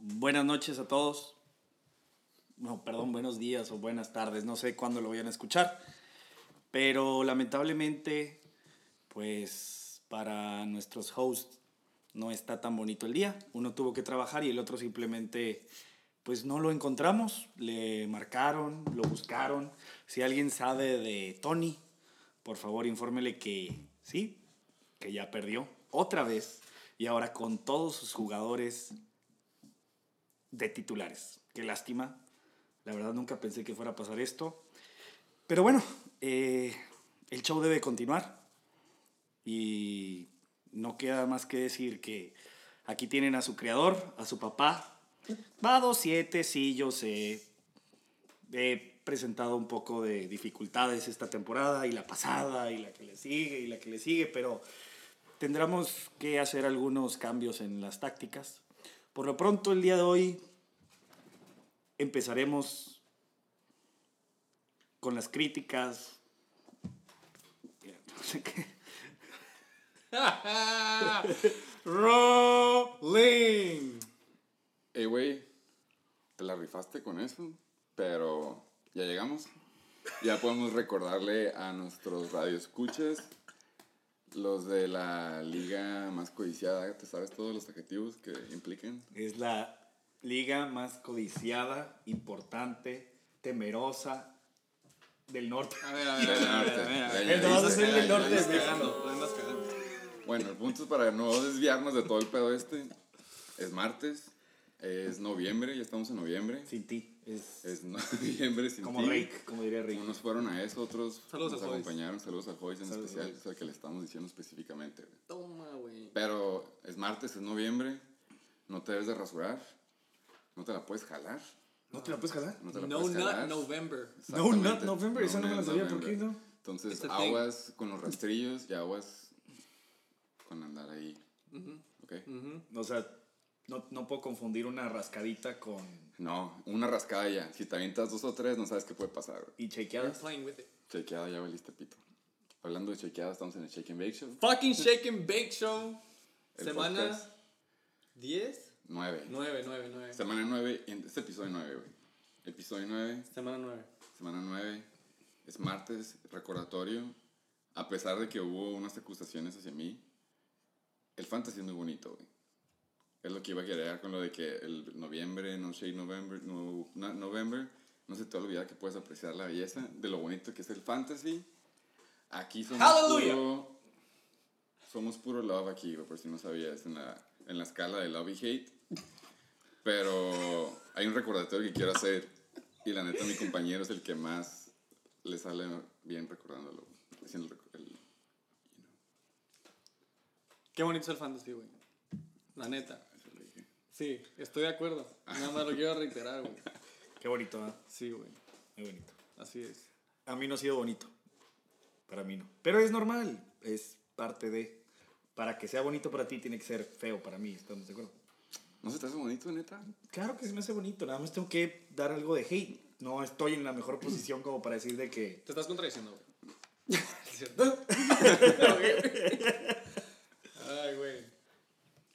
Buenas noches a todos. No, perdón, buenos días o buenas tardes. No sé cuándo lo vayan a escuchar. Pero lamentablemente, pues para nuestros hosts no está tan bonito el día. Uno tuvo que trabajar y el otro simplemente, pues no lo encontramos. Le marcaron, lo buscaron. Si alguien sabe de Tony, por favor infórmele que sí, que ya perdió otra vez y ahora con todos sus jugadores de titulares. Qué lástima. La verdad nunca pensé que fuera a pasar esto. Pero bueno, eh, el show debe continuar. Y no queda más que decir que aquí tienen a su creador, a su papá. Va 2-7, sí, yo sé. He presentado un poco de dificultades esta temporada y la pasada y la que le sigue y la que le sigue, pero tendremos que hacer algunos cambios en las tácticas. Por lo pronto, el día de hoy empezaremos con las críticas. Mira, no sé qué. Rolling. Ey, güey, te la rifaste con eso, pero ya llegamos. Ya podemos recordarle a nuestros radioescuchas, los de la liga más codiciada, ¿te sabes todos los adjetivos que impliquen? Es la liga más codiciada, importante, temerosa del norte. A ver, a ver, a ver, a ver, a ver, a ver. Ya, ya, Entonces, ya, el del ya, norte ya, es ya. Cagando, la andas cagando. Bueno, el punto es para no desviarnos de todo el pedo este. Es martes, es noviembre, ya estamos en noviembre. Sin ti. Es Es noviembre sin como ti. Rick, como diría Rick. Unos fueron a eso, otros Saludos nos a Joyce. acompañaron. Saludos a Joyce en Saludos a especial, Joyce. es al que le estamos diciendo específicamente. güey. Toma, güey. Pero es martes, es noviembre, no te debes de rasurar, no te la puedes jalar. ¿No te la puedes jalar? No, te la No puedes Not jalar. November. No, Exactamente. not November, esa no me la not sabía, ¿por November. qué no? Entonces, It's a thing. aguas con los rastrillos y aguas con andar ahí. ¿Ok? O sea, no, no puedo confundir una rascadita con... No, una rascada ya. Si te avientas dos o tres, no sabes qué puede pasar. güey. Y You're chequeadas. playing with it. Chequeada, ya valiste pito. Hablando de chequeada, estamos en el Shake and Bake Show. Fucking Shake and Bake Show. El Semana podcast. 10. 9. 9, 9, 9. Semana 9, este episodio 9, güey. Episodio 9, Semana 9. semana 9, es martes, recordatorio. A pesar de que hubo unas acusaciones hacia mí, el fantasy es muy bonito, güey. Es lo que iba a querer con lo de que el noviembre, no shade November, no, no- November, no se te olvida que puedes apreciar la belleza de lo bonito que es el fantasy. Aquí somos Hallelujah. puro, somos puro love aquí, güey, por si no sabías, en la, en la escala de love y hate. Pero hay un recordatorio que quiero hacer y la neta mi compañero es el que más le sale bien recordándolo, haciendo el rec- el- Qué bonito es el fantasy, güey. La neta. eso le dije. Sí, estoy de acuerdo. Nada más lo quiero reiterar, güey. Qué bonito, ¿ah? Sí, güey. Muy bonito. Así es. A mí no ha sido bonito. Para mí no. Pero es normal. Es parte de. Para que sea bonito para ti, tiene que ser feo para mí. ¿Estamos de acuerdo? ¿No se te hace bonito, neta? Claro que se me hace bonito. Nada más tengo que dar algo de hate. No estoy en la mejor posición como para decir de que. Te estás contradiciendo, güey. Es cierto. Ay, güey.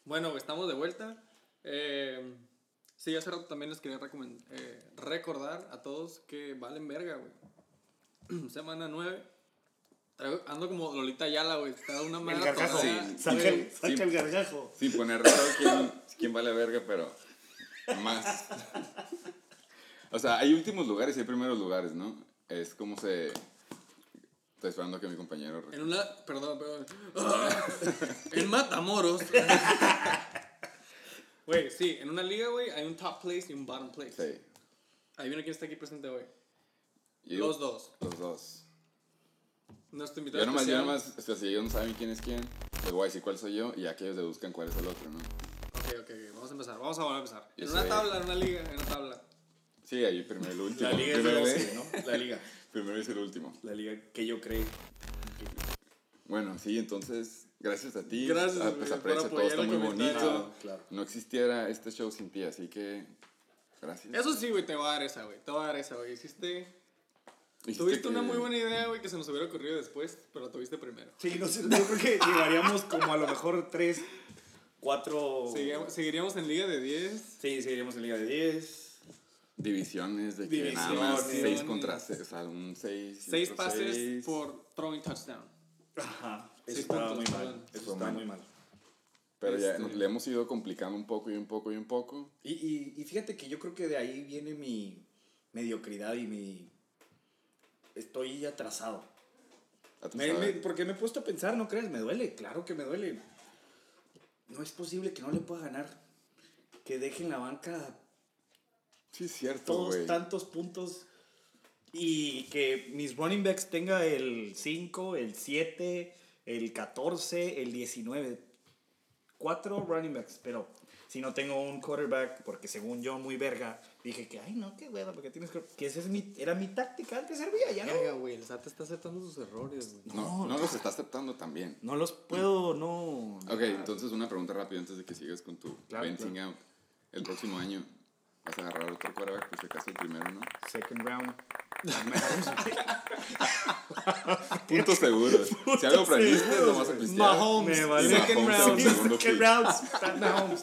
Bueno, güey, estamos de vuelta. Eh, sí, hace rato también les quería recomen- eh, recordar a todos que valen verga, güey. Semana 9. ando como Lolita Yala, güey. Está una El mala gargajo. tonada, sí, saca güey. el, saca el gargajo. Sin poner raro quién, quién vale verga, pero más. O sea, hay últimos lugares y hay primeros lugares, ¿no? Es como se... Estoy esperando que mi compañero... En una. Perdón, perdón. en Matamoros. Güey, sí, en una liga, güey, hay un top place y un bottom place. Sí. Ahí viene quién está aquí presente hoy. Y- Los dos. Los dos. Nuestro invitado Yo nomás, yo especial. nomás, o sea, si ellos no saben quién es quién, les voy a decir cuál soy yo y aquellos deduzcan cuál es el otro, ¿no? Ok, ok, ok, vamos a empezar. Vamos a volver a empezar. Yo En una soy- tabla, en una liga, en una tabla. Sí, ahí primero el último. La liga es de primero, los es- que, ¿no? La liga. primero es el último. La liga que yo creé. Bueno, sí, entonces, gracias a ti. Gracias, Ah, pues güey, aprecia, por todo está apoyar muy el bonito. comentario. Claro, claro. No existiera este show sin ti, así que gracias. Eso sí, güey, te voy a dar esa, güey. Te voy a dar esa, güey. Hiciste. Dijiste Tuviste que- una muy buena idea, güey, que se nos hubiera ocurrido después, pero la tuviste primero. Sí, no sé, yo creo que llegaríamos como a lo mejor tres cuatro... Oh. Seguiríamos- Seguiríamos en Liga de 10. Sí, seguiríamos en Liga de 10. Divisiones de que nada más Divisiones. 6 contra 6, o sea, un 6. 6 pases por throwing touchdown. Ajá, Seis eso estaba muy puntos, mal. perdón. Eso estaba muy mal. Pero ya Este- le hemos ido complicando un poco y un poco y un poco. Y, y, y fíjate que yo creo que de ahí viene mi mediocridad y mi... Estoy atrasado. Me- Atrasado. me- porque me he puesto a pensar, ¿no crees? Me duele, claro que me duele. No es posible que no le pueda ganar. Que deje en la banca Sí, es cierto, todos güey. tantos puntos y que mis running backs tenga el 5, el 7, el 14, el 19. Cuatro running backs, pero si no tengo un quarterback, porque según yo, muy verga, dije que, ay, no, qué hueva, porque tienes que... Que esa es mi, era mi táctica, antes servía, ya no. güey. El SAT está aceptando sus errores, güey. No, no los está aceptando también. No los puedo, no... Ok, entonces una pregunta rápida antes de que sigas con tu Claro, bouncing out. El próximo año vas a agarrar otro quarterback, por si acaso el primero, ¿no? Second round. Puntos seguros. Si algo planeaste, lo vas a pistear. Mahomes. Me vale. Y Second Mahomes round. en el Segundo Second pick. round. está Mahomes.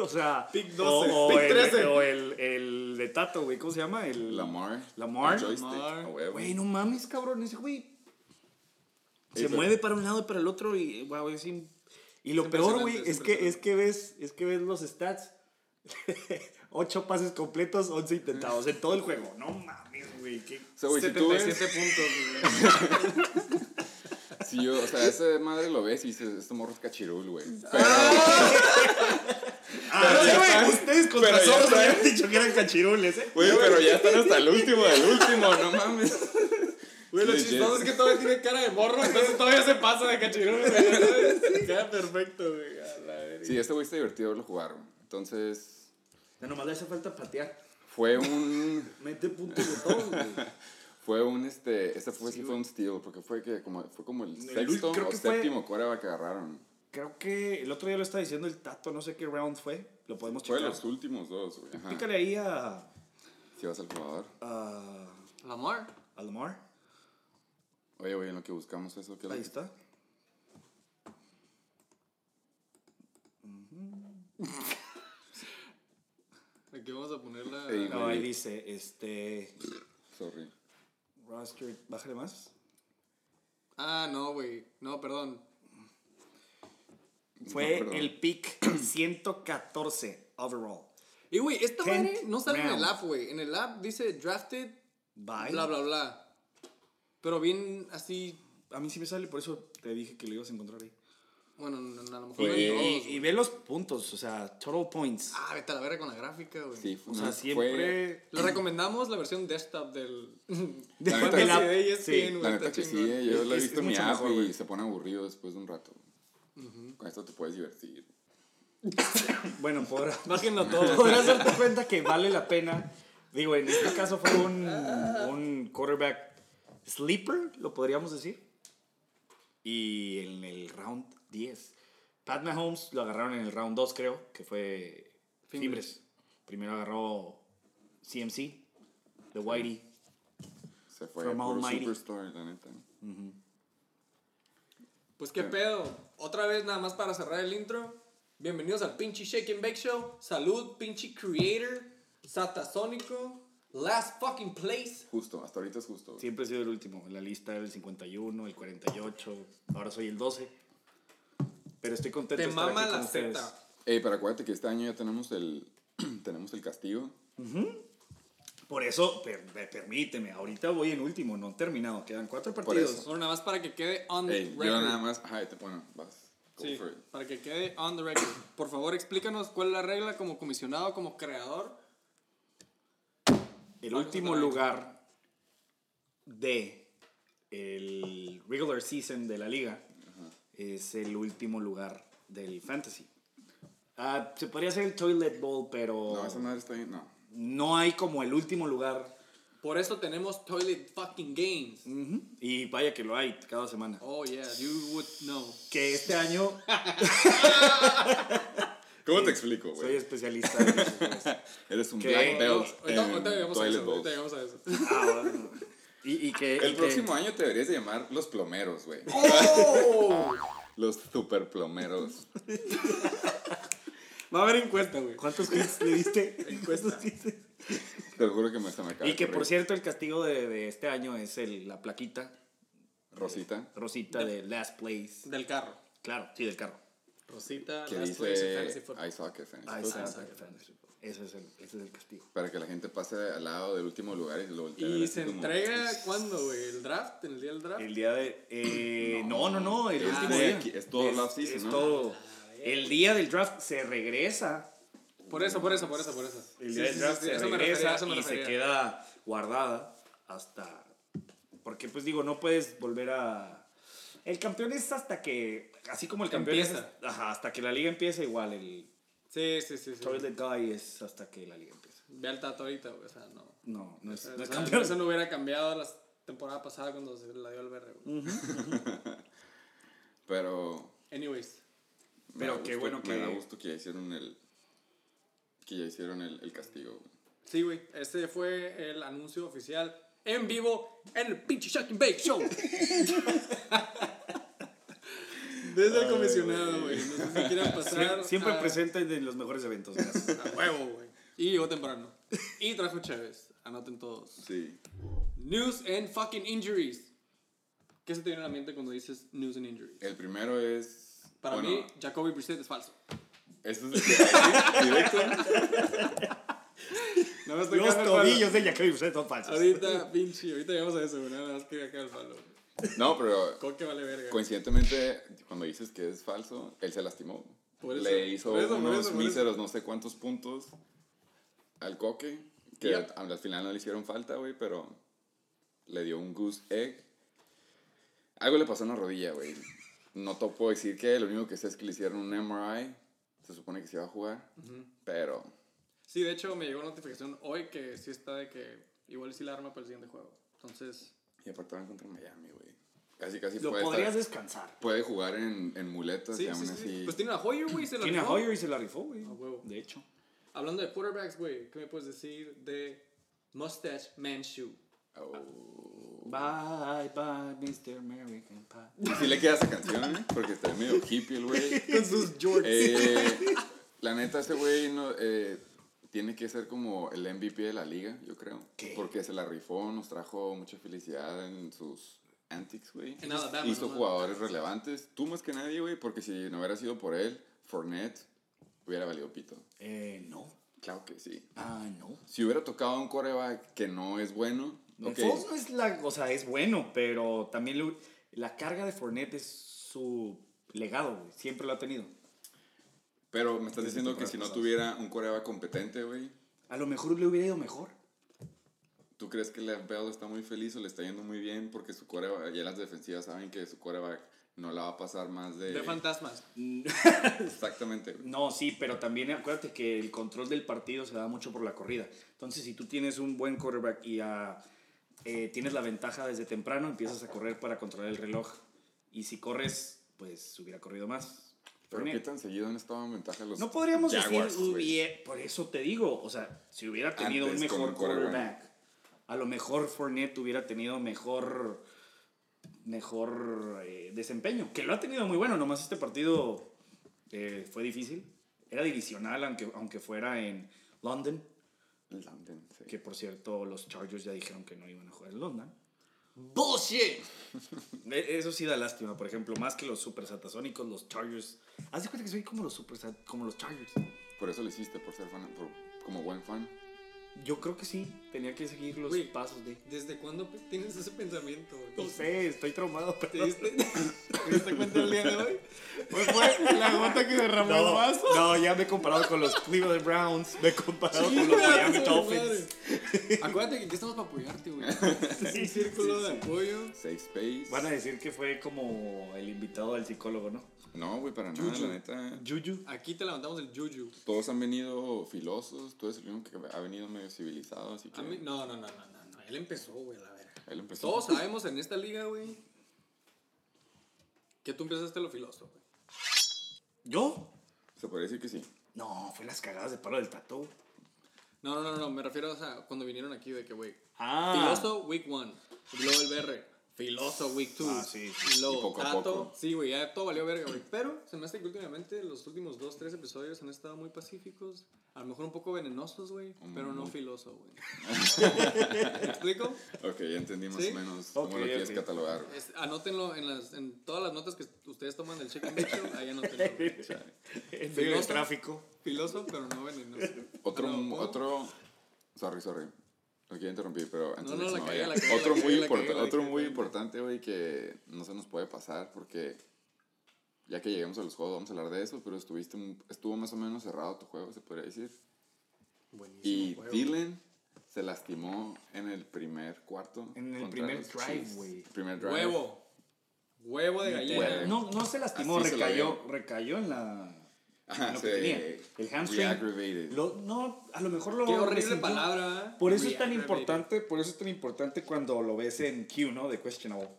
O sea, Pick o- 12, o, pick el, 13. o el, el de Tato, güey, ¿cómo se llama? El Lamar. Lamar. el joystick, Lamar. a huevo. Güey, no mames, cabrón, ese güey Sí, se pero- mueve para un lado y para el otro y wow, es im- y lo Es peor, impresionante, güey, es es, que es impresionante. que ves, es que ves los stats. Ocho pases completos, 11 intentados en todo el juego. No mames, güey, qué O sea, güey, si tú ves- 77 puntos, güey. Sí, yo, o sea, ese madre lo ves y dices, este morro es cachirul, güey. Pero, Ah, ya güey, están- ustedes con pero ya razón nos están- habían dicho que eran cachirules, eh. güey, pero ya están hasta el último, el último, no mames. Güey, lo Legit. chistoso es que todavía tiene cara de morro, entonces todavía se pasa de cachirón, güey. Queda perfecto, güey. a la verga. Sí, este güey está divertido verlo jugar, güey. Entonces, Ya nomás le hace falta patear. fue un... Mete puntos de todo, güey. Fue un, este, este fue, sí fue un steal, porque fue que como, fue como el El sexto ul- creo o que fue- séptimo quarterback que agarraron. Creo que el otro día lo estaba diciendo el Tato, no sé qué round fue. Lo podemos Fue de checar. los últimos dos, güey. Ajá. Pícale ahí a, Si vas al jugador. a, Lamar. a Lamar. Oye, güey, en lo que buscamos eso, ¿qué es lo Ahí que- está. Aquí vamos a poner la. Ey, No, ahí dice, este. Sorry. Roster, bájale más. Ah, no, güey. No, perdón. Fue perdón. el pick 114 overall. Y, güey, esta Tenth madre no sale en el round. app, güey. En el app dice drafted, Bye. bla, bla, bla. Pero bien así. A mí sí me sale, por eso te dije que lo ibas a encontrar ahí. Bueno, no, no, a lo mejor Y, no en todos, y- güey. y ve los puntos, o sea, total points. Ah, vete a la verga con la gráfica, güey. Sí, fue, O sea, no, siempre. Le recomendamos la versión desktop del. La neta- del la- de sí, ESPN, fue- güey, La está neta que sí, chingón. eh, yo Es- lo he es- visto es en mi mucho app mejor, güey, y güey. se pone aburrido después de un rato. Con esto te puedes divertir. Bueno, podrá. Bájenlo todo. podrás darte cuenta que vale la pena. Digo, en este caso fue un, un quarterback sleeper, lo podríamos decir. Y en el round 10. Pat Mahomes lo agarraron en el round 2, creo, que fue Fimbres. Fimbres. Primero agarró CMC, The Whitey. Se fue From por Almighty. Superstore, la neta. Pues qué pedo. Otra vez, nada más para cerrar el intro. Bienvenidos al pinche Shake and Bake Show. Salud, pinche creator. Satasónico. Last fucking place. Justo, hasta ahorita es justo. güey. Siempre he sido el último. En la lista era el 51, el 48. Ahora soy el 12. Pero estoy contento Te de estar mama aquí con la ustedes. Z. Ey, pero acuérdate que este año ya tenemos el, tenemos el castigo. Por eso, per- per- permíteme, ahorita voy en último, no terminado. Quedan cuatro Por partidos. eso. Solo nada más para que quede on the Ey, yo record. nada más. Ajá, te bueno, vas. Go Sí, for it. para que quede on the record. Por favor, explícanos cuál es la regla como comisionado, como creador. El Vamos último otra vez. lugar de el regular season de la liga es el último lugar del fantasy. Ah, se podría hacer el toilet bowl, pero No, esa no, madre está bien. No. hay como el último lugar. Por eso tenemos Toilet Fucking Games. Y vaya que lo hay cada semana. Oh, yeah, you would know. Que este año ¿Cómo te explico, güey? soy especialista. en esas cosas. Eres un ¿Qué? black No, belt. ahorita, en ahorita llegamos a toilet eso. bowls. Ahorita llegamos a eso. Ah, bueno. y, y que, y El que- próximo año te deberías de llamar los plomeros, güey. ¡Oh! Los superplomeros. Va a haber encuesta, güey. ¿Cuántos hits le diste? Encuesta. ¿Cuántos hits? Te lo juro que me, se me acaba Y de que por ocurrir. cierto, el castigo de, de este año es el, la plaquita Rosita, rosita de Last Place. Del carro. Claro, sí, del carro. Rosita, que las Places, Fantasy dice Football. I suck at fantasy Ahí football", está, ese, es el, ese es el castigo. Para que la gente pase al lado del último lugar y lo voltee. a ver Y así se como- entrega cuando, güey, el draft, en el día del draft. El día de. eh, no, no, no, el es último de día. aquí, es todo la off-season, es ¿no? todo. Ah, El día del draft se regresa. Por eso, por eso, por eso, por eso. El Sí, día sí, del draft sí, sí, se eso me regresa refería, eso me y se refería. queda guardada hasta. Porque, pues digo, no puedes volver a. El campeón es hasta que. Así como el campeón es- Empieza. ajá, hasta que la liga empieza, igual. El Sí, sí, sí. sí. Toilet Guy es hasta que la liga empieza. Ve al tato ahorita, güey, o sea, no. No, no es, O no es sea, campeón. Eso Ah, no hubiera cambiado la temporada pasada cuando se la dio al verde, güey. Pero. Anyways, me Pero da qué bueno Me que- da gusto que ya hicieron el. Que ya hicieron el, el castigo. güey. sí, güey, este fue el anuncio oficial en vivo en el pinche Shaq and Bake Show. Desde el comisionado, güey. No sé si quieran pasar. Sie- Siempre a- presenta en los mejores eventos. gracias. A huevo, güey. Y llegó temprano. Y trajo Chávez. Anoten todos. Sí. News and fucking injuries. ¿Qué se te viene a la mente cuando dices news and injuries? El primero es. Para bueno, mí, Jacoby Brissett es falso. Eso es de que- ¿sí? directo. No me estoy Los cagando el palo. tobillos de Jacoby Brissett son falsos. Ahorita, pinche, ahorita llegamos a eso, güey. Nada más que acá el palo. güey. No, pero Coque vale verga. coincidentemente, cuando dices que es falso, él se lastimó. Por eso, Le hizo por eso, por unos eso, por eso. míseros, no sé cuántos puntos al coque. Que Yep. a- al final no le hicieron falta, güey, pero le dio un goose egg. Algo le pasó en la rodilla, güey. No te puedo decir que lo único que sé es que le hicieron un MRI. Se supone que se iba a jugar, pero Sí, de hecho, me llegó notificación hoy que sí está de que igual sí la arma para el siguiente juego. Entonces, y aparte van contra Miami, güey. Casi, casi Lo puede, podrías estar- descansar. puede jugar en, en muletas sí, y aún sí, sí. así. Pues tiene a Hoyer, güey. se la Tiene a rifó. Hoyer y se la rifó, güey. huevo. De hecho. Hablando de quarterbacks, güey, ¿qué me puedes decir de Mustache Man Shoe? Oh. Bye, bye, Mr. American Pie. Y sí le queda esa canción, ¿eh? Porque está medio hippie el güey. Con sus Jordans. Eh, la neta, ese güey no, eh, tiene que ser como el MVP de la liga, yo creo. ¿Qué? Porque se la rifó, nos trajo mucha felicidad en sus antics, güey. En Alabama, Hizo ¿no? jugadores relevantes. Tú más que nadie, güey, porque si no hubiera sido por él, Fournette hubiera valido pito. Eh, no. Claro que sí. Ah, no. Si hubiera tocado a un coreback que no es bueno, ok. Foles no es la. O sea, es bueno, pero también lo- la carga de Fournette es su legado, güey. Siempre lo ha tenido. Pero me estás diciendo que si no temporadas tuviera un coreback competente, güey, A lo mejor le hubiera ido mejor. ¿Tú crees que Lev Bell está muy feliz o le está yendo muy bien? Porque su coreback, ya las defensivas saben que su coreback no la va a pasar más de... De fantasmas. Exactamente. güey. No, sí, pero también acuérdate que el control del partido se da mucho por la corrida. Entonces, si tú tienes un buen quarterback y ah, eh, tienes la ventaja desde temprano, empiezas a correr para controlar el reloj. Y si corres, pues hubiera corrido más. Pero Fournette. qué tan seguido han estado en ventaja los No podríamos pues, Jaguars, decir, güey? hubie- por eso te digo, o sea, si hubiera tenido Antes, un mejor con un quarterback. quarterback, a lo mejor Fournette hubiera tenido mejor, mejor eh, desempeño, que lo ha tenido muy bueno, nomás este partido eh, fue difícil, era divisional aunque, aunque fuera en London, London, sí. que por cierto los Chargers ya dijeron que no iban a jugar en London. ¡Bullshit! E- Eso sí da lástima, por ejemplo, más que los supersatasónicos, los Chargers. Haz de cuenta que soy como los, supersat- como los Chargers. Por eso lo hiciste, por ser fan, por- como buen fan. Yo creo que sí, tenía que seguir los Güey. pasos de... ¿Desde cuándo pe- tienes ese pensamiento? güey? No sé, estoy traumado. ¿Te diste, ¿Te diste cuenta el día de hoy? Pues fue la gota que derramó el vaso. No, ya me he comparado con los Cleveland Browns, me he comparado con los Chinga Miami tu Dolphins. madre. Acuérdate que aquí estamos para apoyarte, güey. Es un círculo de apoyo. Safe Space. Van a decir que fue como el invitado del psicólogo, ¿no? No, güey, para nada, Juju. la neta. Juju. Aquí te levantamos el juju. Todos han venido filosos, tú eres el único que ha venido medio civilizado, así que... A mí, no, no, no, no, no, no. Él empezó, güey, la verga. Él empezó. Todos sabemos en esta liga, güey, que tú empezaste lo filoso, güey. ¿Yo? Se podría decir que sí. No, fue las cagadas de palo del tatu. No, no, no, no, me refiero a cuando vinieron aquí de que, güey, Ah. Filoso Week 1, luego el BR, Filoso Week 2. Ah, sí. Y luego Y poco a Tato. poco. Sí, güey, ya todo valió verga, güey. Pero se me hace que últimamente los últimos dos, tres episodios han estado muy pacíficos. A lo mejor un poco venenosos, güey. Pero no filoso, güey. ¿Me explico? Ok, ya entendí más ¿Sí? o menos cómo Ok, lo quieres ok. catalogar. güey. Es- anótenlo en, las, en todas las notas que ustedes toman del Chicken Bake Show. Ahí anótenlo. güey. En medio del Filoso. tráfico. Filoso, pero no venenoso. Otro, Ah, no, mu- ¿puedo? otro. Sorry, sorry. Lo quiero interrumpir, pero antes No, no, de que se la me cagué, vaya. la cagué, Otro la muy cagué, la importa- cagué, la Otro cagué. muy importante, güey, que no se nos puede pasar porque. Ya que lleguemos a los juegos, vamos a hablar de eso, pero estuviste, mu- estuvo más o menos cerrado tu juego, se podría decir. Y juego. Dylan se lastimó en el primer cuarto. En el contra primer los drive, Chiefs. güey. Primer drive. Huevo. Huevo de Huevo. gallina. No, no se lastimó, Así se la recayó, veo. recayó en la. Ajá, en lo se- que tenía. El reaggravated. hamstring. Lo, no, a lo mejor lo. Qué horrible resintió. palabra. ¿eh? Por eso es tan Reaggravated. importante, por eso es tan importante cuando lo ves en Q, ¿no? De Questionable.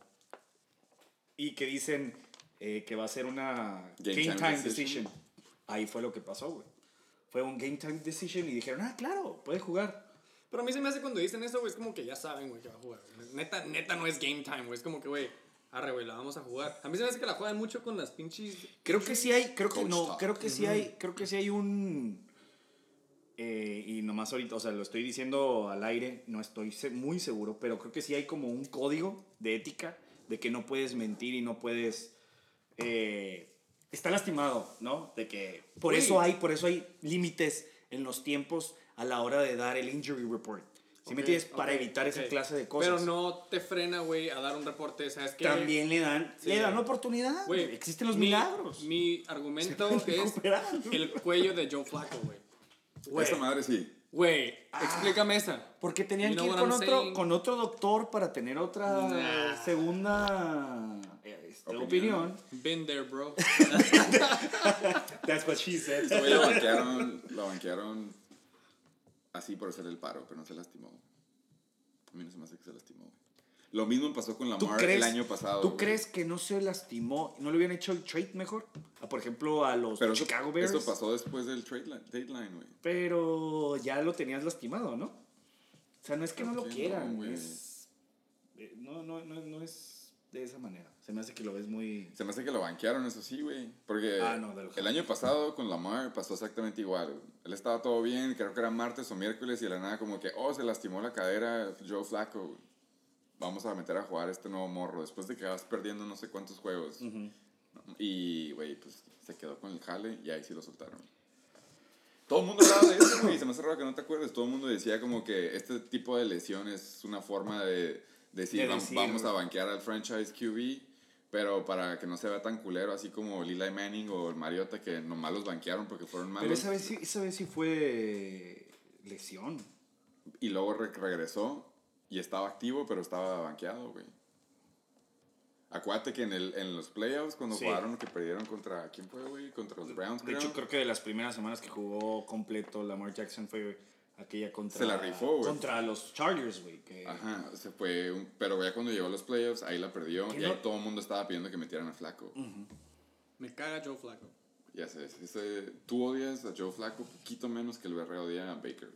Y que dicen eh, que va a ser una game, Game time time, decision. decision. Ahí fue lo que pasó, güey. Fue un game time decision y dijeron, ah, claro, puede jugar. Pero a mí se me hace cuando dicen eso, güey, es como que ya saben, güey, que va a jugar. Neta, neta no es game time, güey. Es como que, güey, arre, güey, la vamos a jugar. A mí se me hace que la juegan mucho con las pinches. Creo que sí hay, creo que Coach no, talk. creo que sí hay, creo que sí hay un eh, y nomás ahorita, o sea, lo estoy diciendo al aire, no estoy se- muy seguro, pero creo que sí hay como un código de ética de que no puedes mentir y no puedes eh, está lastimado, ¿no? De que por Uy. eso hay, por eso hay límites en los tiempos a la hora de dar el injury report. Si me Ok, entiendes? Para ok, evitar esa ok. clase de cosas. Pero no te frena, güey, a dar un reporte, ¿sabes qué? También le dan, Sí. le dan oportunidad. Güey, Existen los mi- milagros. Mi argumento Se pueden es recuperar. el cuello de Joe Flacco, güey. Güey, Esta madre sí. Güey, Ah. explícame esa. Porque tenían You know que ir what con I'm otro, saying? con otro doctor para tener otra Nah. segunda eh, este, Opinión. opinión. Been there, bro. That's what she said. Este güey lo banquearon, lo banquearon así por hacer el paro, pero no se lastimó. A mí no se me hace que se lastimó. Lo mismo pasó con ¿Tú Lamar crees, el año pasado. ¿Tú güey. crees que no se lastimó? ¿No le hubieran hecho el trade mejor? A, por ejemplo, a los Pero eso- Chicago Bears. eso, pasó después del trade line- deadline, güey. Pero ya lo tenías lastimado, ¿no? O sea, no es que no lo Sí, no, quieran. güey. es, eh, no, no, no, no es de esa manera. Se me hace que lo ves muy... Se me hace que lo banquearon, eso sí, güey. Porque Ah, no, de lo- el año pasado con Lamar pasó exactamente igual. güey. Él estaba todo bien, creo que era martes o miércoles y de la nada como que, oh, se lastimó la cadera Joe Flacco. güey. Vamos a meter a jugar a este nuevo morro después de que vas perdiendo no sé cuántos juegos. Y, güey, pues se quedó con el jale y ahí sí lo soltaron. Todo el mundo hablaba de eso, güey. Se me hace raro que no te acuerdes. Todo el mundo decía como que este tipo de lesión es una forma de decir, De "Vam- decir, vamos a güey. banquear al franchise QB, pero para que no se vea tan culero, así como Lila Manning o el Mariota, que nomás los banquearon porque fueron malos. Pero esa vez, sí- esa vez sí fue lesión. Y luego re- regresó y estaba activo, pero estaba banqueado, güey. Acuérdate que en, el, en los playoffs, cuando Sí. jugaron, que perdieron contra, ¿quién fue, güey? Contra los Browns, De creo. hecho, creo que de las primeras semanas que jugó completo Lamar Jackson fue aquella contra... Se la rifó, güey. Contra los Chargers, güey. que- Ajá, se fue, un- pero ya cuando llegó a los playoffs, ahí la perdió ¿Qué y no? Mm. ahí todo el mundo estaba pidiendo que metieran a Flaco. Me caga Joe Flacco. Ya sé, ese- tú odias a Joe Flaco poquito menos que el BR odia a Baker,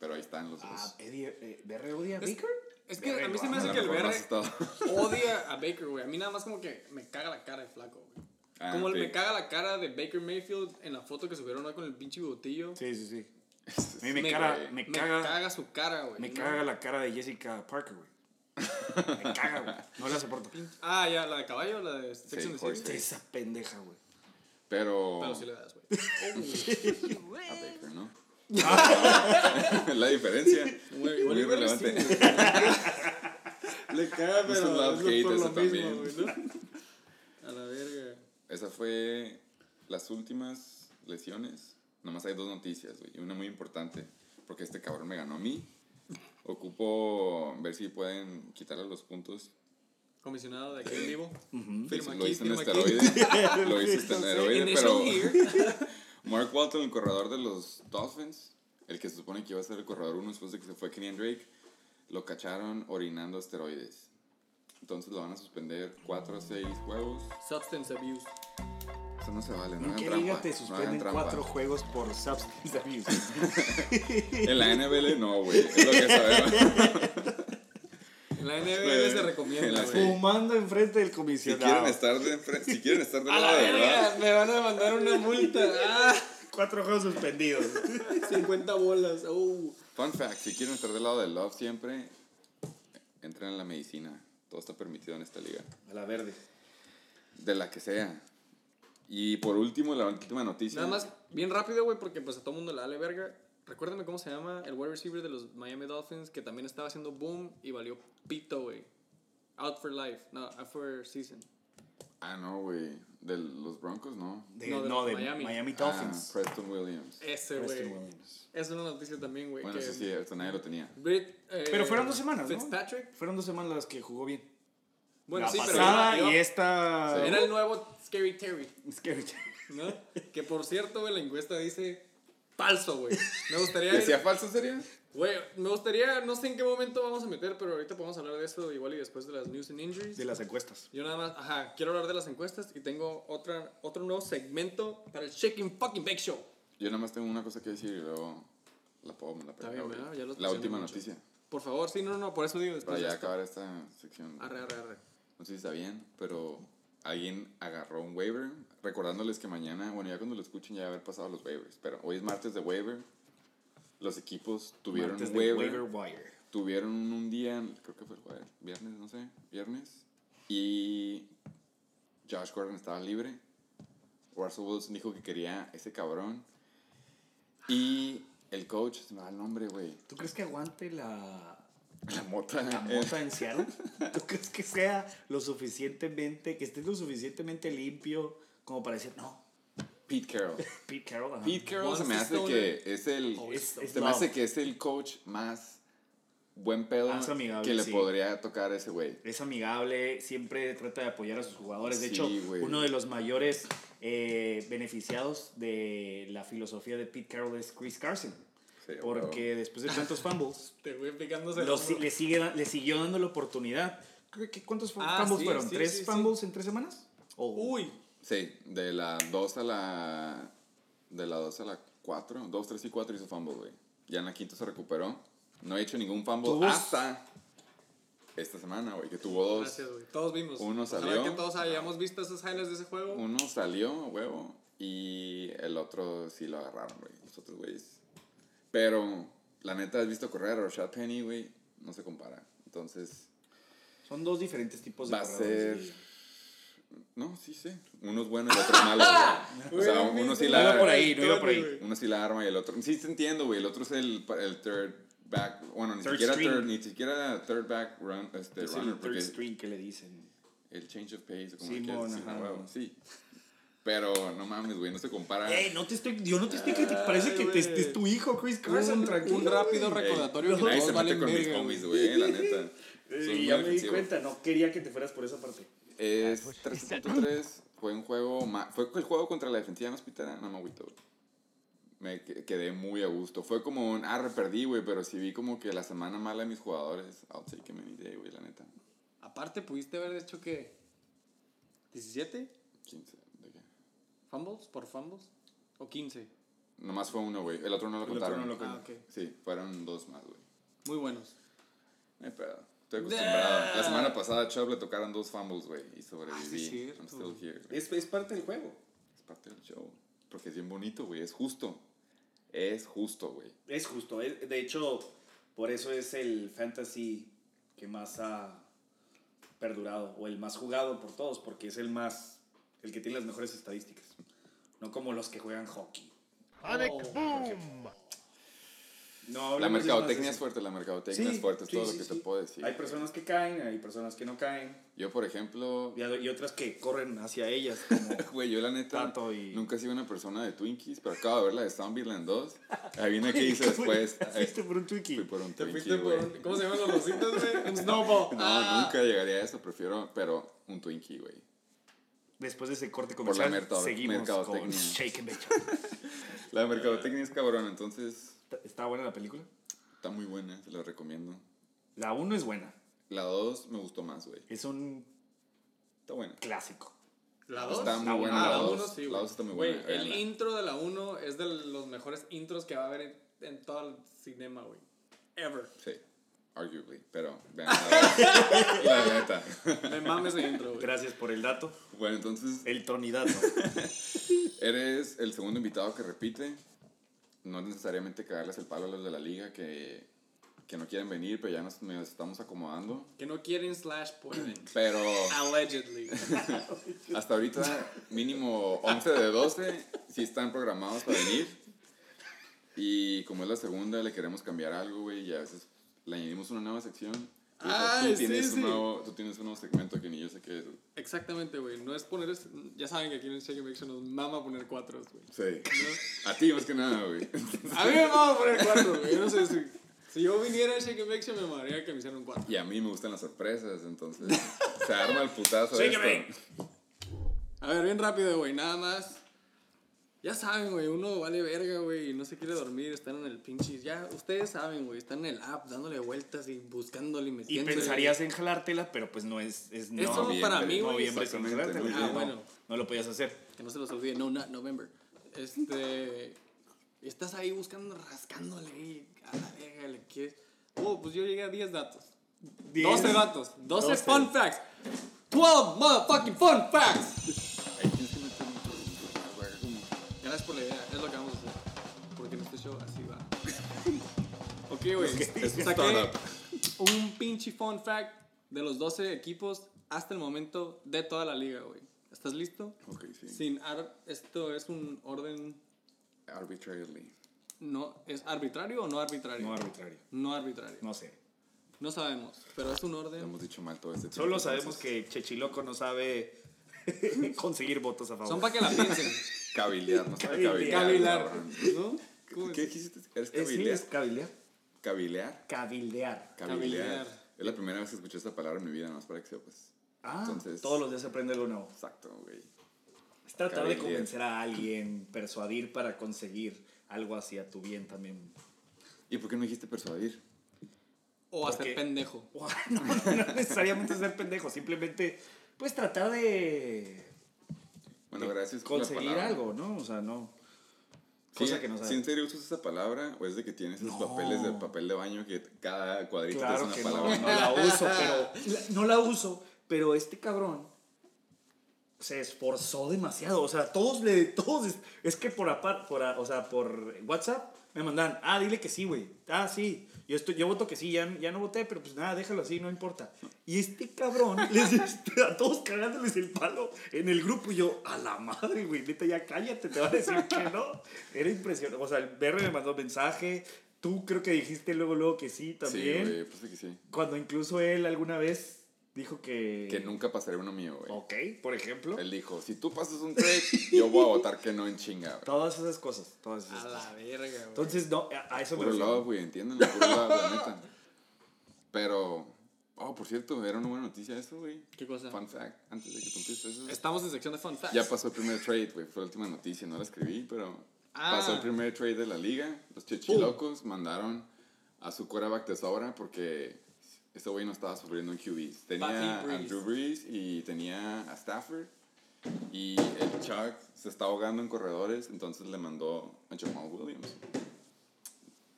pero ahí están los Ah, dos. Eddie, eh, ¿BR odia a Es- Baker? Es que a mí se me A hace lo que el mejor no BR has estado- odia a Baker, güey. A mí nada más como que me caga la cara de Flaco, güey. Ah, como sí. me caga la cara de Baker Mayfield en la foto que subieron hoy con el pinche botillo. Sí, sí, sí. Es- A mí me, Me- cara- me Me caga, caga, su cara, güey. me No. caga la cara de Jessica Parker, güey. Me caga, güey. No la soporto. Ah, ya, la de caballo, la de Sex Sí, and the Horse City. Face. Esa pendeja, güey. Pero... Pero sí le das, güey. a Baker, ¿no? la diferencia. Muy, Igual y verlo relevante. sí, güey. Le caga, Es un pero love es hate ese por lo mismo, también. güey, ¿no? A la verga. Esa fue las últimas lesiones. Nomás hay dos noticias, güey. y Una muy importante, porque este cabrón me ganó a mí. Ocupo ver si pueden quitarle los puntos. Comisionado de aquí en vivo. Firma lo aquí, hice en firma aquí. esteroide. lo hice en esteroide, Initial pero year. Mark Walton, el corredor de los Dolphins, el que se supone que iba a ser el corredor uno después de que se fue Kenyan Drake, lo cacharon orinando esteroides. Entonces lo van a suspender 4 a 6 juegos. Substance abuse. Eso no se vale, ¿En no hagan qué trampa. liga te no suspenden hagan trampa. cuatro juegos por substance abuse? En la NBL no, güey. Es lo que sabemos. En la NBL se Güey, en recomienda, la güey. Fumando enfrente del Si comisionado. quieren estar de enfren- si quieren estar de A la lado de verdad, verga, me van a mandar una multa. Ah, Cuatro juegos suspendidos. 50 bolas. Uh. Fun fact, si quieren estar del lado del love siempre, entren en la medicina. Todo está permitido en esta liga. A la verde. De la que sea. Y por último, la última noticia. Nada más, bien rápido, güey, porque pues a todo mundo le vale verga. Recuérdame cómo se llama el wide receiver de los Miami Dolphins que también estaba haciendo boom y valió pito, güey. Out for life. No, out for season. Ah, no, güey. De los Broncos, no. De, No, no, de de, los Miami. Miami, Ah, Dolphins. Preston Williams. Ese, Preston güey. Williams. Es una noticia también, güey. Bueno, Eh, que eso sí, esto nadie lo tenía. Britt, eh, Pero fueron dos semanas, ¿no? Fitzpatrick. Fueron dos semanas las que jugó bien. Bueno, la sí, pasada pero. iba- y iba- esta. Era el nuevo Scary Terry, Scary. ¿no? que por cierto, güey, la encuesta dice. Falso, güey. Me gustaría. ¿Que sea falso sería? Güey, me gustaría, no sé en qué momento vamos a meter, pero ahorita podemos hablar de eso igual y después de las news and injuries. De las encuestas. Yo nada más, ajá, quiero hablar de las encuestas y tengo otra, otro nuevo segmento para el Shaking Fucking Bake Show. Yo nada más tengo una cosa que decir y luego la puedo la Está pego, bien, güey. ¿verdad? Ya lo La presioné última mucho. noticia. Por favor, sí, no, no, por eso digo Para después. ya de esto. acabar esta sección. Arre, arre, arre. No sé si está bien, pero alguien agarró un waiver. Recordándoles que mañana, bueno, ya cuando lo escuchen ya va a haber pasado los waivers. Pero hoy es martes de waiver. Los equipos tuvieron Martes un de waiver. waiver wire. Tuvieron un día, creo que fue el jueves, viernes, no sé, viernes. Y Josh Gordon estaba libre. Russell Wilson dijo que quería ese cabrón. Y el coach, se me da el nombre, güey. ¿Tú crees que aguante la, La mota. la mota en Seattle? Eh. ¿Tú crees que sea lo suficientemente, que esté lo suficientemente limpio como para decir, no, Pete Carroll. Pete Carroll? ajá"? Pete Carroll se me Monster hace que es el Oh, es- es se me hace love. que es el coach más buen pedo Más amigable, que le sí. podría tocar a ese güey. Es amigable, siempre trata de apoyar a sus jugadores. De Sí, hecho, güey. uno de los mayores eh, beneficiados de la filosofía de Pete Carroll es Chris Carson. Sí, a Porque después de tantos fumbles, Te voy picándose lo si- le, sigue, da- le siguió dando la oportunidad. Creo que- ¿Cuántos fu- Ah, fumbles sí, fueron? sí, ¿Tres sí, sí. fumbles en tres semanas? O- Uy, Sí, de la 2 a la de la 2 a la 4, 2, 3 y 4 hizo fumble, güey. Ya en la quinta se recuperó. No he hecho ningún fumble Tuvo- hasta esta semana, güey, que tuvo dos. gracias, güey. Todos vimos. Uno Ojalá salió. que todos hayamos visto esas highlights de ese juego. Uno salió, a huevo, y el otro sí lo agarraron, güey. Los otros güeyes. Pero, la neta, has visto correr a Rashad Penny, güey. No se compara. Entonces, Son dos diferentes tipos Pues de va a ser. corredores, sí. No, sí, sí. Uno es bueno y el otro es malo, güey. O sea, Güey, uno sí mi- No la iba por ahí, no iba por ahí. güey. Uno sí la arma y el otro. Sí, te entiendo, güey. El otro es el, el third back. Bueno, ni Third siquiera string. third, ni siquiera third back run, este, Es runner. el third Porque string que le dicen. el change of pace, o como Simón, quieras decir, ajá. huevo, Sí. Pero no mames, güey. No se compara. Ey, no te estoy, yo no te estoy criticando. Parece que te, güey. es tu hijo, Chris Carson. un, tranquilo, un rápido güey. Ey, recordatorio que nadie eh, se todos mete valen con mis verga. homies, güey. güey, la neta. Son Y muy ya me di ofensivos. cuenta, no quería que te fueras por esa parte. Es 3.3. Fue un juego. ma- Fue el juego contra la defensiva más pitera. No me agüito, güey. Me que- quedé muy a gusto. Fue como un. Ah, perdí, güey. Pero sí vi como que la semana mala de mis jugadores. I'll take him any day, güey, la neta. Aparte, pudiste haber hecho que 17 15. ¿de qué? fumbles por fumbles o 15. Nomás fue uno, güey. El otro no lo El otro contaron. no lo Ah, contaron. ok. Sí, fueron dos más, güey. Muy buenos. No hay pedo. Estoy acostumbrado. La semana pasada a Chubb le tocaron dos fumbles, güey. Y sobreviví. Ah, cierto. I'm still here, güey. Es, es parte del juego. Es parte del show. Porque es bien bonito, güey. Es justo. Es justo, güey. Es justo. es- de hecho, por eso es el fantasy que más ha perdurado o el más jugado por todos, porque es el más, el que tiene las mejores estadísticas. No como los que juegan hockey. Panic Oh, Boom! No, La hablemos de más mercadotecnia de es eso. fuerte, la mercadotecnia Sí, es fuerte, es sí, todo sí, lo que sí. te puedo decir. Hay personas que caen, hay personas que no caen, Yo, por ejemplo, y, y otras que corren hacia ellas. como- güey, yo la neta Tato y- nunca he sido una persona de Twinkies, pero acabo de ver la de Zombieland 2. Adivina qué hice después. eh, Fuiste por un Fui Twinkie. por un Te Twinkie, fuiste por güey. un- ¿Cómo se llaman los rositas, güey? Un snowball. No, Ah. nunca llegaría a eso, prefiero, pero un Twinkie, güey. Después de ese corte la comercial, mercado- seguimos con mercadotecnia. Shake and Bake. La mercadotecnia es cabrón, entonces ¿Está- ¿Está buena la película? está muy buena, se la recomiendo. La 1 es buena. La 2 me gustó más, güey. Es un Está buena. clásico. La 2. Está muy buena Ah, la la 2. 1 sí, la güey. 2 está muy Güey, buena. el véanla. intro de la 1 es de los mejores intros que va a haber en, en todo el cinema, güey. Ever. Sí. Arguably, pero vean la, la neta. Me mames ese intro, güey. Gracias por el dato. Bueno, entonces El tonidato. Eres el segundo invitado que repite. No es necesariamente cagarles el palo a los de la liga que, que no quieren venir, pero ya nos, nos estamos acomodando. Que no quieren slash pueden. Pero Allegedly. hasta ahorita, mínimo 11 de 12 sí están programados para venir. Y como es la segunda, le queremos cambiar algo, güey, y a veces le añadimos una nueva sección. Tú- Ay, tú, tienes Ah, sí, un sí. Nuevo, tú tienes un nuevo segmento que ni yo sé qué es. güey. Exactamente, güey. No es poner. es- Ya saben que aquí en el Shake and Bake Show nos mama poner cuatros, güey. A ti más que nada, güey. A mí me mama poner cuatros, güey. Yo no sé si. Si yo viniera a Shake and Bake Show, me mamaría que me hicieran un cuatro. Y a mí me gustan las sorpresas, entonces se arma el putazo. Shake esto. and bake. A ver, bien rápido, güey. Nada más. Ya saben, güey. Uno vale verga, güey. Y no se quiere dormir. Están en el pinche. Ya, ustedes saben, güey. Están en el app dándole vueltas y buscándole y Y metiéndole. pensarías en jalártela, pero pues no es. es no, solo para mí, güey. Noviembre sin Exactamente, jalártela. muy no, bien. Ah, no, bueno. no lo podías hacer. Que no se los olvide, no, not November. Este. Estás ahí buscando, rascándole ahí. A la verga, le quieres. Oh, pues yo llegué a 10 datos. 12 datos. 12, Doce. fun facts. 12 motherfucking fun facts. Ahí tienes que meter mucho, güey, como- Gracias por la idea, es lo que vamos a hacer. Porque en este show así va. ok, güey. es un Saqué startup. un pinche fun fact de los 12 equipos hasta el momento de toda la liga, güey. ¿Estás listo? Ok, sí. Sin ar- esto es un orden Arbitrarily. No, ¿es arbitrario o no arbitrario? No No, arbitrario. arbitrario. No. No sé. sabemos, pero es un Lo orden. hemos dicho mal todo este tiempo. Solo sabemos que Chechiloco no sabe conseguir votos a favor. Son para que la piensen, Cavilear, no sabe cavilear. Cavilear. Cavilar. cabrón. ¿no? ¿Cómo ¿Qué es? dijiste? ¿Eres Eh, sí, cavilear? es cavilear. ¿Cavilear? Cabildear. Cavilear. Cavilear. Es la primera vez que escuché esta palabra en mi vida, nomás para que sepas. Ah, Entonces- todos los días se aprende algo nuevo. Exacto, güey. Es tratar de Cabildear. convencer a alguien, persuadir para conseguir algo hacia tu bien también. ¿Y por qué no dijiste persuadir? O hacer Porque- pendejo. No, no necesariamente ser pendejo, simplemente pues tratar de Bueno, de gracias por la Eh, conseguir palabra. algo, ¿no? O sea, no. Sí, Cosa que no ¿sí en sabes. serio usas esa palabra o es de que tienes esos No. papeles de papel de baño que cada cuadrito te Claro es que una no, palabra? no la uso, pero la- no la uso, pero este cabrón se esforzó demasiado, o sea, todos le todos es, es que por apar- por a- o sea, por WhatsApp me mandan, "Ah, dile que sí, güey." Ah, sí. Yo estoy yo voto que sí, ya, ya no voté, pero pues nada, déjalo así, no importa. Y este cabrón les este, a todos cagándoles el palo en el grupo y yo, "A la madre, güey, neta ya cállate, te va a decir que no." Era impresionante, o sea, el BR me mandó mensaje, tú creo que dijiste luego luego que sí Sí, también. güey, pues que sí. Cuando incluso él alguna vez dijo que. Que nunca pasaré uno mío, güey. Ok, por ejemplo. Él dijo, si tú pasas un trek, yo voy a votar que no en chinga, güey. Todas esas cosas. Todas esas A cosas. la verga, güey. Entonces, no, a, a eso me Puro refiero. love, güey, entiéndanlo, puro love, la neta. Pero, oh, por cierto, era una buena noticia eso, güey. ¿Qué cosa? Fun fact, antes de que tú empieces eso. Estamos en sección de fun facts. Ya pasó el primer trade, güey, fue la última noticia, no la escribí, pero Ah. pasó el primer trade de la liga. Los chichilocos mandaron a su quarterback de sobra porque este güey no estaba sufriendo en QBs. Tenía Patrick Breeze. a Drew Brees y tenía a Stafford. Y el Chuck se está ahogando en corredores, entonces le mandó a Jamal Williams.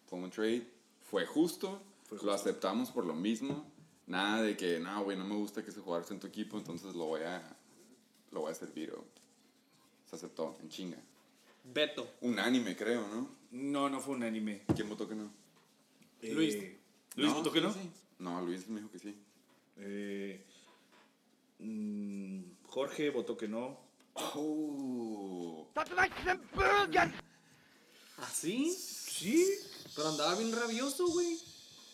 Fue un trade, fue justo, lo aceptamos por lo mismo. Nada de que, no, güey, no me gusta que ese jugador esté en tu equipo, entonces lo voy a, lo voy a servir. o- Se aceptó, en chinga. Beto. Unánime, creo, ¿no? No, no fue un anime. ¿Quién votó que no? Eh, Luis. Luis, No, ¿tú que no? sí, sí. No, Luis me dijo que sí. Eh, mm, Jorge votó que no. Oh, ¿Así? Sí. ¿Ah, Pero andaba bien rabioso, güey.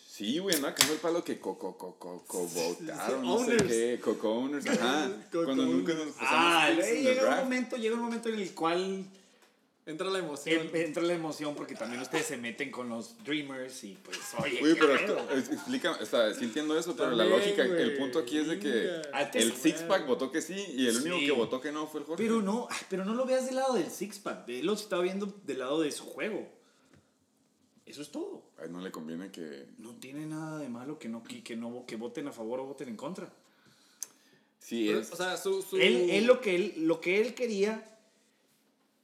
Sí, güey, andaba cagando el palo que coco, coco, coco, votaron, no sé Owners. qué, coco owners, ajá. Coco Cuando nunca owners. nos pasamos Ah, picks en eh, el llega un draft. momento, llega un momento en el cual Entra la emoción. em- entra la emoción porque también ustedes se meten con los dreamers y pues, oye, Güey, ¿qué pero pedo? esto- es- explica, o sea, sí entiendo eso, pero la También, lógica, el güey. punto aquí es de que Antes, el six pack votó que sí y el único este Sí. que votó que no fue el Jorge. Pero no, ah, pero no lo veas del lado del six pack, él lo está viendo del lado de su juego. Eso es todo. A él no le conviene que. No tiene nada de malo que no que, que no que voten a favor o voten en contra. Sí, Pero, es. O sea, su. su- Él, él lo que él lo que él quería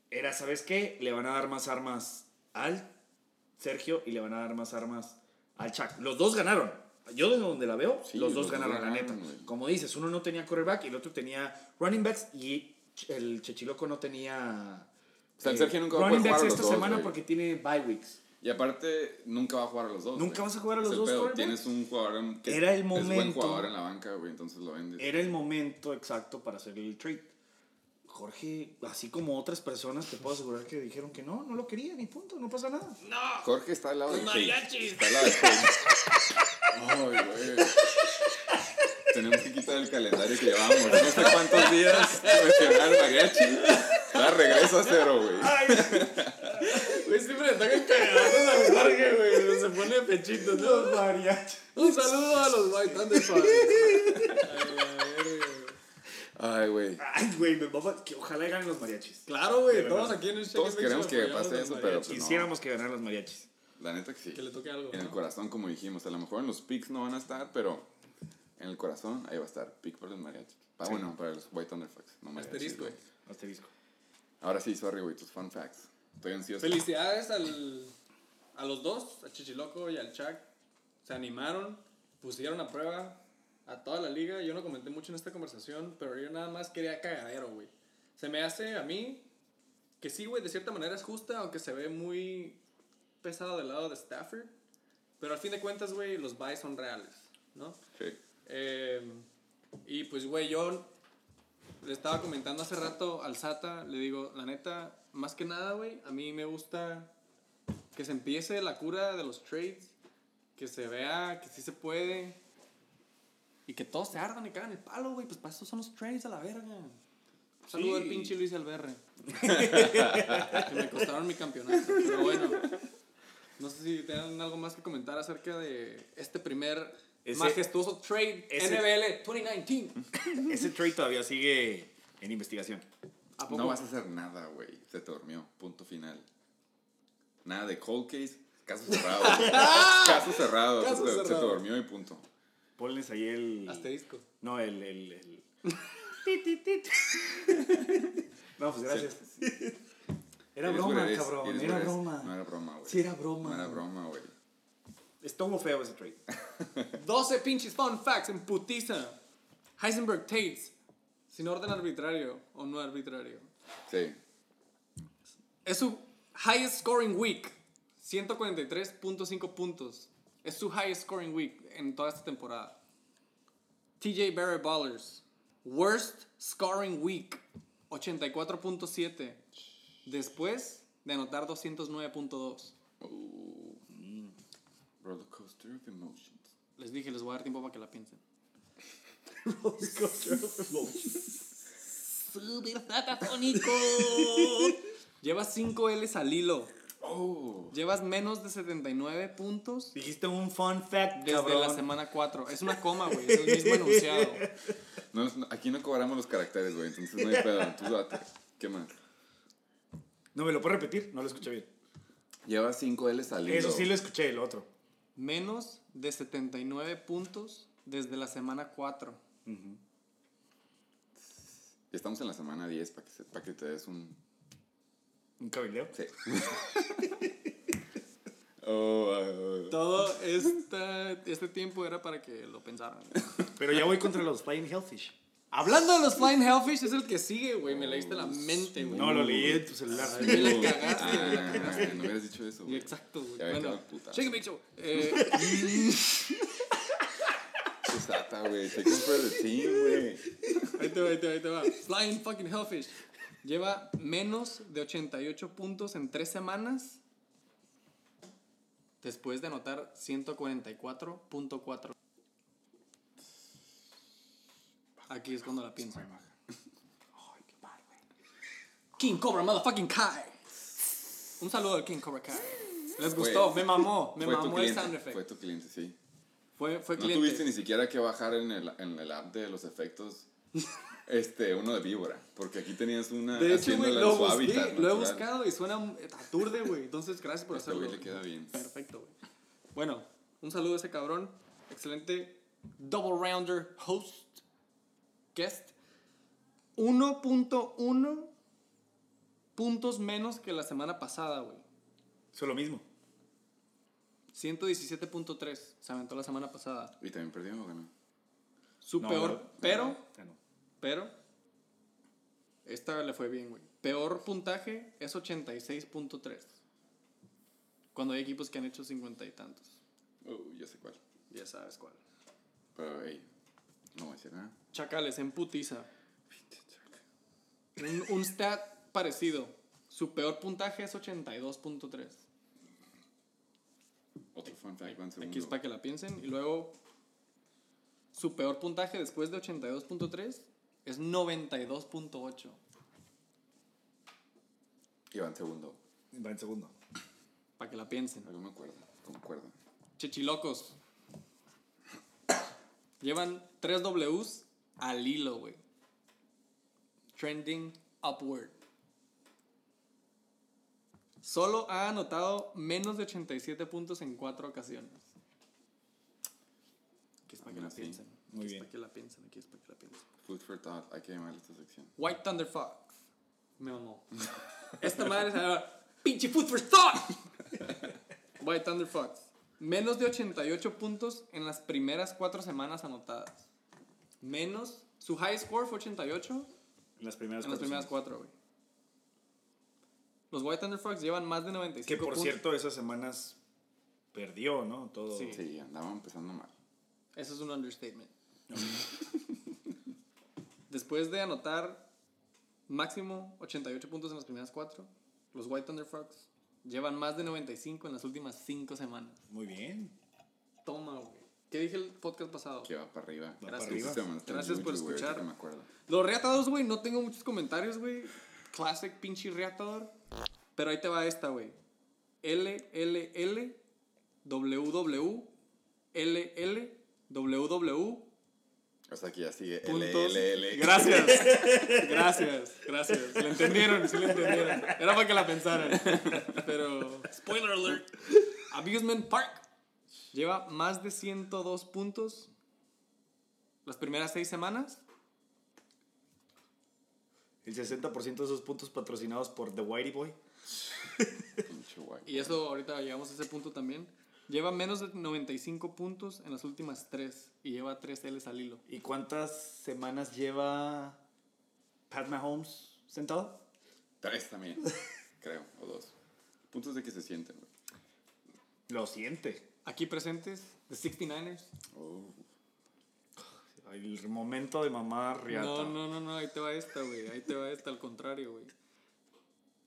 era, ¿sabes qué? Le van a dar más armas al Sergio y le van a dar más armas al Chuck. Los dos ganaron. Yo de donde la veo, Sí, los dos los dos ganaron, la neta. ganaron, güey. Como dices, uno no tenía quarterback y el otro tenía running backs y ch- el Chechiloco no tenía. eh, O sea, el Sergio nunca va a running poder backs jugar a los esta dos, semana güey. porque tiene bye weeks. Y aparte, nunca va a jugar a los dos. Nunca güey. vas a jugar a los Es el dos, pedo. quarterback. Tienes un jugador que Era el es buen momento. jugador en la banca, güey, entonces lo vendes. Era el momento exacto para hacer el trade. Jorge, así como otras personas, te puedo asegurar que dijeron que no, no lo querían y punto, no pasa nada. Jorge está al lado de Kate. mariachis. Está al lado de Kate. Ay, güey. Tenemos que quitar el calendario que llevamos. No sé cuántos días mencionar mariachi. La regresa a cero, güey. Güey, siempre le tocan cagados a Jorge, güey. Se pone pechito, ¿no? Los mariachis. Un saludo a los White Thunder Fans. Ay, la verga, güey. Ay, güey. Ay, güey, me mama que ojalá ganen los mariachis. Claro, güey. Todos aquí en el Todos Cheque Mix queremos que apoyamos pase al eso, mariachi. Pues no. Quisiéramos que ganaran los mariachis. La neta que sí. Que le toque algo. En el ¿no? corazón, como dijimos. A lo mejor en los picks no van a estar, pero en el corazón ahí va a estar. Pick para los mariachis. Pa- Bueno, para los White Thunderfucks. No mariachis, Asterisco. güey. Asterisco. Ahora sí, sorry, güey. Tus fun facts. Estoy ansioso. Felicidades al, a los dos, a Chichiloco y al Chuck. Se animaron, pusieron a prueba a toda la liga. Yo no comenté mucho en esta conversación, pero yo nada más quería cagadero, güey. Se me hace a mí que sí, güey, de cierta manera es justa, aunque se ve muy pesado del lado de Stafford. Pero al fin de cuentas, güey, los buys son reales, ¿no? Sí. Eh, y pues, güey, yo le estaba comentando hace rato al Sata, le digo, la neta, más que nada, güey, a mí me gusta que se empiece la cura de los trades, que se vea que sí se puede y que todos se ardan y cagan el palo, güey, pues para eso son los trades a la verga. Un Saludo Sí. al pinche Luis Alberre. que me costaron mi campeonato, pero bueno. No sé si tengan algo más que comentar acerca de este primer Ese- majestuoso trade ese- NBL 2019. Ese trade todavía sigue en investigación. ¿A poco? No vas a hacer nada, güey. Se te durmió. Punto final. Nada de cold case. Caso cerrado. güey. caso cerrado. Caso se, te- se cerrado. te durmió y punto. Ponles ahí el. Asterisco. No, el. el, el- Tit, tit, tit. no, pues gracias. Era Eres broma, güeres, cabrón. eres Era güeres. broma. No era broma, güey. Sí, era broma. No era broma, güey. Estuvo feo ese trade. 12 pinches fun facts en putiza. Heisenberg Tates. Sin orden arbitrario o no arbitrario. Sí. Es su highest scoring week. 143.5 puntos. Es su highest scoring week en toda esta temporada. TJ Barrett Ballers. Worst scoring week. 84.7. Después de anotar 209.2. Roller coaster of emotions. Les dije, les voy a dar tiempo para que la piensen. Súper satafónico. Llevas 5 L's al hilo. Oh. Llevas menos de 79 puntos Dijiste un fun fact, desde cabrón. la semana 4. Es una coma, güey. Es el mismo enunciado. No, es- no- aquí no cobramos los caracteres, güey. Entonces no hay pedo. Tú date. ¿Qué más? No me lo puedes repetir, no lo escuché bien. Llevas 5 L saliendo. Eso sí lo escuché, el otro. Menos de 79 puntos desde la semana 4. Estamos en la semana 10 para que, se- para que te des un... Un cabildeo. Sí. oh, ay, ay. Todo esta- este tiempo era para que lo pensaran. Pero ya voy contra los Flying Hellfish. Hablando de los Flying Hellfish, es el que sigue, güey. Me leíste la mente, güey. No, lo leí en tu celular. Ay, la cagaste, Ah, güey. no hubieras dicho eso. güey. Exacto, güey. Ya ven que Bueno, la puta. Shake Mix Show. Eh, Susata, güey. Take one for the team, güey. ahí te va, ahí te va, ahí te va. Flying fucking Hellfish. Lleva menos de 88 puntos en tres semanas. Después de anotar 144.4. Aquí es cuando la pienso. King Cobra motherfucking Kai. Un saludo al King Cobra Kai. Les gustó, me mamó, me Fue tu mamó el cliente, sound effect. Fue tu cliente, sí. Fue, fue No cliente. tuviste ni siquiera que bajar en el, en el app de los efectos. Este, uno de víbora, porque aquí tenías una De hecho, güey, haciéndola en lo su busqué, hábitat lo he natural. buscado y suena eh, aturde, güey. Entonces, gracias por Este güey hacerlo. le queda bien. Perfecto, güey. Bueno, un saludo a ese cabrón. Excelente double rounder host guest. 1.1 puntos menos que la semana pasada, güey. Eso es lo mismo. 117.3 se aventó la semana pasada. ¿Y también perdió o ganó? Su No, peor, no, pero, Bueno, pero, esta le fue bien, güey. Peor puntaje es 86.3. Cuando hay equipos que han hecho 50 y tantos. Uh, ya sé cuál. Ya sabes cuál. Pero, hey, no voy a decir nada. Chacales en putiza. Un, un stat parecido. Su peor puntaje es 82.3. Otro fun fact, van Aquí es segundo. para que la piensen. Y luego, su peor puntaje después de 82.3 es 92.8. Y van segundo. va en segundo. Para que la piensen. No me acuerdo. Concuerdo. Chichilocos. Llevan 3 Ws al hilo, güey. Trending upward. Solo ha anotado menos de 87 puntos en 4 ocasiones. Aquí es para que Aún la así, piensen. Ah, muy Aquí es bien. para que la piensen. Aquí es para que la piensen. Food for thought. Hay que llamar esta sección. White Thunder Fox. Me mamó. Esta madre se llama Pinche Food for Thought. White Thunder Fox. Menos de 88 puntos en las primeras cuatro semanas anotadas. Menos. Su high score fue 88 En las primeras en las primeras cuatro. cuatro, güey. Los White Thunder Fox llevan más de 95 Que por puntos. cierto, esas semanas perdió, ¿no? Todo. Sí. Sí, andaba empezando mal. Eso es un understatement. Después de anotar máximo 88 puntos en las primeras cuatro, los White Thunder Frogs llevan más de 95 en las últimas cinco semanas. Muy bien. Toma, güey. ¿Qué dije el podcast pasado? Que va para arriba. Este para Tú arriba. sí te mandaste Gracias por mucho, güey, ahorita escuchar. que me acuerdo. Los reatados, güey, no tengo muchos comentarios, güey. Classic pinche reatador. Pero ahí te va esta, güey. L, L, L, W, W, L, L, W, W, O sea, que ya sigue. L, puntos. L, L. Gracias. Gracias, gracias. Le entendieron, sí le entendieron. Era para que la pensaran. Pero. Spoiler alert. Abusement Park lleva más de 102 puntos las primeras seis semanas. El 60% de esos puntos patrocinados por The Whitey Boy. Pinche guay. Y eso ahorita llegamos a ese punto también. Lleva menos de 95 puntos en las últimas tres. Y lleva tres L's al hilo. ¿Y cuántas semanas lleva Pat Mahomes sentado? Tres también. creo. O dos. Puntos de que se sienten, güey. Lo siente. Aquí presentes, The 69ers. Oh. El momento de mamá riata. No, no, no, no, ahí te va esta, güey. Ahí te va esta, al contrario, güey.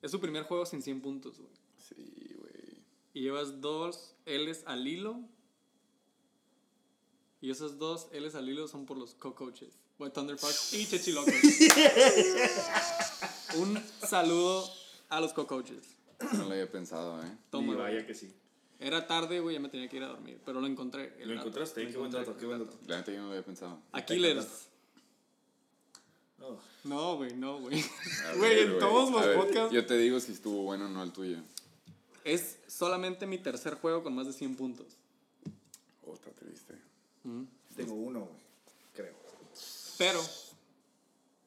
Es su primer juego sin 100 puntos, güey. Sí, güey. Y llevas dos L's al hilo. Y esos dos L's al hilo son por los co-coaches. White Thunder Fox y Chechilocos. Un saludo a los co-coaches. No lo había pensado, ¿eh? Toma, Y güey. vaya que sí. Era tarde, güey, ya me tenía que ir a dormir. Pero lo encontré. el Lo dato. encontraste, Lo qué buen encontré, dato, qué buen dato. La neta yo no lo había pensado. Aquiles. No. No, güey, no, güey. A ver, Güey, en todos A los ver, podcasts. Yo te digo si estuvo bueno o no el tuyo. Es solamente mi tercer juego con más de 100 puntos. Oh, está triste. Tengo uno, güey. Creo. Pero.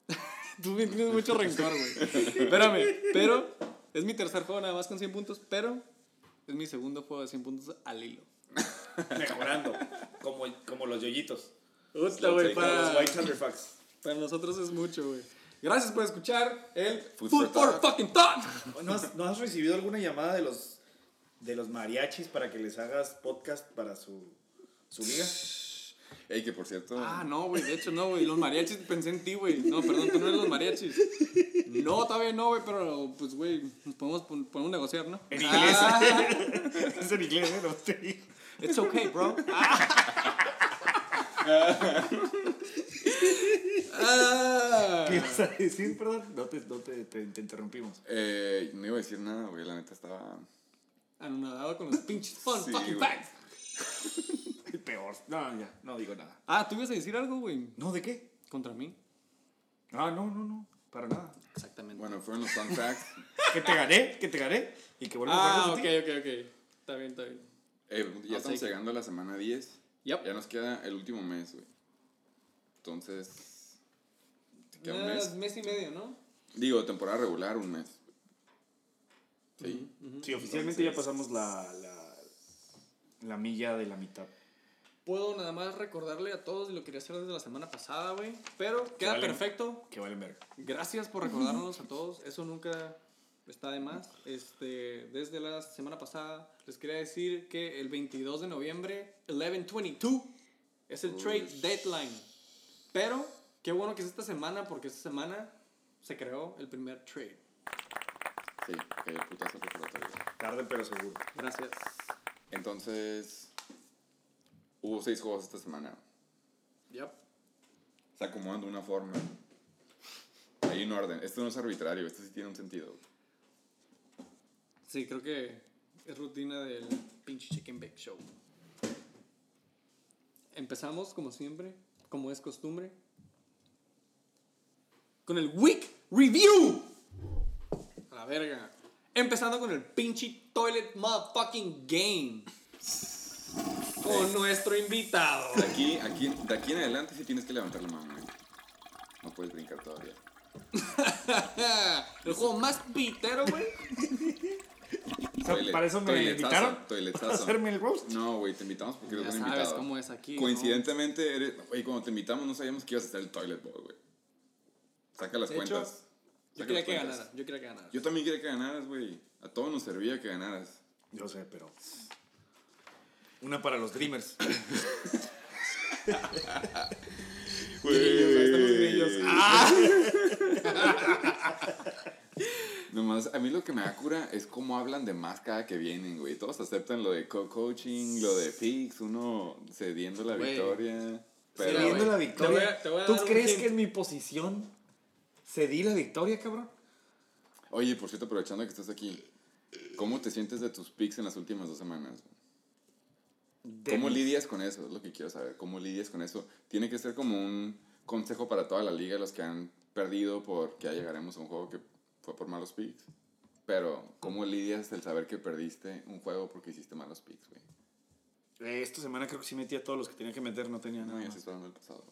Tú me tienes mucho rencor, güey. Espérame, pero. Es mi tercer juego nada más con 100 puntos, pero. Es mi segundo juego de 100 puntos al hilo. Mejorando. como, como los yoyitos. Usta, güey, Como para- los White Thunder Facts. para nosotros es mucho, güey. Gracias por escuchar el Food Food, for for, Thought. Fucking Thought. ¿No has, no has recibido alguna llamada de los, de los mariachis para que les hagas podcast para su, su liga? Ey, que por cierto. Ah, no, güey, de hecho no, güey. Los mariachis pensé en ti, güey. No, perdón, tú no eres los mariachis. No, todavía no, güey, pero pues, güey, nos podemos, pon- podemos negociar, ¿no? En inglés. Ah, es en inglés, ¿eh? No te digo. It's okay, bro. Ah. ¿Qué ibas a decir, perdón? No te, no te, te- te interrumpimos. Eh, no iba a decir nada, güey. La neta estaba. Anonadado con los pinches fun Sí, fucking güey. facts. El peor. No, ya, no digo nada. Ah, ¿tú ibas a decir algo, güey? ¿No de qué? Contra mí. Ah, no, no, no. Para nada. Exactamente. Bueno, fueron los fun facts. Que te gané, que te gané. Y que vuelva ah, a ok, jugar ok, ok. Está bien, está bien. Eh, ya I'll estamos take it. llegando a la semana 10. Yep. Ya nos queda el último mes, güey. Entonces. te Queda un Ah, mes. mes y medio, ¿no? Digo, temporada regular, un mes. Sí. Sí, oficialmente ya pasamos la, la, la milla de la mitad. Puedo nada más recordarle a todos, y lo quería hacer desde la semana pasada, güey. Pero queda vale. perfecto. Que valen verga. Gracias por recordarnos a todos. Eso nunca está de más. Este, desde la semana pasada les quería decir que el 22 de noviembre, 1122, es el trade deadline. Pero qué bueno que es esta semana porque esta semana se creó el primer trade. Sí, que el putazo preparatorio. Tarde pero seguro. Gracias. Entonces, hubo seis juegos esta semana. Yep. Se acomodan de una forma. Hay un orden. Esto no es arbitrario, esto sí tiene un sentido. Sí, creo que es rutina del pinche Chicken Bake Show. Empezamos, como siempre, como es costumbre, con el Week Review. A la verga. Empezando con el pinche Toilet Motherfucking Game. Con nuestro invitado. De aquí, aquí, de aquí en adelante sí tienes que levantar la mano. güey. No puedes brincar todavía. el juego más pitero, güey. O sea, Toilet- para eso me toiletazo, invitaron. toiletazo. Para hacerme el roast. No, güey, te invitamos porque eres Ya un sabes invitado. cómo es aquí, ¿no? Coincidentemente, eres- güey, cuando te invitamos no sabíamos que ibas a estar el toilet bowl, güey. Saca las De hecho, cuentas. Yo Saca quería las que cuentas. ganara. Yo quería que ganara. Yo también quería que ganaras, güey. A todos nos servía que ganaras. Yo sé, pero. Una para los Dreamers. Grillos, ahí están los grillos. Nomás, a mí lo que me da cura es cómo hablan de más cada que vienen, güey. Todos aceptan lo de co-coaching, lo de picks, uno cediendo la Güey. victoria. Pero, Cediendo güey, la Te victoria. voy a- te voy a ¿Tú dar un crees hint. que en mi posición cedí la victoria, cabrón? Oye, por cierto, aprovechando que estás aquí, ¿cómo te sientes de tus picks en las últimas dos semanas? De ¿Cómo mi- lidias con eso? Es lo que quiero saber. ¿Cómo lidias con eso? Tiene que ser como un consejo para toda la liga, los que han perdido porque ya llegaremos a un juego que fue por malos picks. Pero, ¿cómo lidias el saber que perdiste un juego porque hiciste malos picks, güey? Eh, esta semana creo que sí metí a todos los que tenía que meter, no tenía No, nada. ya más. se está dando el pasado.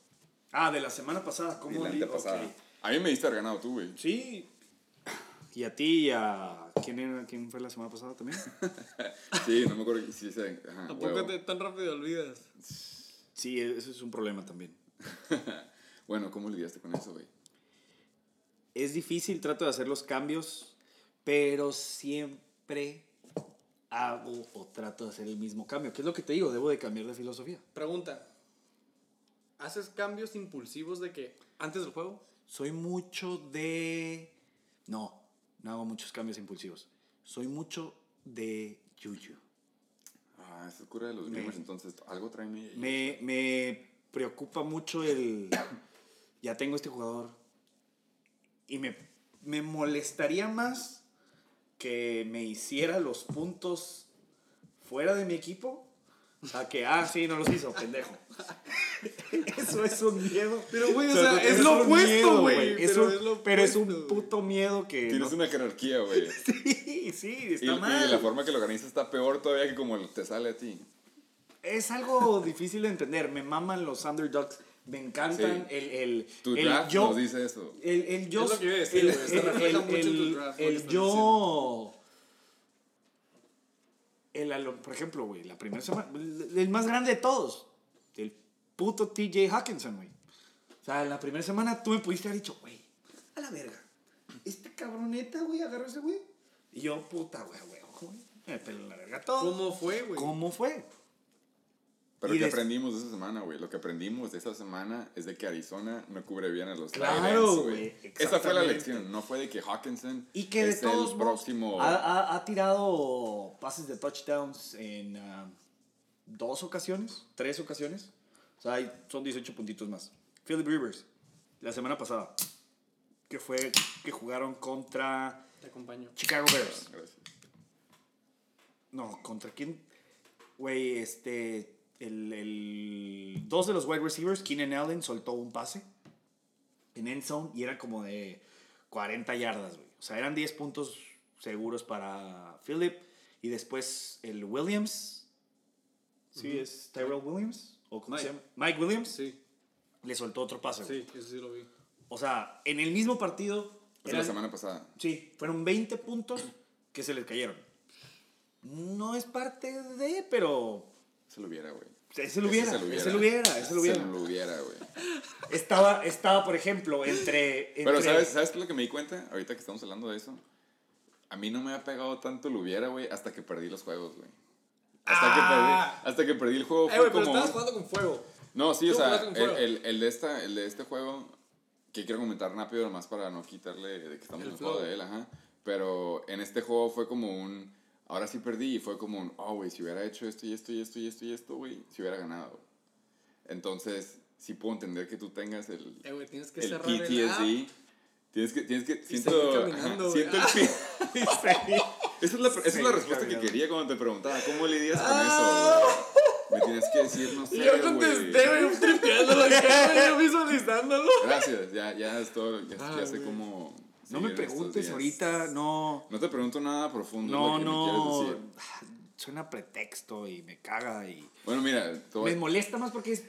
Ah, de la semana pasada, Y ¿cómo la li- antepasada. ok. A mí me diste haber ganado tú, güey. Sí. Y a ti y a. ¿Quién, era, ¿Quién fue la semana pasada también? Sí, no me acuerdo. Sí, sí, ajá, Tampoco huevo. te tan rápido olvidas. sí, eso es un problema también. Bueno, ¿cómo lidiaste con eso, güey? Es difícil, trato de hacer los cambios, pero siempre hago o trato de hacer el mismo cambio. ¿Qué es lo que te digo? Debo de cambiar de filosofía. Pregunta. ¿Haces cambios impulsivos de que antes del juego? Soy mucho de... No, no hago muchos cambios impulsivos. Soy mucho de yuyu. Ah, eso es cura de los gamers, entonces algo trae mi... Me, me preocupa mucho el... Ya tengo este jugador. Y me, me molestaría más que me hiciera los puntos fuera de mi equipo. A que, ah, sí, no los hizo, pendejo. Eso es un miedo. Pero, güey, o O sea, sea, es un lo miedo, opuesto, güey. Es Pero un- es lo pero es un opuesto, güey. puto miedo que... Tienes no- una jerarquía, güey. Sí, sí, Y, está y mal. la forma que lo organizas está peor todavía que como te sale a ti. Es algo difícil de entender. Me maman los underdogs. Me encantan Sí. el, el, Tu el draft yo. nos dice eso. El, el yo. Es lo que iba a decir, el- güey, se el- refleja el- mucho en tu el- draft, lo el que estás yo. El, alo- por ejemplo, güey, la primera semana. El, el más grande de todos. El puto TJ Hawkinson, güey. O sea, en la primera semana tú me pudiste haber dicho, güey, a la verga. Este cabroneta, güey, agarró ese güey. Y yo, puta, güey, güey, güey. Me peló la verga todo. ¿Cómo fue, güey? ¿Cómo fue? Pero Y ¿qué des- aprendimos de esa semana, güey? Lo que aprendimos de esa semana es de que Arizona no cubre bien a los Claro, tight ends, güey, Esa fue la exactamente. lección. No fue de que Hawkinson Y que de es todos modos el próximo... ha, ha- ha tirado pases de touchdowns en ah, dos ocasiones, tres ocasiones. O sea, hay- son 18 puntitos más. Philip Rivers, la semana pasada, que fue que jugaron contra Te acompaño. Chicago Bears. Gracias. No, ¿contra quién? Güey, este. El, el- dos de los wide receivers, Keenan Allen, soltó un pase en end zone y era como de 40 yardas, güey. O sea, eran 10 puntos seguros para Philip. Y después el Williams. Sí, es Tyrell Williams. ¿O cómo se Mike. llama? Mike Williams. Sí, Le soltó otro pase, güey. sí, eso sí lo vi. O sea, en el mismo partido. Esa la eran- semana pasada. Sí, fueron 20 puntos que se les cayeron. No es parte de, pero Se lo hubiera, güey. Ese lo hubiera, ese lo hubiera, ese lo hubiera. Se lo hubiera, güey. Estaba, estaba, por ejemplo, entre... entre Pero ¿sabes, ¿sabes qué es lo que me di cuenta? Ahorita que estamos hablando de eso. A mí no me ha pegado tanto lo hubiera, güey, hasta que perdí los juegos, güey. Hasta, Ah. que perdí, hasta que perdí el juego. Eh, fue güey, pero como estabas un- jugando con fuego. No, sí, o Tú sea, jugaste un el, juego. el- el de esta, el de este juego, que quiero comentar rápido nomás para no quitarle de que estamos El en el juego flow. de él, ajá. Pero en este juego fue como un, ahora sí perdí y fue como un, oh, güey, si hubiera hecho esto y esto y esto y esto y esto, güey, si hubiera ganado. Entonces, sí puedo entender que tú tengas el, Eh, güey, tienes que el cerrar el app. PTSD. Tienes que, tienes que, seguir siento, ajá, caminando, güey. Ah. siento el pi- Esa es la, esa es la Sí, respuesta que caminando. quería cuando te preguntaba, ¿cómo lidias con Ah. eso, güey? Me tienes que decir, no sé, Y yo contesté, güey. güey, tripeándolo acá, güey, yo visualizándolo. Gracias, ya, ya es todo, ya, ya Ah, sé güey. cómo... No seguir me en estos preguntes días. ahorita, no... No te pregunto nada profundo, No, es lo que me quieres no... Ah, decir. Suena pretexto y me caga y... Bueno, mira, te voy- Me molesta más porque es...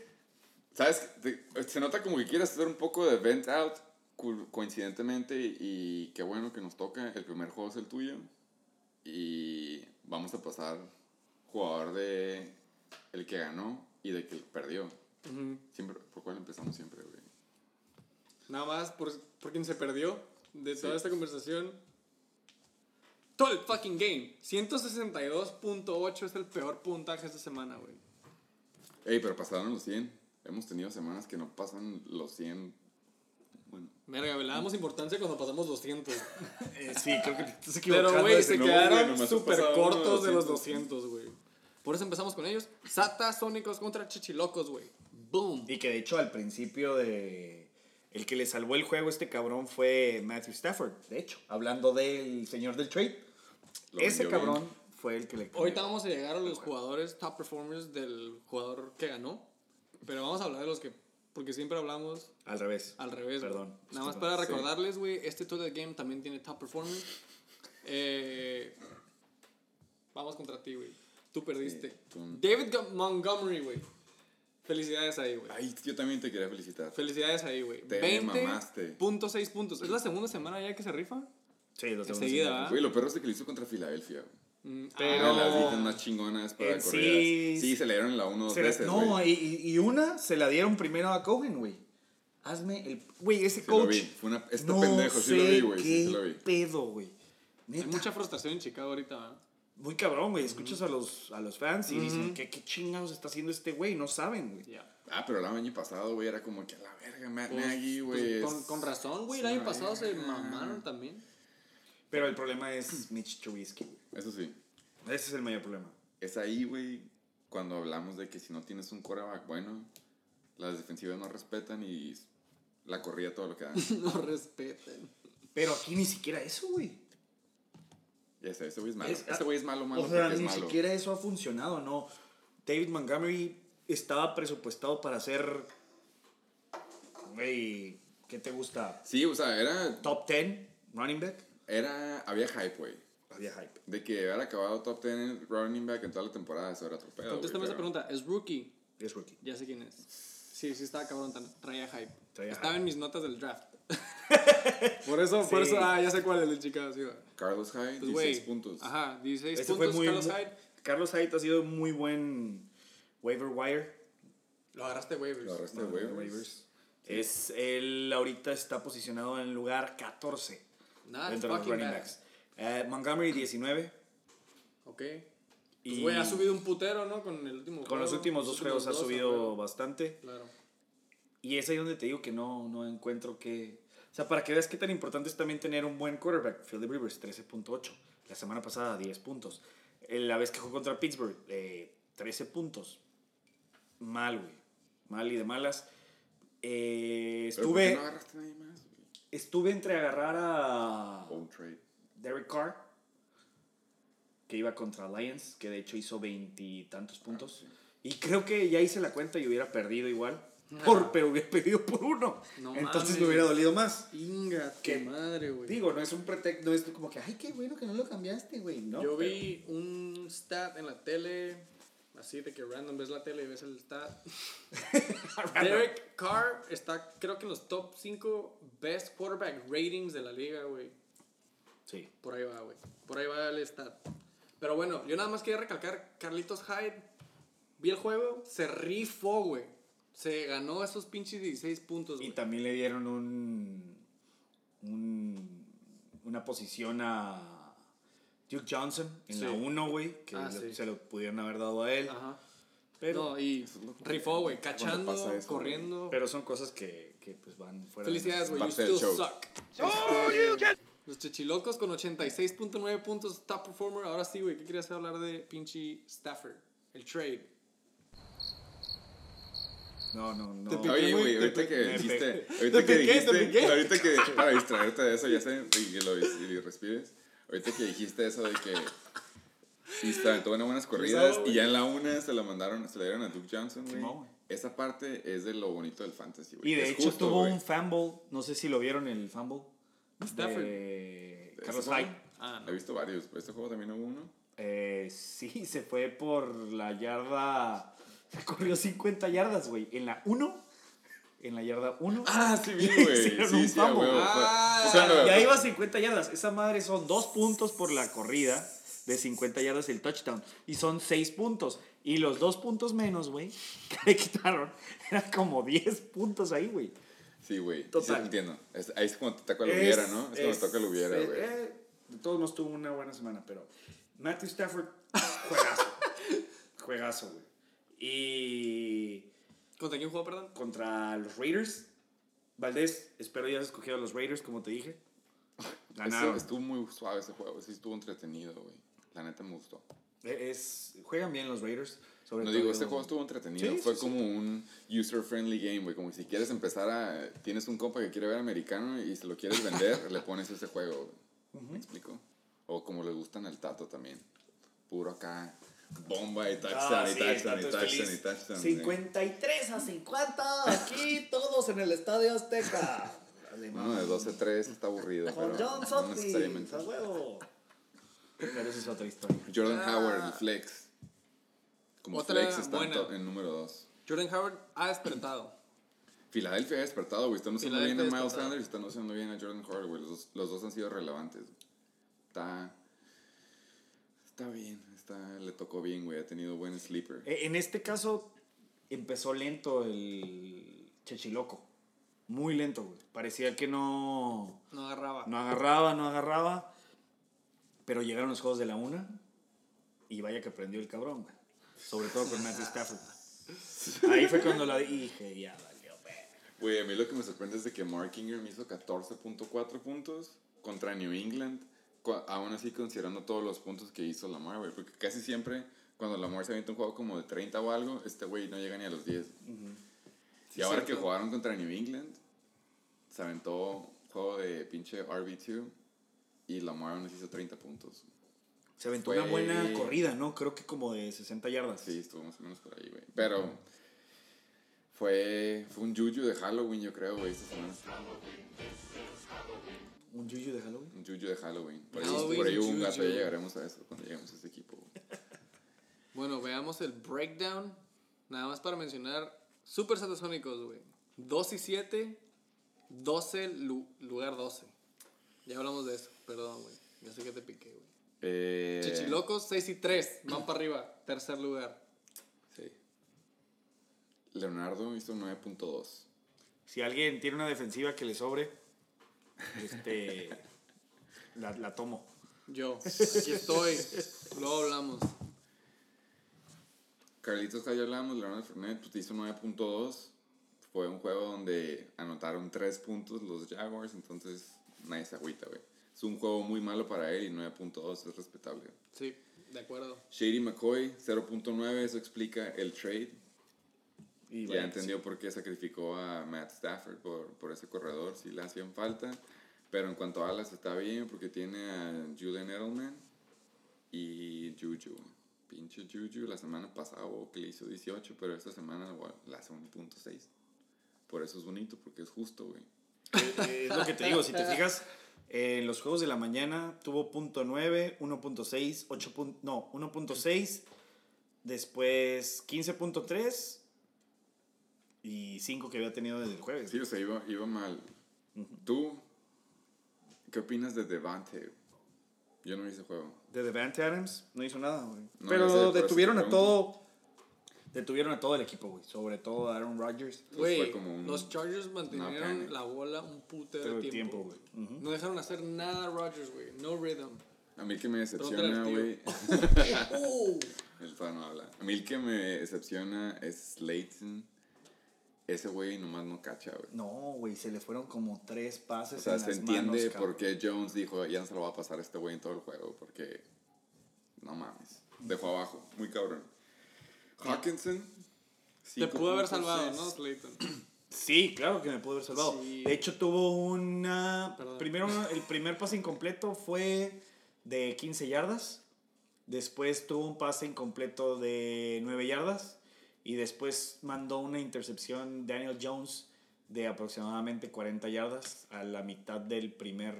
¿sabes? Te- se nota como que quieres hacer un poco de vent out, cu- coincidentemente, y qué bueno que nos toca, el primer juego es el tuyo, y vamos a pasar jugador de el que ganó y de que perdió. Ujú. Siempre, ¿Por cuál empezamos siempre, güey? Nada más por, por quien se perdió de toda Sí. esta conversación. Todo el fucking game. 162.8 es el peor puntaje esta semana, güey. Ey, pero pasaron los 100. Hemos tenido semanas que no pasan los 100. Bueno, Verga, le damos importancia cuando pasamos 200. eh, sí, creo que te estás equivocando. Pero, güey, de- se no, güey, quedaron nomás súper pasaba uno de cortos de los 200. 200, güey. Por eso empezamos con ellos. Sata, Sónicos contra Chichilocos, güey. Boom. Y que de hecho al principio de... El que le salvó el juego a este cabrón fue Matthew Stafford, de hecho. Hablando del señor del trade. lo Ese vendió cabrón bien. fue el que le... cambió. Ahorita vamos a llegar a los jugadores top performers del jugador que ganó. Pero vamos a hablar de los que. Porque siempre hablamos Al revés. Al revés. güey. Perdón. Nada más Disculpa. para sí. recordarles, güey, este Total Game también tiene top performance. Eh, vamos contra ti, güey. Tú perdiste. tú- David Go- Montgomery, güey. Felicidades ahí, güey. Ay, yo también te quería felicitar. Felicidades ahí, güey. Te 20.6 puntos. ¿Es la segunda semana ya que se rifa? Sí, los tengo Enseguida, enseguida. ¿verdad? Güey, lo perro se que le hizo contra Filadelfia. güey. Mm, Pero- Ah, ah, las dicen más chingonas para Eh, sí. corridas. Sí, se le dieron la 1 dos Se la- veces. no, güey. y, y- y una se la dieron primero a Cohen, güey. Hazme el. Güey, ese Sí lo coach. vi. Fue una- este no pendejo, sí lo sé vi, güey, sí, qué sí lo vi. pedo, güey. hay Neta, mucha frustración en Chicago ahorita, ¿verdad? Muy cabrón, güey. Escuchas a, los, a los fans y dicen, ¿qué, qué chingados está haciendo este güey? No saben, güey. Ya. Ah, pero el año pasado, güey, era como que a la verga, Matt Pues, Nagy, pues, güey. con, es- con razón, güey. El es año una pasado se verga. mamaron también. Pero el problema es Mitch Trubisky. güey. Eso sí. Ese es el mayor problema. Es ahí, güey, cuando hablamos de que si no tienes un coreback bueno, las defensivas no respetan y la corrida todo lo que dan. No respeten. Pero aquí ni siquiera eso, güey. ya sé, ese güey es malo. Es- Ese güey es malo, malo, o sea, porque es ni malo. siquiera eso ha funcionado, ¿no? David Montgomery estaba presupuestado para ser. Güey, ¿qué te gusta? Sí, o sea, era, Top 10 running back. era, había hype, güey. Había hype. De que haber acabado top 10 en running back en toda la temporada, eso era otro pedo. Contéstame Oh, güey, esa pero- pregunta. ¿Es rookie? Es rookie. Ya sé quién es. Sí, sí estaba cabrón, tan- traía hype. Traía estaba hype. en mis notas del draft. por eso, por Sí. eso, ah, ya sé cuál es el Chicago, sí, güey. Carlos Hyde, Pues, 16 güey, puntos. Ajá, 16 Ese puntos, fue muy. Carlos muy- Hyde. Carlos Hyde ha sido muy buen waiver wire. Lo agarraste, pues. waivers. Lo agarraste, Bueno, güey. waivers. Es, él ahorita está posicionado en el lugar 14 Nah, entre los Ah, fucking running bad. backs. Eh, Montgomery 19. Ok. Y Pues, güey, ha subido un putero, ¿no? Con el último con los juego. últimos dos juegos ha dos, subido güey. bastante. Claro. Y es ahí donde te digo que no, no encuentro que... O sea, para que veas qué tan importante es también tener un buen quarterback. Philip Rivers, 13.8. La semana pasada, 10 puntos. Eh, La vez que jugó contra Pittsburgh, eh, 13 puntos. Mal, güey. Mal y de malas. Eh, Pero, ¿por qué estuve, no agarraste a nadie más, güey? estuve entre agarrar a O un trade. Derek Carr, que iba contra Lions, que de hecho hizo veintitantos puntos. Ah, sí. Y creo que ya hice la cuenta y hubiera perdido igual. Por, pero hubiera perdido por uno. No Entonces mames. me hubiera dolido más. Inga, ¿Qué? qué madre, güey. Digo, no es un pretexto, no es como que, ay, qué bueno que no lo cambiaste, güey. No, Yo vi un stat en la tele, así de que random ves la tele y ves el stat. Ah, Derek Carr está, creo que en los top 5 best quarterback ratings de la liga, güey. Sí. Por ahí va, güey. Por ahí va el stat. Pero bueno, yo nada más quería recalcar, Carlitos Hyde Vi el juego, se rifó, güey. Se ganó esos pinches 16 puntos, Y güey. también le dieron un, un- una posición a Duke Johnson en Sí. la 1, güey, que Ah, lo- sí. se lo pudieron haber dado a él. Ajá. Pero, no, y Eso es lo que- rifó, güey. cuando Cachando, pasa eso, güey. corriendo. pero son cosas que, que, pues van fuera de Felicidades, güey. You Parte del still show. suck. Los chichilocos con 86.9 puntos, top performer. Ahora sí, güey, ¿qué querías hablar de pinche Stafford? El trade. nuestro- No, no, no. Te piqué. Oye, muy- güey, te- ahorita que me dijiste, pe- ahorita te que piqué, te dijiste, piqué. ahorita que, para distraerte de eso, ya sé, y que lo y lo respires, ahorita que dijiste eso de que sí, se aventó unas buenas corridas y ya en la una se la mandaron, se la dieron a Duke Johnson, Simón, güey. güey. Esa parte es de lo bonito del fantasy, güey. Y de Es hecho justo, tuvo güey. un fumble, no sé si lo vieron en el fumble. Stafford. de ¿Ese Carlos juego? Hyde. Ah, He visto varios, pero este juego también hubo uno. Eh, sí, se fue por la yarda. Se corrió 50 yardas, güey. En la 1. En la yarda 1. Ah, sí, vi, Hicieron güey. Sí, un sí, a fumble. huevo, fue- Ah, o sea, ya iba 50 yardas. Esa madre son 2 puntos por la corrida de 50 yardas el touchdown. Y son 6 puntos. Y los 2 puntos menos, güey, que le quitaron, eran como 10 puntos ahí, güey. Sí, güey. sí, Total. entiendo. Es- ahí es cuando te toca lo Es- hubiera, ¿no? Es, es- cuando toca lo hubiera, eh, güey. eh, de todos nos tuvo una buena semana, pero Matthew Stafford, juegazo. juegazo, güey. Y ¿Contra quién jugó, perdón? contra los Raiders, Valdés, espero ya has escogido a los Raiders, como te dije. Eso, Ganaron. estuvo muy suave ese juego, sí estuvo entretenido, güey. La neta me gustó. Eh, Es, juegan bien los Raiders. Sobre No todo- digo, este juego estuvo entretenido. Sí, Fue sí, como un user-friendly game, güey. Como si quieres empezar a... Tienes un compa que quiere ver americano y si lo quieres vender, le pones ese juego, güey. ¿Me explico? O como le gustan al Tato también. Puro acá, bomba y touchdown Ah, y sí, touchdown y Tato es touchdown y feliz. touchdown. güey. 53 a 50, aquí todos en el Estadio Azteca. No, de 12-3 está aburrido, pero no necesariamente. huevo. Pero esa es otra historia. Jordan Ah. Howard, el flex. Como Otra flex está en buena. top- en número 2. Jordan Howard ha despertado. Filadelfia ha despertado, güey. Están usando bien a Filadelfia ha Miles despertado. Sanders y están usando bien a Jordan Howard, güey. Los, dos- los dos han sido relevantes. Está. Está bien. Está, le tocó bien, güey. Ha tenido buen sleeper. Eh, En este caso, empezó lento el Chechiloco. Muy lento, güey. Parecía que no, No agarraba. no agarraba, no agarraba. Pero llegaron los juegos de la una. Y vaya que aprendió el cabrón, güey. Sobre todo con Matthew Stafford. Ahí fue cuando la dije, ya valió, güey. Güey, a mí lo que me sorprende es de que Mark Ingram hizo 14.4 puntos contra New England. cua- Aún así, considerando todos los puntos que hizo Lamar, güey. Porque casi siempre, cuando Lamar se avienta un juego como de 30 o algo, este güey no llega ni a los 10. Y Sí, ahora cierto. que jugaron contra New England, se aventó un juego de pinche RB2 y Lamar aún así hizo 30 puntos. Se aventó Fue- una buena corrida, ¿no? Creo que como de 60 yardas. Sí, estuvo más o menos por ahí, güey. Pero fue, fue un yuyu de Halloween, yo creo, güey, esta semana. Un yuyu de Halloween. Un yuyu de Halloween. Por ahí, Halloween, por ahí hubo un yuyu. gato, ya llegaremos a eso cuando lleguemos a ese equipo. güey. Bueno, veamos el breakdown. Nada más para mencionar. Super Satasónicos, güey. 2 y 7. 12, lu- lugar 12. Ya hablamos de eso. Perdón, güey. Ya sé que te piqué, güey. Eh, Chichilocos, 6 y 3. Van para arriba. Tercer lugar. Sí. Leonardo hizo 9.2. Si alguien tiene una defensiva que le sobre, este, la, la tomo. Yo. Aquí estoy. Luego hablamos. Carlitos, que ya hablábamos, Leonardo Fernández pues, hizo 9.2. Fue un juego donde anotaron 3 puntos los Jaguars, entonces nadie se agüita, güey. Es un juego muy malo para él y 9.2 es respetable. Sí, de acuerdo. Shady McCoy, 0.9, eso explica el trade. Y ya vaya, entendió por qué sacrificó a Matt Stafford por, por ese corredor, si le hacían falta. Pero en cuanto a alas, está bien porque tiene a Julian Edelman y Juju. Pinche Juju, la semana pasada hubo que le hizo 18, pero esta semana igual le hace 1.6. Por eso es bonito, porque es justo, güey. sí. Eh, Es lo que te digo, si te fijas, eh, en los juegos de la mañana tuvo .9, 1.6, 8. pun- No, 1.6, después 15.3 y 5 que había tenido desde el jueves. Sí, o sea, iba, iba mal. ¿Tú qué opinas de Devante? Yo no vi ese juego. De Devante Adams no hizo nada, güey. No, ya sé, Pero por eso te detuvieron a pregunto. todo. Detuvieron a todo el equipo, güey. Sobre todo a Aaron Rodgers. Pues fue Güey, como un- los Chargers mantuvieron panic. la bola un Todo putero el de tiempo. tiempo, güey. Ujú. No dejaron hacer nada a Rodgers, güey. No rhythm. A mí el que me Pregúntale decepciona, al tío. güey. ¡Oh! El fan no habla. A mí el que me decepciona es Slayton. Ese güey nomás no cacha, güey. No, güey, se le fueron como tres pases. O sea, en se las entiende manos, cabrón. por qué Jones dijo, ya no se lo va a pasar a este güey en todo el juego, porque no mames. Dejó abajo, muy cabrón. Hawkinson. Te pudo haber 5.6. salvado, ¿no, Slayton? Sí, claro que me pudo haber salvado. Sí. De hecho, tuvo una. Perdón. Primero, el primer pase incompleto fue de 15 yardas. Después tuvo un pase incompleto de 9 yardas. Y después mandó una intercepción Daniel Jones de aproximadamente 40 yardas a la mitad del primer.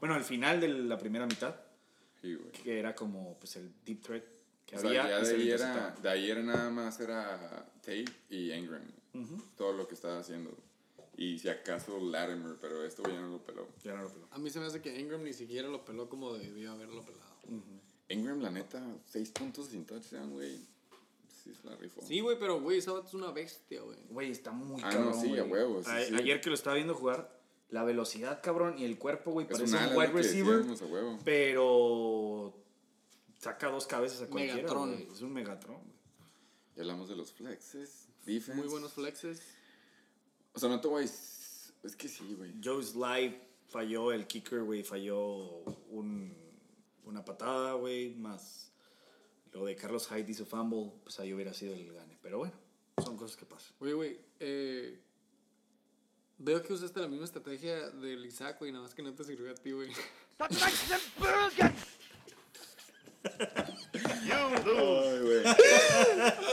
Bueno, al final de la primera mitad, Sí, güey. que era como pues, el deep threat que O sea, había. ya y se de lo ahí, era, interceptaron. de ahí era nada más era Tate y Ingram. Ujú. Todo lo que estaba haciendo. Y si acaso Latimer, pero esto güey ya no lo peló. Ya no lo peló. A mí se me hace que Ingram ni siquiera lo peló como debió haberlo pelado. Ingram, la neta, 6 puntos sin touchdown, güey. Sí, se la rifó. Sí, güey, pero güey, esa vato es una bestia, güey. Güey, está muy Ah, no, cabrón. sí, a güey. huevo, sí, A- sí. Ayer que lo estaba viendo jugar, la velocidad, cabrón, y el cuerpo, güey, es parece un un, ala wide lo que receiver, decíamos, a huevo. pero saca dos cabezas a cualquiera. Megatron. güey. Es un Megatron, güey. Ya hablamos de los flexes, defense. Muy buenos flexes. O sea, no te voy a... Es que sí, güey. Joe Sly falló el kicker, güey, falló un- una patada, güey, más lo de Carlos Hyde hizo fumble, pues ahí hubiera sido el gane. Pero bueno, son cosas que pasan. Oye, güey, eh, veo que usaste la misma estrategia del Isaac, güey, nada más que no te sirvió a ti, güey. Ay, güey.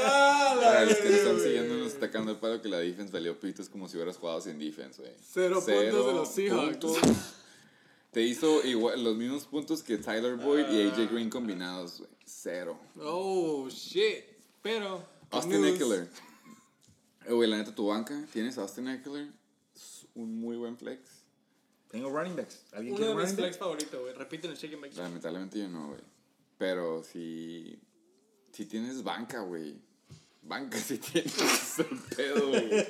Ah, Para los que nos están siguiendo, nos está sacando el palo que la defense valió pitos como si hubieras jugado sin defense, güey. Cero puntos de los Seahawks. Te hizo igual, los mismos puntos que Tyler Boyd y AJ Green combinados, güey. Cero. Oh, shit. Pero. Austin news. Eckler. Eh, Güey, la neta, tu banca, tienes a Austin Eckler. Es un muy buen flex. Tengo running backs. ¿Alguien Uno quiere de mis running flex backs? favoritos, güey. Repiten el shake and bake. Lamentablemente yo no, güey. Pero si. Si tienes banca, güey. Banca si tienes. es el pedo, güey.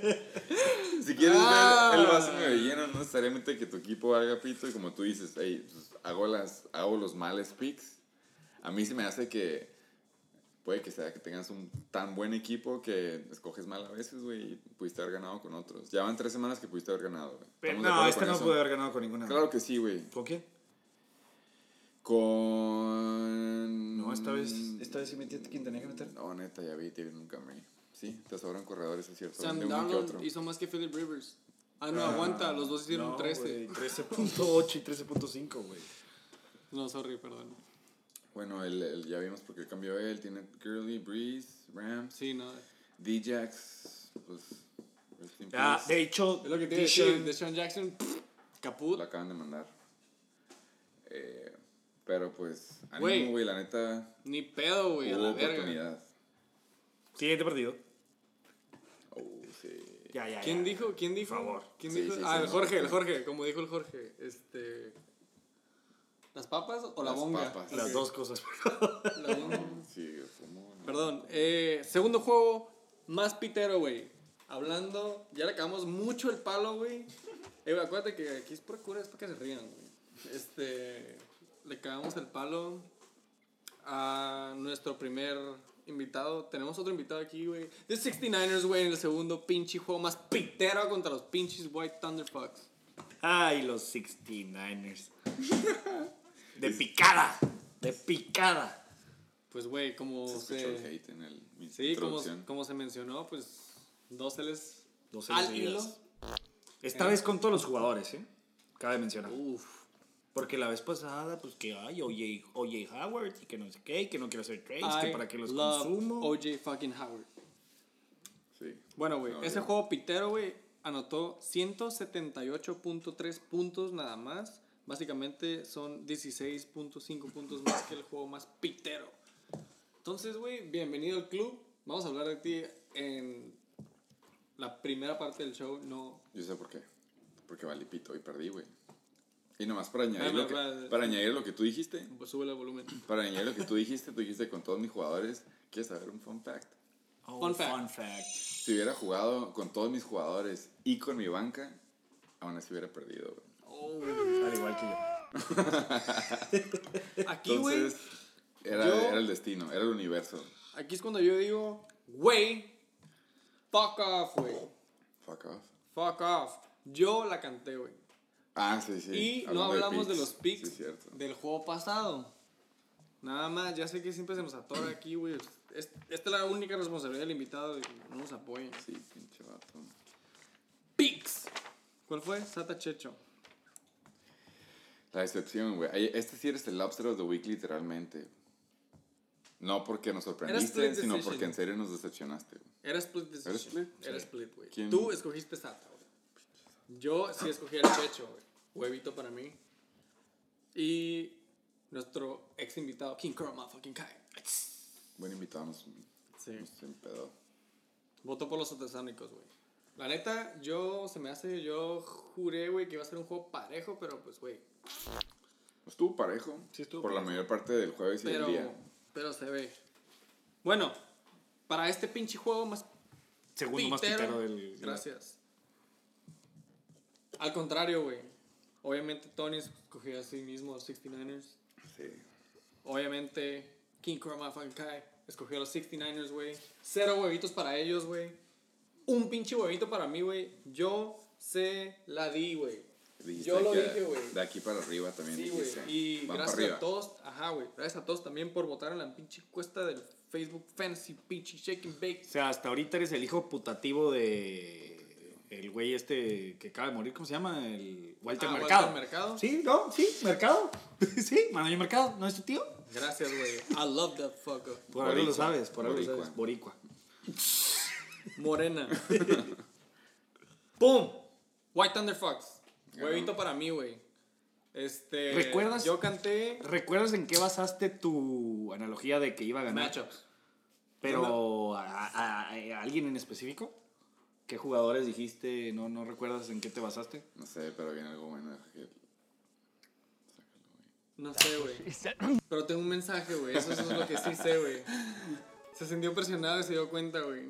Si quieres Ah. ver el vaso medio lleno, no necesariamente que tu equipo valga pito. Y como tú dices, hey, pues, hago, las, hago los males picks. A mí se me hace que. Puede que sea que tengas un tan buen equipo que escoges mal a veces, güey. Y pudiste haber ganado con otros. Ya van tres semanas que pudiste haber ganado, güey. Pero ¿Estamos de no, acuerdo este con no eso? pudo haber ganado con ninguna. Claro que sí, güey. ¿Con quién? Con. No, esta vez, esta vez sí metí a quien tenía que meter. No, neta, ya vi, te vi nunca me. Sí, te sobran corredores, es cierto. Sam de uno que otro. Darnold hizo más que Philip Rivers. Ah, no, aguanta. Los dos hicieron No, 13. güey, 13.8 y 13.5, güey. No, sorry, perdón. Bueno, el, el- ya vimos por qué cambió él. Tiene Curly, Breeze, Rams, Sí, no. D-Jax. Pues. rest in Ah, peace. de hecho, Es lo que te iba a decir. Deshaun- Deshaun Jackson, pff, caput. Lo acaban de mandar. Eh, pero pues. Güey. Ánimo, güey, la neta. Ni pedo, güey, a hubo la verga. oportunidad. siguiente partido. Oh, sí. Ya, ya, ¿Quién ya. dijo? ¿Quién dijo? favor. ¿Quién Sí, dijo? sí, ah, sí, el no, Jorge, el sí. Jorge, como dijo el Jorge. Este. ¿Las papas o la Las bonga? papas. Las Ok. dos cosas. La bonga. Sí, como. Perdón. Eh, segundo juego, más pitero, güey. Hablando, ya le acabamos mucho el palo, güey. Eh, güey, acuérdate que aquí es por cura, es para que se rían, güey. Este. Le cagamos el palo a nuestro primer invitado. Tenemos otro invitado aquí, güey. The 69ers, güey, en el segundo pinche juego más pitero contra los pinches White Thunderfucks. Ay, los 69ers. De picada. De picada. Pues, güey, como Se se. escuchó el hate en el. mi sí, como, introducción. como se mencionó, pues. Dos L's Dos al hilo. seguidas. Esta vez con todos los jugadores, ¿eh? Cabe mencionar. Eh. Uf. Porque la vez pasada, pues que ay, OJ, OJ Howard y que no sé qué, y que no quiero hacer trades, que I para que los love consumo. OJ fucking Howard. Oh, Sí. Bueno, güey, No, ese yo- juego pitero, güey, anotó 178.3 puntos nada más. Básicamente son 16.5 puntos más que el juego más pitero. Entonces, güey, bienvenido al club. Vamos a hablar de ti en la primera parte del show. No, Yo sé por qué. Porque valí pito y perdí, güey. Y nomás para añadir, Bueno, lo que, va- para añadir lo que tú dijiste, pues, súbele el volumen. para añadir lo que tú dijiste, tú dijiste con todos mis jugadores, ¿quieres saber un fun fact? Oh, Fun fact. Fun fact. Si hubiera jugado con todos mis jugadores y con mi banca, aún así hubiera perdido, güey. Oh, Al igual que yo. aquí, güey. Entonces, era, yo- era el destino, era el universo. Aquí es cuando yo digo, güey, fuck off, güey. Fuck off. Fuck off. Yo la canté, güey. Ah, sí, sí. y no hablamos de, los picks Sí, cierto. del juego pasado. Nada más, ya sé que siempre se nos atora aquí, güey. Es- esta es la única responsabilidad del invitado, de que no nos apoyen. Sí, pinche vato. Picks. ¿Cuál fue? Sata Checho. La decepción, güey. Ay, Este sí eres el lobster of the week, literalmente. No porque nos sorprendiste, split sino decision. porque en serio nos decepcionaste, güey. Era split decision. ¿Era split? Era Sí. split, güey. ¿Quién? Tú escogiste Sata, güey. Yo sí escogí el Checho, güey. Huevito para mí. Y nuestro ex invitado, King Curl, motherfucking Kai. Buen invitado, nos, Sí. nos empedó. Votó por los satánicos, güey. La neta, yo se me hace, yo juré, güey, que iba a ser un juego parejo, pero pues, güey. Estuvo parejo. Sí, estuvo Por la parejo. mayor parte del jueves y Pero, del día. pero se ve. Bueno, para este pinche juego más Segundo pitero. más pitero del. gracias. Al contrario, güey. Obviamente Tony escogió a sí mismo a los 69ers. Sí. Obviamente, King Chroma Kai escogió a los 69ers, güey. Cero huevitos para ellos, güey. Un pinche huevito para mí, güey. Yo se la di, güey. Dijiste Yo lo que dije, güey. De aquí para arriba también Sí, güey. dijiste. Y Van gracias para a arriba. todos, ajá, güey. Gracias a todos también por votar en la pinche cuesta del Facebook Fantasy Pinche Shake and Bake. O sea, hasta ahorita eres el hijo putativo de. El güey este que acaba de morir, ¿cómo se llama? El Walter Ah, Mercado. Walter Mercado. Sí, no, sí, Mercado. sí, Manuel Mercado, ¿no es tu tío? Gracias, güey. I love that fucker. Por algo lo Boricua, sabes, por algo lo sabes. Boricua. Morena. ¡Pum! White Thunder Fox. Huevito para mí, güey. Este. ¿Recuerdas? Yo canté. ¿Recuerdas en qué basaste tu analogía de que iba a ganar? Matchups. Pero a, a- a- a alguien en específico, ¿qué jugadores dijiste? No, no recuerdas en qué te basaste. No sé, pero viene algo bueno. deja que- No sé, güey. Pero tengo un mensaje, güey. Eso, eso es lo que sí sé, güey. Se sintió presionado y se dio cuenta, güey.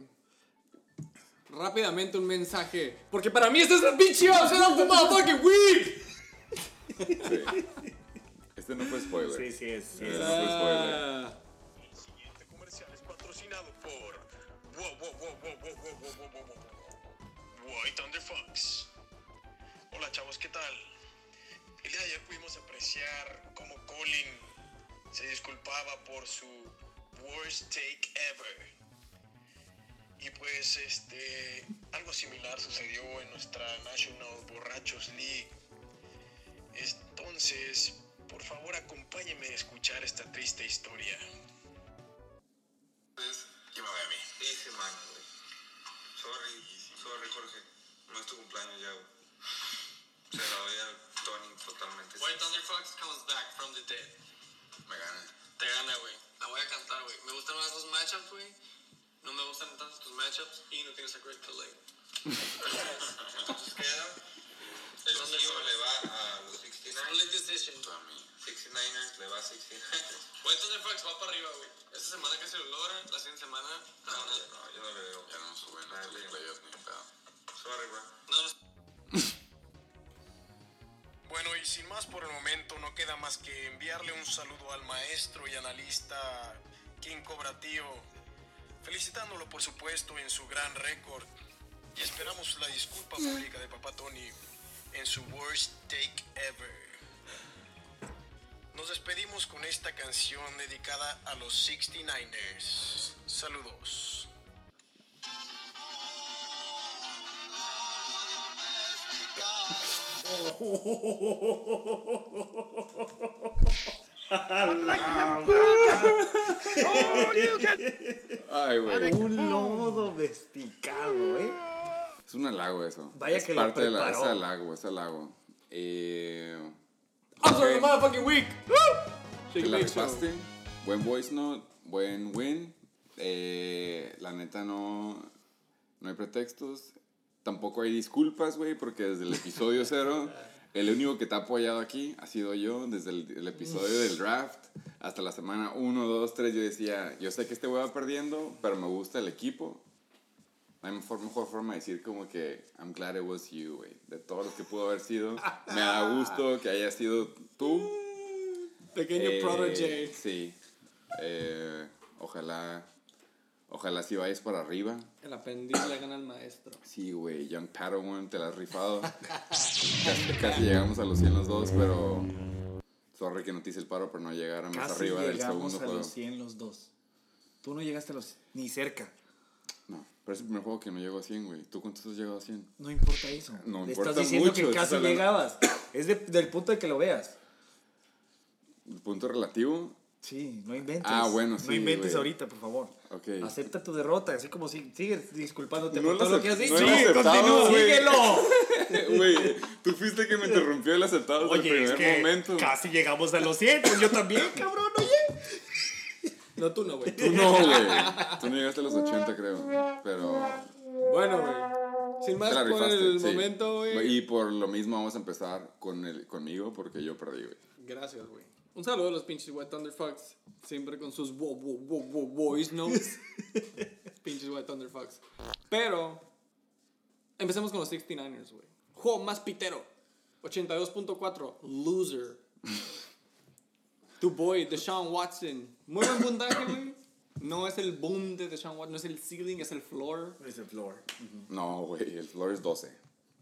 Rápidamente un mensaje. Porque para mí este es el pinche opción of the motherfucking week. Este no fue spoiler. Este sí, es. es. es. Ah, El siguiente comercial es patrocinado por Wow, wow, wow, wow, wow, wow, wow, wow, wow, wow. White Thunder Fox. Hola chavos, ¿qué tal? El día de ayer pudimos apreciar cómo Colin se disculpaba por su worst take ever. Y pues este algo similar sucedió en nuestra National Borrachos League. Entonces, por favor, acompáñenme a escuchar esta triste historia. Entonces, llámame a mí. Hice mano, güey. Sorry, sorry, Jorge. No es tu cumpleaños ya, güey. Se la doy a Tony totalmente. White Thunder Fox comes back from the dead. Me gana. Te gana, güey. La voy a cantar, güey. Me gustan más los matchups, güey. No me gustan tanto tus matchups y no tienes a Greg Delay. Entonces queda. El ¿Dónde mío fue? le va a los 69ers. Split decision. A mí. 69ers le va a 69ers. White Thunder Fox va para arriba, güey. Esta semana casi lo logra. La siguiente semana. No, No, ya no, yo no le veo. Ya no sube nada de playoff ni pedo. Sorry, bro. no, no. Bueno, y sin más por el momento, no queda más que enviarle un saludo al maestro y analista King Cobra Tío, felicitándolo por supuesto en su gran récord y esperamos la disculpa pública de Papá Tony en su worst take ever. Nos despedimos con esta canción dedicada a los 69ers. Saludos. Ay, güey. Un lobo domesticado, ¿eh? Es un halago eso. Vaya es que lo parte de la, Es preparó. halago, es halago. Eh, I'm sorry, motherfucking week. Woo! te Shake la Bake Show. rifaste. Buen voice note, buen win. Eh, la neta no, no hay pretextos. Tampoco hay disculpas, güey, porque desde el episodio cero El único que te ha apoyado aquí ha sido yo, desde el, el episodio del draft hasta la semana 1, 2, 3. Yo decía, yo sé que este güey va perdiendo, pero me gusta el equipo. No hay mejor, mejor forma de decir como que I'm glad it was you, güey. De todo lo que pudo haber sido, me da gusto que haya sido tú. Pequeño Eh, protege. Sí. Eh, ojalá, ojalá si vayas para arriba. El aprendiz le gana al maestro. Sí, güey, Young Padawan, te la has rifado. casi, casi llegamos a los 100 los dos, pero... Sorry que no te hice el paro por no llegar a más Casi arriba del llegamos segundo a juego. los 100 los dos. Tú no llegaste a los... ni cerca. No, pero es el primer juego que no llegó a 100, güey. ¿Tú cuántos has llegado a 100? No importa eso. No Le importa Estás diciendo mucho, que estás casi hablando- llegabas. Es de- del punto de que lo veas. ¿El punto relativo? Sí, no inventes. Ah, bueno, No sí, inventes güey. ahorita, por favor. Ok. Acepta tu derrota, así como si sigues disculpándote No por lo todo lo que has acep- dicho. no lo he aceptado, continúa, güey. síguelo. Güey, tú fuiste que me interrumpió el aceptado desde el Oye, es primer que momento. casi llegamos a los 100, pues yo también, cabrón, oye. No, tú no, güey. Tú no, güey. Tú no llegaste a los 80, creo. Pero... Bueno, güey. Sin más, Te la por rifaste, el sí. momento, güey. Y por lo mismo vamos a empezar con el, conmigo porque yo perdí, güey. Gracias, güey. Un saludo a los pinches White Thunder Fox. Siempre con sus wo, wo, wo, wo, voice notes. pinches White Thunder Fox. Pero, empecemos con los 69ers, güey. Juego más pitero. 82.4. Loser. Tu boy, Deshaun Watson. Muy buen puntaje, güey. No es el boom de Deshaun Watson, no es el ceiling, es el floor. Es el floor. No, güey, el floor es 12.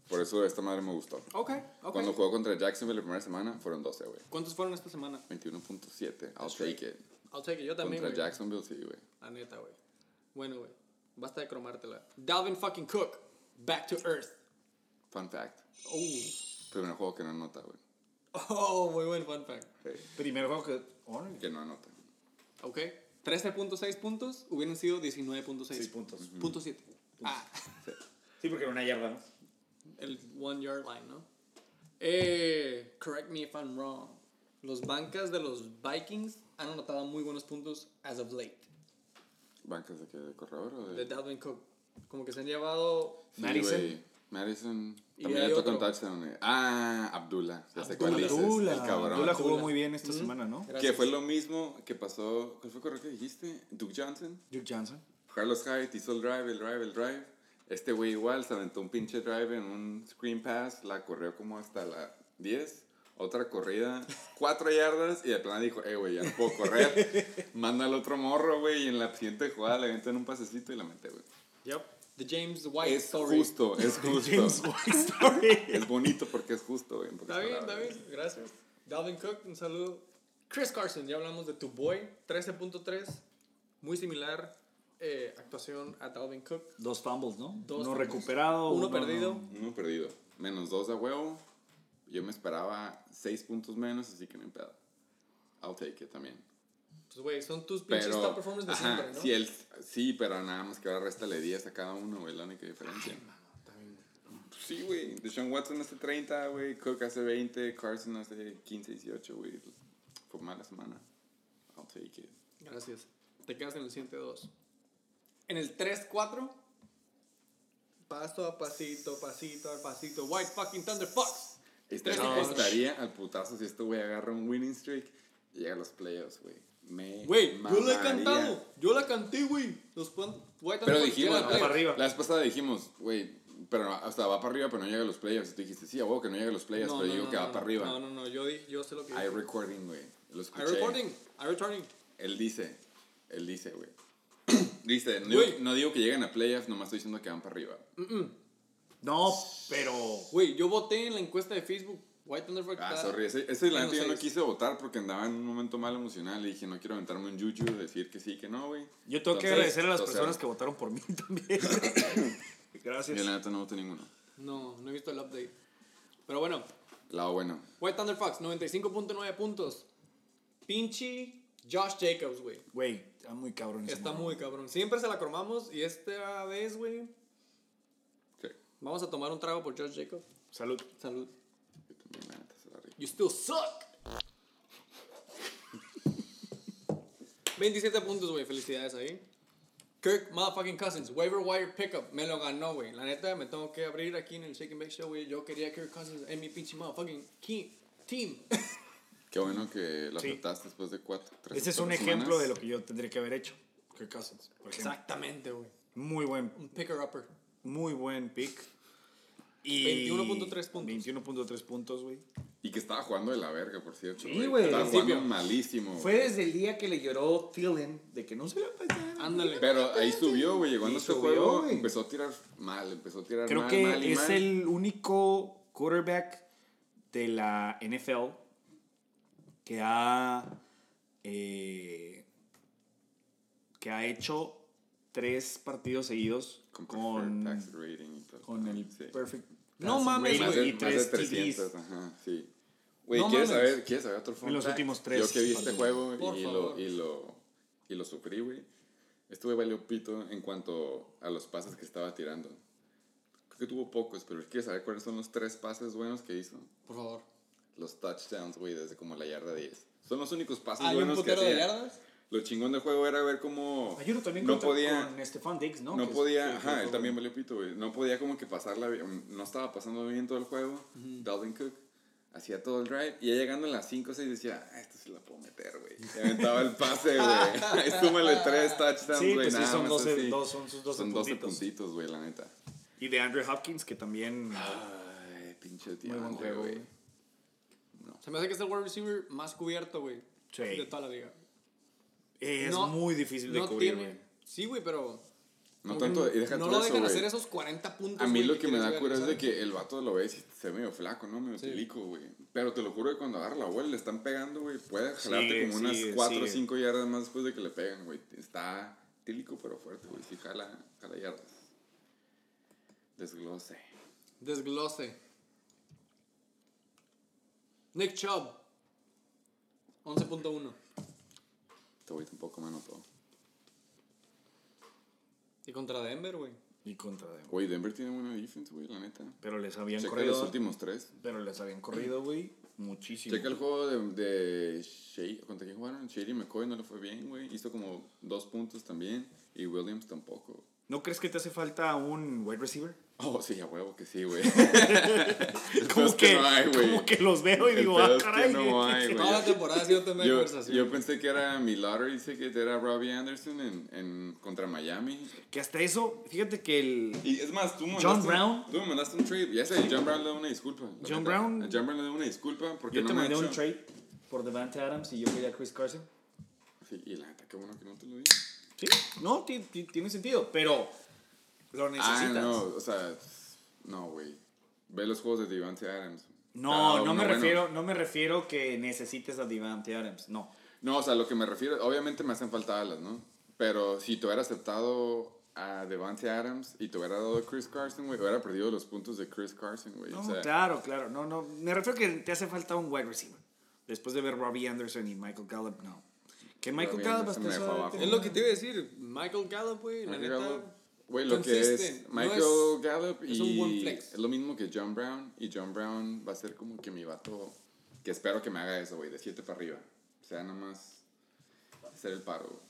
Por eso esta madre me gustó. Ok, ok. Cuando jugó contra Jacksonville la primera semana fueron 12, güey. ¿Cuántos fueron esta semana? 21.7, I'll right. take it. I'll take it, yo también, Contra güey. Jacksonville, sí, güey. La neta, güey. Bueno, güey. Basta de cromártela. Dalvin fucking Cook. Back to Earth. Fun fact. Oh. Primer juego que no anota, güey. Oh, muy buen fun fact. Hey, Primer juego que. Órale. Que no anota. Ok. 13.6 puntos hubieran sido 19.6. Seis puntos. Punto 7. Ah, Sí, porque era una yarda, ¿no? el one yard line, ¿no? Eh, correct me if I'm wrong. Los bancas de los Vikings han anotado muy buenos puntos as of late. ¿Bancas de qué? ¿De corredor o De de...? Dalvin Cook. Como que se han llevado. Sí, Madison. güey. Madison. Y También hay le toca un otro. touchdown, güey. Ah, Abdullah. Ya sé cuál dices. Abdullah. El cabrón. Abdullah jugó Abdullah. muy bien esta semana, ¿no? Que fue lo mismo que pasó... ¿Cuál fue el corredor que dijiste? Duke Johnson. Duke Johnson. Carlos Hyde hizo el drive, el drive, el drive. Este güey igual se aventó un pinche drive en un screen pass, la corrió como hasta la 10. Otra corrida, cuatro yardas, y de plano dijo, eh, güey, ya no puedo correr. Manda al otro morro, güey, y en la siguiente jugada le aventan un pasecito y la mete, güey. Yep. The James White Es story. justo, es James justo. White Story. es bonito porque es justo, güey. en pocas Está bien, está palabras. bien, gracias. Dalvin Cook, un saludo. Chris Carson, ya hablamos de tu boy, 13.3, muy similar eh, actuación a Dalvin Cook. Dos fumbles, ¿no? Dos uno fumbles. recuperado. Uno perdido. Uno perdido. Menos dos a huevo. Yo me esperaba seis puntos menos, así que no hay pedo. I'll take it también. Pues, güey, son tus pinches top Pero, performers de ajá, siempre, ¿no? sí, el, sí, pero nada más que ahora réstale 10 a cada uno, güey, la única diferencia. Pues Sí, güey, Deshaun Watson hace 30, güey, Cook hace 20, Carson hace 15, 18, güey. Fue mala semana. I'll take it. Gracias. Te quedas en el siguiente 2. En el 3-4, paso a pasito, pasito a pasito. White fucking Thunder Fox. Estaría, No. Este, estaría al putazo si este güey agarra un winning streak y llega a los playoffs, güey. Me Güey, yo la he mamaría. cantado. Yo la canté, güey. Los pun- White Thunder Pero Fox dijimos, llegan a playoffs. para arriba. la vez pasada dijimos, güey, pero hasta va para arriba, pero no llega a los playoffs. Y tú dijiste, sí, a huevo que no llega a los playoffs, No, pero no, digo no, que no, va no. para arriba. No, no, no, yo, di- yo sé lo que I dije. recording, güey. Lo escuché. I recording, I recording. Él dice, él dice, güey. dice, no, Güey. digo- no digo que lleguen a playoffs, nomás estoy diciendo que van para arriba. No, pero. Güey, yo voté en la encuesta de Facebook. White Thunder Fox Ah, está- sorry. Ese, ese la menos neta yo no seis. quise votar porque andaba en un momento mal emocional y dije, no quiero aventarme un yuyu, decir que sí, que no, güey. Yo tengo que Entonces, agradecer a las o sea, personas que votaron por mí también. Gracias. Yo la neta no voté ninguno. No, no he visto el update. Pero bueno, Lado bueno. White Thunder Fox, 95.9 puntos. Pinche Josh Jacobs, güey. Güey, está muy cabrón. ese Está morro. muy cabrón. Siempre se la cromamos y esta vez, güey, Sí. vamos a tomar un trago por Josh Jacobs. Salud. Pues, Salud. Yo también, la neta, se la rico. You still suck. 27 puntos, güey. Felicidades ahí. Kirk motherfucking Cousins, waiver wire pickup, me lo ganó, güey. La neta, me tengo que abrir aquí en el Shake and Bake Show, güey. Yo quería a Kirk Cousins en mi pinche motherfucking ki- team. Qué bueno que lo Sí. aceptaste después de cuatro, tres Ese es un cuatro ejemplo de semanas. lo que yo tendría que haber hecho. Kirk Cousins, por ejemplo. Exactamente, güey. Muy buen, Un picker-upper. muy buen pick. Y 21.3 puntos. 21.3 puntos, güey. Y que estaba jugando de la verga, por cierto. Sí, güey. Estaba Al jugando principio. malísimo. Fue güey. desde el día que le lloró Thielen de que no se le pasaba. Ándale. Pero ahí subió, güey. Llegó a Sí, nuestro subió, juego, güey. empezó a tirar mal, empezó a tirar Creo mal, que mal y es mal. el único quarterback de la NFL que ha, eh, que ha hecho tres partidos seguidos Con, con, perfect con, tax rating y todo. el Sí. perfect. No passing mames, rating Más güey. de, y más tres de TDs. 300, ajá, sí. Güey, No ¿quieres, mames. saber, ¿quieres saber otro fun los fact? últimos tres Yo que vi este partidos. juego Por y lo, favor. y, lo, y lo sufrí, güey. Estuve valió pito en cuanto a los pases que estaba tirando. Creo que tuvo pocos, pero ¿quieres saber cuáles son los tres pases buenos que hizo? Por favor. Los touchdowns, güey, desde como la yarda 10. Son los únicos pases ¿Hay Ah, un buenos que putero de hacía. yardas? Lo chingón del juego era ver cómo Ayuno también no contra- podía con Stephon Diggs, ¿no? no, Que es- que- podía, que ajá, él fue- también valió pito, güey. No podía como que pasarla bien, mm, no estaba pasando bien todo el juego. Dalvin Cook hacía todo el drive y ya llegando a las 5 o 6 decía, ah, esta sí la puedo meter, güey. Y aventaba el pase, güey. Súmale 3 touchdowns, Sí, güey. pues sí, nada son más 12, así. dos- son sus 12 Son 12 puntitos. puntitos, Ah. güey, la neta. Y de Andrew Hopkins, que también. Ay, pinche tío, buen juego, güey. güey. Se me hace que es el wide receiver más cubierto, güey. Sí. De toda la liga. Es No- muy difícil de no cubrir, tiene- güey. Sí, güey, pero. No como tanto, que y deja no tú lo eso, dejan güey. hacer esos 40 puntos. A mí güey, lo que me quieres da ver, cura es de ¿sabes? que el vato lo ves y se ve medio flaco, ¿no? Medio tilico, güey. Pero te lo juro que cuando agarra la bola y le están pegando, güey, puede jalarte Sigue, como unas sigue, 4 o sigue. 5 yardas más después de que le pegan, güey. Está tílico pero fuerte, güey. Sí, jala, jala yardas. Desglose. Desglose. Nick Chubb. 11.1. Te voy tampoco me anotó. Y contra Denver, güey. Y contra Denver. Güey, Denver tiene buena defense, güey, la neta. Pero les habían Checa corrido. los últimos tres. Pero les habían corrido, güey, muchísimo. Checa el juego de, de Shea- ¿Contra quién jugaron? Shady McCoy no le fue bien, güey. Hizo como dos puntos también. Y Williams tampoco. ¿No crees que te hace falta un wide receiver? Oh, sí, a huevo que sí, güey. Como es que que, no hay, güey. como que los veo y El digo, pedo ah, es que caray. no hay, güey. Toda la temporada ha sido tema de Yo, conversación. yo pensé que era mi lottery ticket, era Robbie Anderson en, en- contra Miami. que hasta eso, fíjate que el. Y es más, tú me John mandaste, Brown. Tú me mandaste un trade. Ya sé, John Brown le da una disculpa. la John neta. Brown- A John Brown le da una disculpa porque Yo no te me ha mandé un hecho- trade por Devante Adams y yo quería a Chris Carson. Sí, y la neta, qué bueno que no te lo di. Sí, no, ti- ti- tiene sentido, pero lo Ah, necesitas. no, no, o sea, no, güey. Ve los juegos de Devante Adams. Cada no, Ah, uno me bueno. refiero, no me refiero que necesites a Devante Adams, no. No, o sea, lo que me refiero, obviamente me hacen falta alas, ¿no? Pero si te hubiera aceptado a Devante Adams y te hubiera dado a Chris Carson, güey, hubiera perdido los puntos de Chris Carson, güey. No, o sea, claro, claro, no, no. Me refiero que te hace falta un wide receiver. Después de ver Robbie Anderson y Michael Gallup, no. Que Michael Robbie Gallup Anderson hasta me dejó eso ha abajo. tenido- Es lo que te iba a decir. Michael Gallup, güey. La Michael neta. Gallup, Güey, lo que es consisten, no Michael es- Gallup es un buen y flex. es lo mismo que John Brown. Y John Brown va a ser como que mi vato, que espero que me haga eso, güey, de 7 para arriba. O sea, nada más hacer el paro, güey.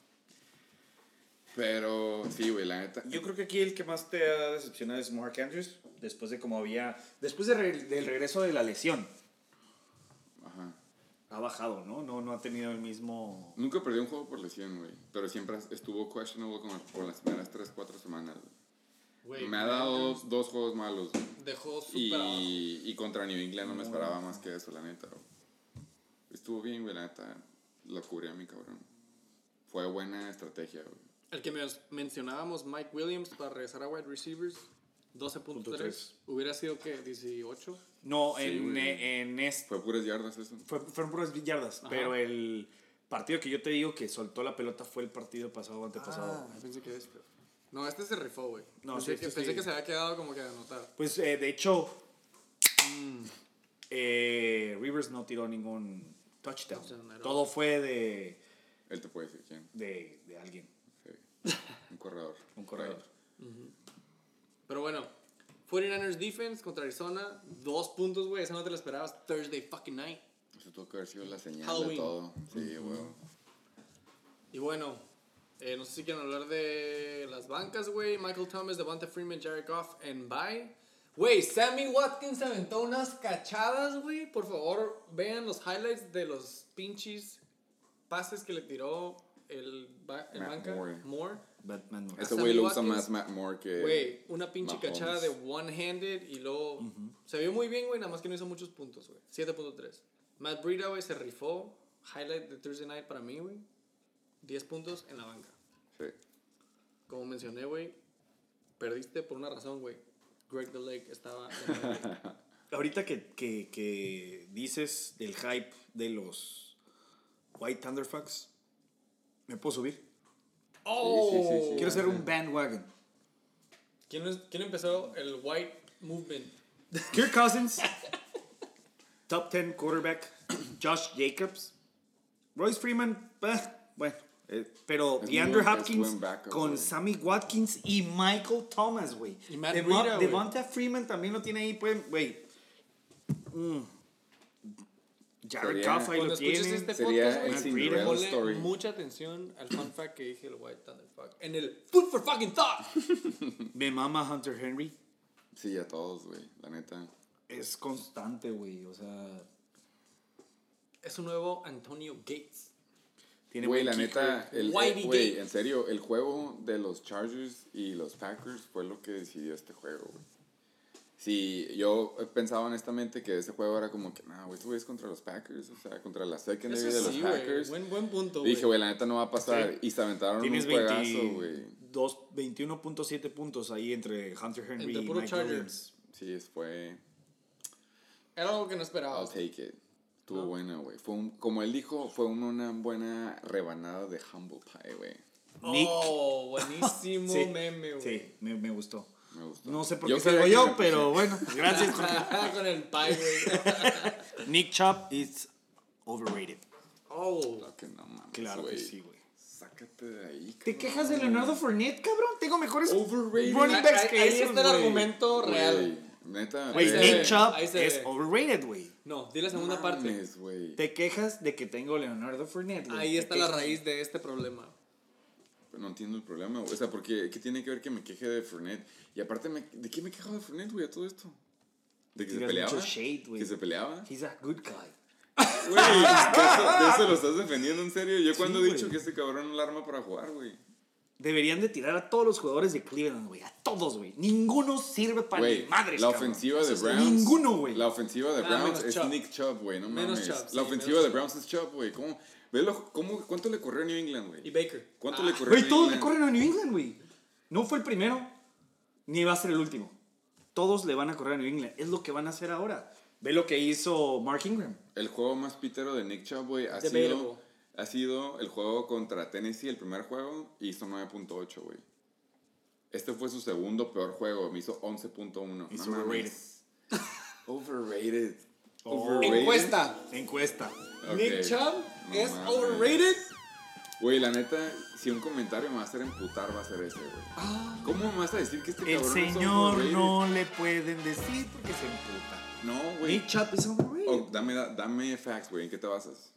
Pero sí, güey, la neta. Yo creo que aquí el que más te ha decepcionado es Mark Andrews, después de como había, después de re- del regreso de la lesión, Ajá. ha bajado, ¿no? No, no ha tenido el mismo... Nunca perdió un juego por lesión, güey. Pero siempre estuvo questionable con, con las primeras 3, 4 semanas. güey. Güey, me ha dado dos juegos malos. güey. Dejó súper abajo. Y, y contra New England no me esperaba más que eso, la neta. güey. Estuvo bien, güey, la neta. Lo cubrí a mi cabrón. Fue buena estrategia, güey. El que men- mencionábamos, Mike Williams, para regresar a wide receivers, 12.3. tres. Hubiera sido que 18. No, Sí, en, güey. eh, en este... Fue puras yardas eso. Fue, fueron puras yardas, pero el partido que yo te digo que soltó la pelota fue el partido pasado o antepasado. Ah, pensé que es, pero- No, este se rifó, güey. No, pensé, sí, que, este pensé sí. que se había quedado como que a anotar. Pues, eh, de hecho, mm, eh, Rivers no tiró ningún touchdown. Touchdown at all. Todo fue de, Él te puede decir quién. de, de alguien, Sí. Un corredor. un corredor. Pero bueno, 49ers defense contra Arizona, dos puntos, güey. Esa no te la esperabas. Thursday fucking night. Eso tuvo que haber sido la señal Halloween. de todo. Sí, güey. Y bueno, Eh, no sé si quieren hablar de las bancas, güey. Michael Thomas, Devonta Freeman, Jared Goff, en bye. Güey, Sammy Watkins se aventó unas cachadas, güey. Por favor, vean los highlights de los pinches pases que le tiró el, ba- el Matt banca. Moore. Moore. Batman no. Ese Sammy Este güey lo usa Watkins. más Matt Moore que. Güey, una pinche Mahomes. cachada de one-handed y luego se vio muy bien, güey, nada más que no hizo muchos puntos, güey. 7.3. Matt Breida, güey, se rifó. Highlight de Thursday Night para mí, güey. 10 puntos en la banca. Sí. Como mencioné, güey, perdiste por una razón, güey. Greg the Lake estaba... de nuevo, güey. Ahorita que, que, que dices del hype de los White Thunderfucks, ¿me puedo subir? ¡Oh! Sí, sí, sí, sí. Quiero ser un bandwagon. ¿Quién, es- quién empezó el White Movement? Kirk Cousins, top 10 quarterback. Josh Jacobs, Royce Freeman, bah, bueno. eh, pero Es DeAndre buen- es Hopkins buen backup, con güey. Sammy Watkins y Michael Thomas, güey. Y Matt Devon- Breida, güey. Devonta Freeman también lo tiene ahí, pues, güey. Mm. Jared Sería- Goff ahí Cuando lo escuches tiene. este Sería podcast, el güey, Cinderella ponle story. mucha atención al fun fact que dije el White Thunderfuck. En el Food for Fucking Thought. Me mama Hunter Henry. Sí, a todos, güey. La neta. Es constante, güey. O sea, Es un nuevo Antonio Gates. tiene Güey, buen la kick, neta, güey. el, Whitey eh, güey, Gates. en serio, el juego de los Chargers y los Packers fue lo que decidió este juego, güey. Sí, yo pensaba honestamente que ese juego era como que, nah, güey, este güey es contra los Packers, o sea, contra la secondary de los sí, güey. Packers. Buen, buen punto, güey. Dije, güey, la neta no va a pasar. Y se aventaron Tienes un juegazo, 20 güey. dos- 21.7 puntos ahí entre Hunter Henry Entre y puro Mike Charger. Williams. Sí, fue. Era algo que no esperaba. I'll take it. Estuvo buena, güey. Fue un- como él dijo, fue una buena rebanada de humble pie, güey. Nick. Oh, buenísimo Sí, meme, güey. Sí, me, me gustó. Me gustó. No sé por Yo qué sabía salgo que yo, me- pero bueno, gracias. Jorge. Con el pie, güey. Nick Chubb is overrated. Oh. Claro que no mames, Claro que güey. sí, güey. Sácate de ahí, ¿Te cabrón. quejas de Leonardo Fournette, cabrón? Tengo mejores Overrated. running backs que Ahí esos, está el güey. argumento real. Güey, Neta. Güey, se Nick ve, Chubb ahí se es ve. overrated, güey. No, di la segunda parte. Mames, güey. Te quejas de que tengo Leonardo Fournette, güey. Ahí Te está la quejas. raíz de este problema. No entiendo el problema, güey. O sea, porque ¿qué tiene que ver que me queje de Fournette? Y aparte, me- ¿de qué me quejo de Fournette, güey, a todo esto? ¿De que se Tiras peleaba? mucho shade, güey. ¿Que se peleaba? He's a good guy. Güey, ¿de eso lo estás defendiendo en serio? Yo cuando he güey. dicho que este cabrón es un arma para jugar, güey. Deberían de tirar a todos los jugadores de Cleveland, güey. A todos, güey. Ninguno sirve para Güey, ni madres, la cabrón. ofensiva de Eso es- Browns. Ninguno, güey. La ofensiva de Ah, Browns menos es Chubb. Nick Chubb, güey, no Menos mames. Chubb, sí, la ofensiva menos de Browns es Chubb, güey. ¿Cómo? Velo, cómo, ¿Cuánto le corrió a New England, Y güey? Baker. ¿Cuánto Ah, le corrió a Güey, New todos le England? corren a New England, güey. No fue el primero, ni va a ser el último. Todos le van a correr a New England. Es lo que van a hacer ahora. Ve lo que hizo Mark Ingram. El juego más pitero de Nick Chubb, güey, ha Debatable. sido, ha sido el juego contra Tennessee, el primer juego, y hizo 9.8, güey. Este fue su segundo peor juego, me hizo 11.1. It's No overrated. mames. Overrated. Oh. Encuesta. Encuesta. Ok. Nick Chubb No es mames. overrated. Güey, la neta, si un comentario me va a hacer emputar, va a ser ese, güey. Ah. ¿Cómo me vas a decir que este El cabrón es señor overrated? no le pueden decir porque se emputa. No, güey. Nick Chubb es overrated. Oh, dame, da- dame facts, güey. ¿En qué te basas?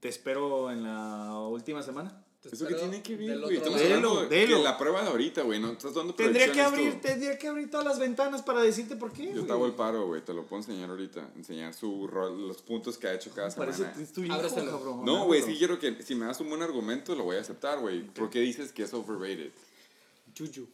Te espero en la última semana. Te ¿Eso qué espero tiene que ver, del güey? otro Estamos lado. hablando Delo, de que delo. la prueba de ahorita, güey. No estás dando Tendría que predicciones tú. abrir, tendría que abrir todas las ventanas para decirte por qué. Yo güey. te hago el paro, güey. Te lo puedo enseñar ahorita. Enseñar su rol- los puntos que ha hecho cada Parece semana. que es tu hijo, Ábraselo. cabrón. No, güey. Sí quiero que si me das un buen argumento, lo voy a aceptar, güey. ¿Por qué dices que es overrated? Juju.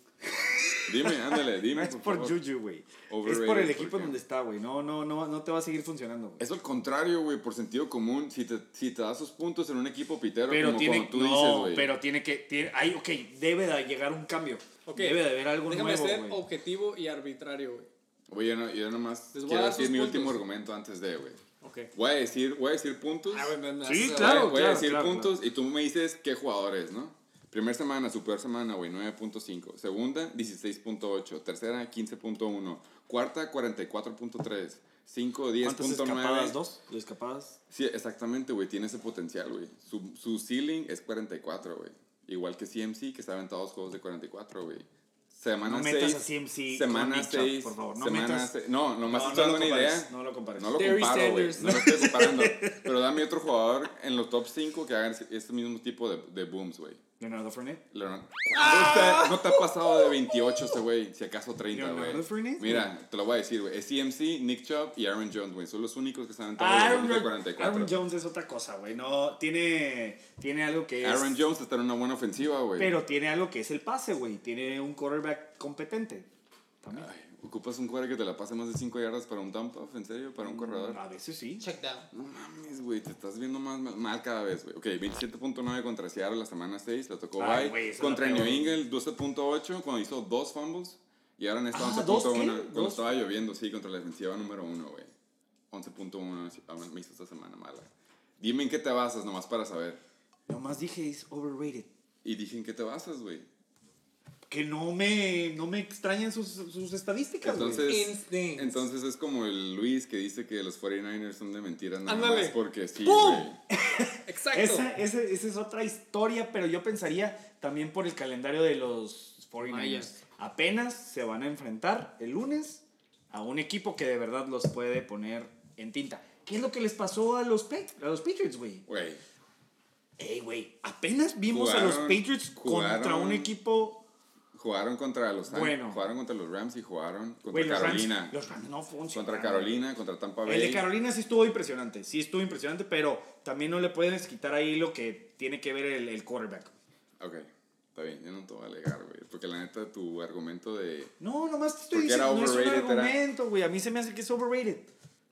Dime, ándale, dime. Es por favor. Juju, güey. Es Overrated, por el ¿por equipo qué? donde está, güey. No, no, no, no te va a seguir funcionando, güey. Es al contrario, güey, por sentido común. Si te, si te das sus puntos en un equipo pitero, pero como tiene cuando no, tú dices, güey. pero tiene que tiene, ahí, ok, debe de llegar un cambio. Ok. Debe de haber algo Déjame nuevo, ser güey. objetivo y arbitrario, güey. Güey, yo, no, yo nomás Les voy a quiero dar sus decir mi puntos. último argumento antes de, güey. Ok. Voy a decir, voy a decir puntos. Ah, güey, me- me Sí, haces- claro. voy a decir claro, puntos y tú me dices qué jugadores, ¿no? Primera semana, su peor semana, güey, 9.5. Segunda, 16.8. Tercera, 15.1. Cuarta, 44.3. 5, ¿Cuántas escapadas? 10.9. ¿Dos? ¿Dos escapadas? Sí, exactamente, güey. Tiene ese potencial, güey. Su, su ceiling es 44, güey. Igual que CMC, que se ha aventado dos juegos de 44, güey. Semana No 6. metas a CMC con Semana Nick Chubb, 6. por favor, no semana metas- seis- No, nomás No, estoy no dando lo una compares, idea. no lo compares. No lo Terry comparo, güey. Sanders. No lo estoy comparando. Pero dame otro jugador en los top 5 que haga este mismo tipo de, de booms, güey. Leonardo Fournette. Leonardo- ¡Ah! No te- No te ha pasado de 28 este güey, si acaso 30, Leonardo güey. Fournette, Mira, te lo voy a decir, güey. Es CMC, Nick Chubb y Aaron Jones, güey. Son los únicos que están en todos los Aaron, 20 Aaron 44. Jones es otra cosa, güey. No, tiene, tiene algo que es... Aaron Jones está en una buena ofensiva, güey. Pero tiene algo que es el pase, güey. Tiene un quarterback competente. También. Ay, ¿Ocupas un corredor que te la pase más de 5 yardas para un dump off? ¿En serio? Mm. ¿Para un corredor? A veces sí. Check down. No mames, güey, te estás viendo más mal, mal cada vez, güey. Ok, 27.9 contra Seattle la semana 6, la tocó Ay, Bay. güey, esa es contra la New peor. England, 12.8, cuando hizo dos fumbles. Y ahora en esta Ah, ¿dos qué? 11.1, cuando Dos. estaba lloviendo, sí, contra la defensiva número 1, güey. 11.1 sí, ah, me hizo esta semana mala. Dime en qué te basas, nomás para saber. Nomás dije es overrated. Y dije en qué te basas, güey. Que no me, no me extrañan sus, sus estadísticas, güey. Entonces, Instincts. entonces es como el Luis que dice que los 49ers son de mentiras nada Ándale. más porque sí, ¡Pum! güey. Exacto. Esa, esa- esa es otra historia, pero yo pensaría también por el calendario de los 49ers. Mayas. Apenas se van a enfrentar el lunes a un equipo que de verdad los puede poner en tinta. ¿Qué es lo que les pasó a los, Pat- a los Patriots, güey? Güey, Ey, güey, apenas vimos a los Jugaron- Patriots contra jugaron- un equipo... Jugaron contra los San- Bueno. jugaron contra los Rams y jugaron contra Güey, los Carolina. Rams, los Rams no funcionaron. contra Carolina, contra Tampa Bay. El de Carolina sí estuvo impresionante, sí estuvo impresionante, pero también no le puedes quitar ahí lo que tiene que ver el, el quarterback. Ok, está bien, yo no te voy a alegar, güey. Porque la neta, tu argumento de. No, nomás te estoy Porque era diciendo, no es un overrated, era- argumento, güey. A mí se me hace que es overrated.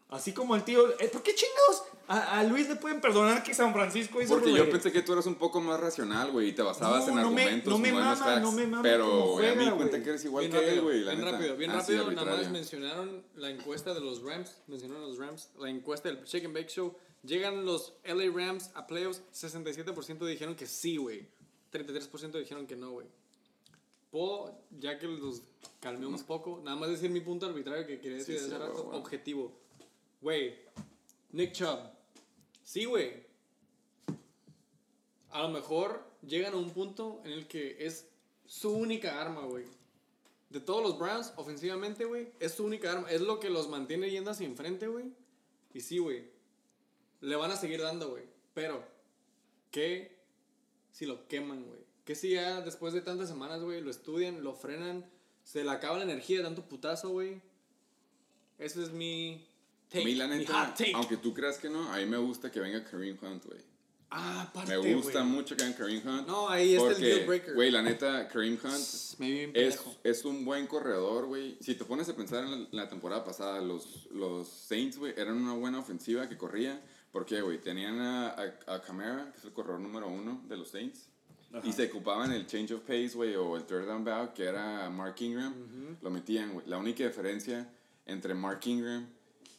Así como el tío, eh, ¿por qué chingados? A, a Luis le pueden perdonar que San Francisco hizo Porque yo pensé que tú eras un poco más racional, güey, y te basabas No, en no me- argumentos. no me en los mama, facts. no me mama Pero, cómo güey, a mí juega, cuenta güey. que eres igual Bien que él, rápido, güey. la bien neta. rápido, bien Ah, sí, rápido. nada más arbitrario. mencionaron la encuesta de los Rams. Mencionaron los Rams. La encuesta del Shake and Bake Show. Llegan los LA Rams a playoffs. 67% dijeron que sí, güey. 33% dijeron que no, güey. Puedo, ya que los calmé un poco, nada más decir mi punto arbitrario que quería Sí, decir sí, hace rato. güey, güey. Objetivo. Güey, Nick Chubb. Sí, güey. A lo mejor llegan a un punto en el que es su única arma, güey. De todos los Browns, ofensivamente, güey, es su única arma. Es lo que los mantiene yendo hacia enfrente, güey. Y sí, güey. Le van a seguir dando, güey. Pero, ¿qué si lo queman, güey? ¿Qué si ya después de tantas semanas, güey, lo estudian, lo frenan, se le acaba la energía de tanto putazo, güey? Ese es mi A take, mí, la mi neta, Ah, hot take. aunque tú creas que no, a mí me gusta que venga Kareem Hunt, güey. Ah, aparte, Me gusta güey. mucho que venga Kareem Hunt. No, ahí está el porque, deal breaker. Güey, la neta, Kareem Hunt Me vi bien Es, pendejo. es un buen corredor, güey. Si te pones a pensar en la, la temporada pasada, los, los Saints, güey, eran una buena ofensiva que corría. ¿Por qué, güey? Tenían a, a, a Kamara, que es el corredor número uno de los Saints. Y se ocupaban el change of pace, güey, o el third down back, que era Mark Ingram. Lo metían, güey. La única diferencia entre Mark Ingram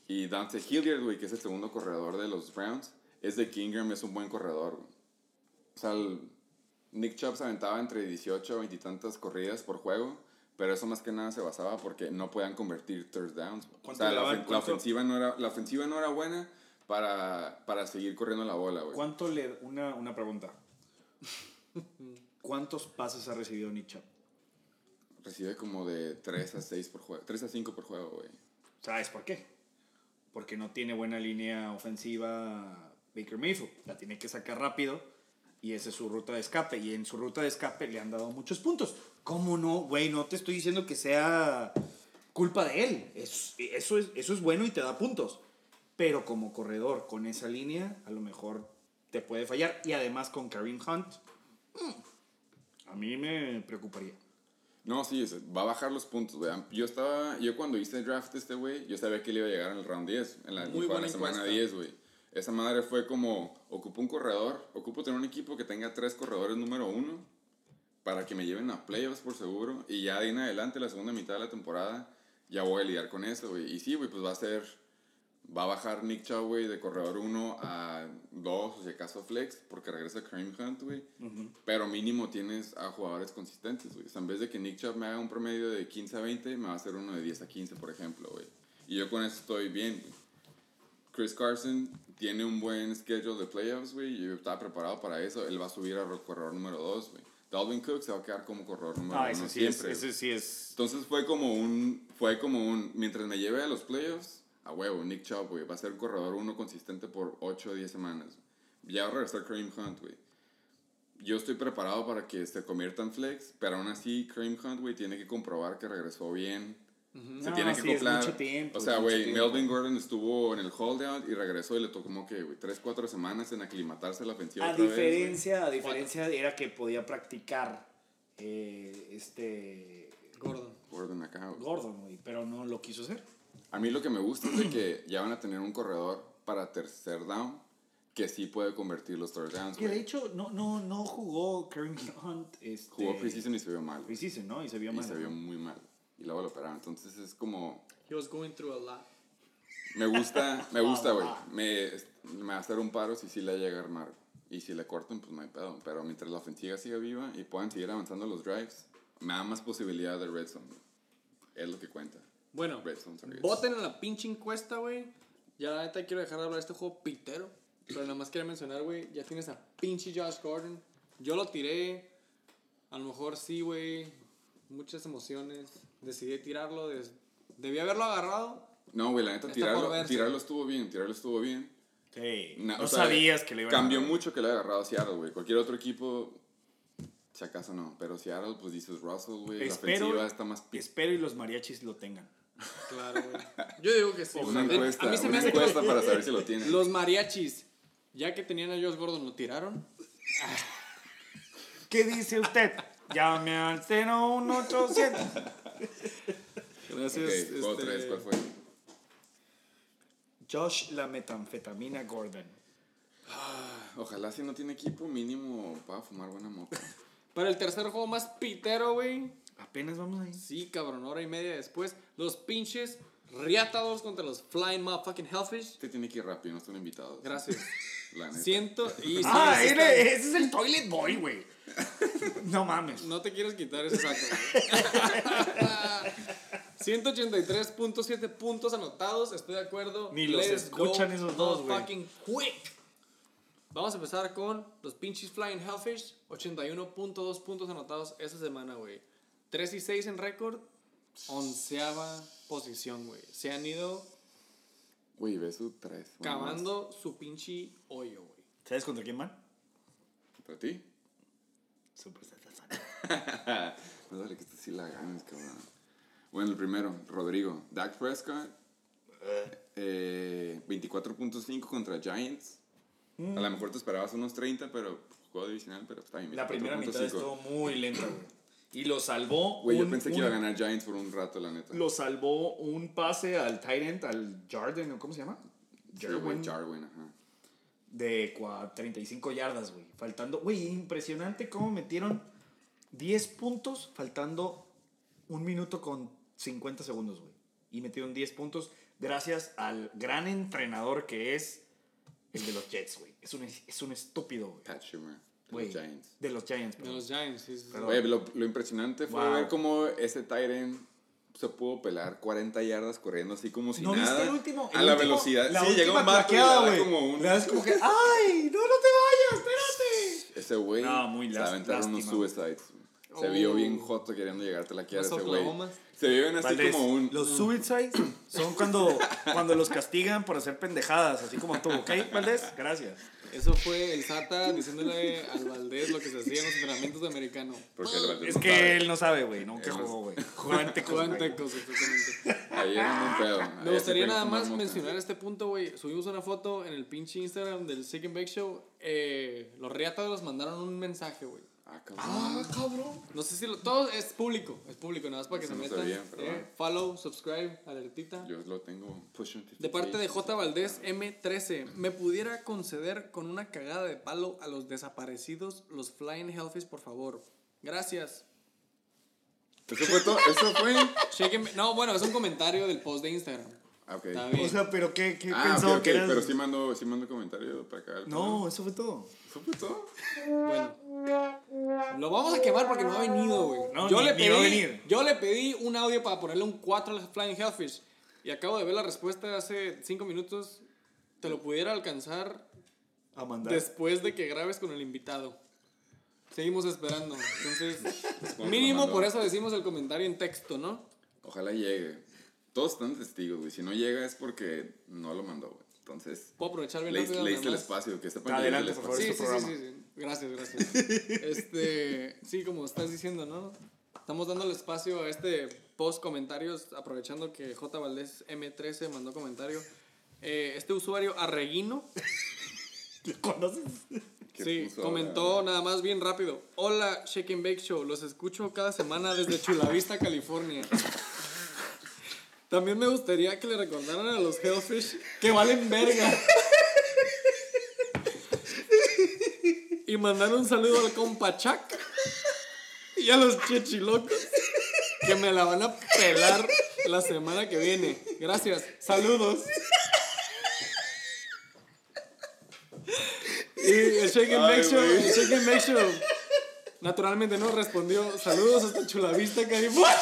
y Dante Hilliard, güey, que es el segundo corredor de los Browns, es de que Ingram es un buen corredor, güey. O sea, el- Nick Chubb se aventaba entre 18 a 20 y tantas corridas por juego, pero eso más que nada se basaba porque no podían convertir third downs. güey. O ¿Cuánto sea, le la, daban? ofen- la ¿Cuánto? ofensiva no era, la ofensiva no era buena para, para seguir corriendo la bola, güey. ¿Cuánto le... Una, una pregunta. ¿Cuántos pases ha recibido Nick Chubb? Recibe como de 3 a 6 por juego, 3 a 5 por juego, güey. ¿Sabes por qué? Porque no tiene buena línea ofensiva Baker Mayfield. La tiene que sacar rápido y esa es su ruta de escape. Y en su ruta de escape le han dado muchos puntos. ¿Cómo no? Güey, no te estoy diciendo que sea culpa de él. Es- eso, es, eso es bueno y te da puntos. Pero como corredor con esa línea, a lo mejor te puede fallar. Y además con Kareem Hunt, mm, a mí me preocuparía. No, sí, es- va a bajar los puntos, güey. Yo estaba, yo cuando hice el draft este, güey, yo sabía que le iba a llegar en el round 10, en la, Muy fue en buena la semana encuesta. 10, güey. Esa madre fue como, ocupo un corredor, ocupo tener un equipo que tenga tres corredores número uno para que me lleven a playoffs por seguro y ya de ahí en adelante, la segunda mitad de la temporada, ya voy a lidiar con eso, güey. Y sí, güey, pues va a ser, va a bajar Nick Chubb, güey, de corredor 1 a 2, o si acaso flex, porque regresa Kareem Hunt, güey. Pero mínimo tienes a jugadores consistentes, güey. O sea, en vez de que Nick Chubb me haga un promedio de 15 a 20, me va a hacer uno de 10 a 15, por ejemplo, güey. Y yo con eso estoy bien, güey. Chris Carson tiene un buen schedule de playoffs, güey. Yo estaba preparado para eso. Él va a subir al corredor número 2, güey. Dalvin Cook se va a quedar como corredor número No, uno eso Ah, sí, es, siempre. eso sí es. Entonces fue como un, fue como un, mientras me lleve a los playoffs, a huevo, Nick Chubb, güey, va a ser un corredor uno consistente por 8 o 10 semanas. Ya va a regresar Kareem Hunt, güey. Yo estoy preparado para que se convierta en flex, pero aún así Kareem Hunt, güey, tiene que comprobar que regresó bien. Se No, tiene que sí, es acoplar. mucho tiempo, o sea, es mucho güey, tiempo. Melvin Gordon estuvo en el holdout y regresó y le tocó como que, güey, 3, 4 semanas en aclimatarse a la ofensiva. A otra vez, güey. diferencia, a diferencia era que podía practicar eh, este Gordon. Gordon acá, güey. Gordon, güey, pero no lo quiso hacer. A mí lo que me gusta es de que ya van a tener un corredor para tercer down que sí puede convertir los third downs. Que de güey. hecho no, no, no jugó Kareem Hunt. Este, Jugó preseason y se vio mal. güey. preseason, ¿no? Y se vio Y mal. se vio muy mal. Y luego lo operaron. Entonces es como... He was going through a lot. Me gusta, me gusta, güey. Papá. Me, me va a hacer un paro si sí la llega a armar. Y si le cortan, pues no hay pedo. Pero mientras la ofensiva siga viva y puedan seguir avanzando los drives, me da más posibilidad de red zone. güey. Es lo que cuenta. Bueno, Red zone targets. voten en la pinche encuesta, güey. Ya la neta quiero dejar de hablar de este juego pitero. Pero nada más quería mencionar, güey, ya tienes a pinche Josh Gordon. Yo lo tiré. A lo mejor sí, güey. Muchas emociones. Decidí tirarlo. des- Debí haberlo agarrado. No, güey, la neta, Está por tirarlo, verse. tirarlo estuvo bien. Tirarlo estuvo bien. Sí. Na- No, o sea, sabías que le iban a Cambió ganar. mucho que le haya agarrado Seattle, güey. Cualquier otro equipo, si acaso no. Pero Seattle, pues dices Russell, güey. La Espero- ofensiva está más pi- Espero y los mariachis lo tengan. Claro, güey. Yo digo que sí. Una güey. encuesta, a mí se me una hace que encuesta para saber si lo tiene. los mariachis, ya que tenían a Josh Gordon, lo tiraron. ¿Qué dice usted? Llame al 01800. Ok, Gracias. este, juego tres, ¿cuál fue? Josh la metanfetamina Gordon. Ojalá si no tiene equipo, mínimo para fumar buena moca. Para el tercer juego más pitero, güey. Apenas vamos ahí. Sí, cabrón, hora y media después. Los pinches riatados contra los Flying Motherfucking Hellfish. Este tiene que ir rápido, no están invitados. Gracias. La neta. Siento. Y sí, Ah, sí era- está- ese es el Toilet Boy, güey. No mames. No te quieres quitar ese saco. güey. 183.7 puntos anotados, estoy de acuerdo. Ni los Let's go, escuchan esos dos, güey. motherfucking quick. Vamos a empezar con los pinches Flying Hellfish. 81.2 puntos anotados esta semana, güey. 3 y 6 en récord. Onceava posición, güey. Se han ido Güey, ve su tres. bueno, cavando su pinche hoyo, güey. ¿Sabes contra quién van? más. ¿Para ti? Super Saiyajin. No dale que este sí la ganas, cabrón. Bueno, el primero, Rodrigo. Dak Prescott. eh, 24.5 contra Giants. A lo mejor te esperabas unos 30, pero juego divisional, pero está bien. La primera mitad 24.5. estuvo muy lenta, güey. Y lo salvó. Güey, yo un- pensé que iba a un- ganar Giants por un rato, la neta. Lo salvó un pase al Tyrant, al Jarden, ¿o ¿cómo se llama? Sí, güey, Jarwin. Jarwin, ajá. de cua- 35 yardas, güey. Faltando, güey, impresionante cómo metieron 10 puntos faltando un minuto con 50 segundos, güey. Y metieron 10 puntos gracias al gran entrenador que es el de los Jets, güey. Es un, es un estúpido, güey. Pat Schumer, de Güey, los Giants. De los Giants, De perdón. los Giants. sí, sí, sí. Perdón. Güey, lo, lo impresionante fue Wow. ver cómo ese Tyren se pudo pelar 40 yardas corriendo así como si ¿No nada. viste el último? a El la último- velocidad. la sí, llegó última un vato y le claqueada, da güey. como un... Le das como que, ¡ay! ¡No, no te vayas! ¡Espérate! Ese güey No, muy se lás- aventaron unos lástima. suicides. Se vio bien joto queriendo llegarte a la quiera Oh. Los ese güey. Oklahomas. Se vieron así Valdés, como un... Los suicides son cuando, cuando los castigan por hacer pendejadas, así como tú, ¿ok, Valdés? Gracias. Eso fue el Sata diciéndole al Valdés lo que se hacía en los entrenamientos de americano. Porque el Valdés Es no que sabe. él no sabe, güey, nunca Él no- jugó, güey. Jugaba en Tecos, Jugaban güey. tecos, exactamente. Ahí era un pedo. Ahí Me gustaría se pegó nada fumar más mota. mencionar este punto, güey. Subimos una foto en el pinche Instagram del Sick and Bake Show. Eh, los Riatas nos mandaron un mensaje, güey. Ah, cabrón. cabrón. No sé si lo, todo es público, es público, nada más para que Eso se no metan. sabía, pero eh, bueno. follow, subscribe, alertita. Yo lo tengo push De parte de J. Valdés M13, ¿me pudiera conceder con una cagada de palo a los desaparecidos, los Flying Hellfish, por favor? Gracias. Eso fue todo. Eso fue... Chequen- No, bueno, es un comentario del post de Instagram. Ah, ok. Está bien. O sea, pero ¿qué, qué Ah, ok, pensó ok, que eras? pero sí mando, sí mando comentario para acá. No, eso fue todo. ¿Eso fue todo? Bueno. Lo vamos a quemar porque no ha venido, güey. No, yo ni- le ni pedí, va a venir. Yo le pedí un audio para ponerle un 4 al Flying Hellfish. Y acabo de ver la respuesta hace 5 minutos. Te lo pudiera alcanzar A mandar. después de que grabes con el invitado. Seguimos esperando. Entonces, Como que lo mínimo mandó. por eso decimos el comentario en texto, ¿no? Ojalá llegue. Todos están testigos, güey. Si no llega es porque no lo mandó, güey. Entonces, Puedo aprovechar bien le rápido leíste el nada más? espacio, este que sepan que Adelante, leíste el por favor. Sí, su sí, sí, programa. sí, sí. Gracias, gracias. Este, sí, como estás diciendo, ¿no? Estamos dando el espacio a este post comentarios, aprovechando que J. Valdés M13 mandó comentario. Eh, este usuario Arreguino ¿Conoces? ¿Qué sí, puso comentó ahora? nada más bien rápido. Hola, Shake and Bake Show. Los escucho cada semana desde Chulavista, California. También me gustaría que le recordaran a los Hellfish que valen verga. Y mandar un saludo al compa Chuck y a los chechilocos que me la van a pelar la semana que viene. Gracias. Saludos. Y el Shake and Bake Ay, Show, güey. el Shake and Bake Show, naturalmente no respondió. Saludos hasta Chulavista, California.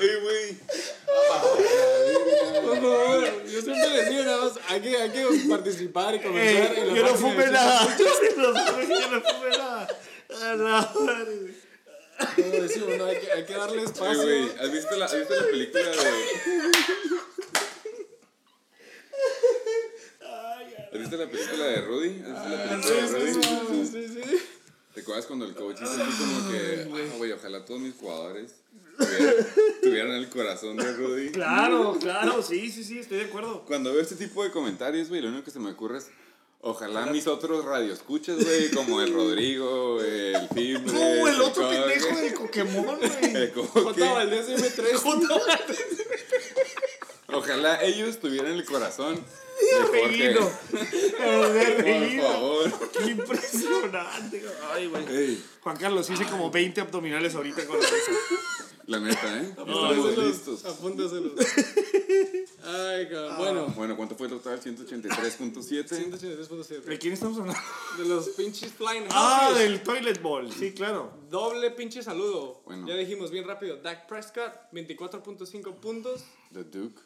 Ey, güey. Por favor, yo siempre les digo nada más, hay que, hay que participar y comentar. en la yo no página de fumé Shake nada. Yo no fumé nada. A la madre. Como decimos, no, hay, que, hay que darle Ey, espacio. güey. ¿Has visto la, has visto la película de. ¿Has visto la película de Rudy? ¿Has visto la película de Rudy? Sí, sí, sí. ¿Te acuerdas cuando el coach hizo así como que, ah, güey, ojalá todos mis jugadores tuvieran, tuvieran el corazón de Rudy? Claro, claro, sí, sí, sí, estoy de acuerdo. Cuando veo este tipo de comentarios, güey, lo único que se me ocurre es, ojalá mis otros radioescuchas, güey, como el Rodrigo, el Pim, No, el otro pendejo del Pokémon, güey. el Coque. J. Valdés M3. Ojalá ellos tuvieran el corazón de Jorge. Reguino. El de Por Reguino. favor. Qué impresionante. Ay, güey. Ey, Juan Carlos hice como 20 abdominales ahorita con la risa. la neta, ¿eh? Estamos listos. Apúntaselos. Apúntaselos. Ay, cabrón. Bueno, Bueno, ¿cuánto fue el total? 183.7. 183.7. ¿De quién estamos hablando? De los pinches flying Ah, houses. del Toilet Bowl. Sí, claro. Doble pinche saludo. Bueno. Ya dijimos bien rápido. Dak Prescott, 24.5 puntos. The Duke.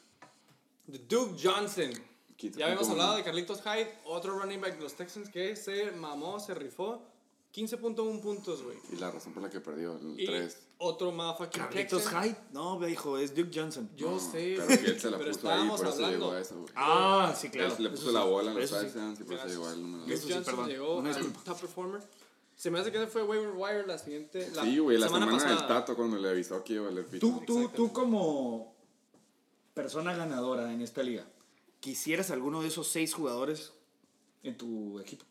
The Duke Johnson. 15.1. Ya habíamos hablado de Carlitos Hyde, otro running back de los Texans que se mamó, se rifó. 15.1 puntos, güey. Y la razón por la que perdió, el Y 3. otro motherfucking Carlitos Texan. Hyde. No, hijo, es Duke Johnson. Yo sé, Pero güey, que él se la pero puso ahí, estábamos por eso llegó hablando. a eso, güey. Ah, sí, claro. le puso la bola en los Eso sí. touchdowns y por eso llegó al número Duke Eso sí, Johnson perdón. llegó Una al disculpa. top performer. Se me hace que ese fue waiver wire la siguiente. La Sí, güey, la semana, semana, del pasada. Tato cuando le avisó que iba a valer pito. Tú, tú, tú como persona ganadora en esta liga, ¿quisieras alguno de esos seis jugadores en tu equipo?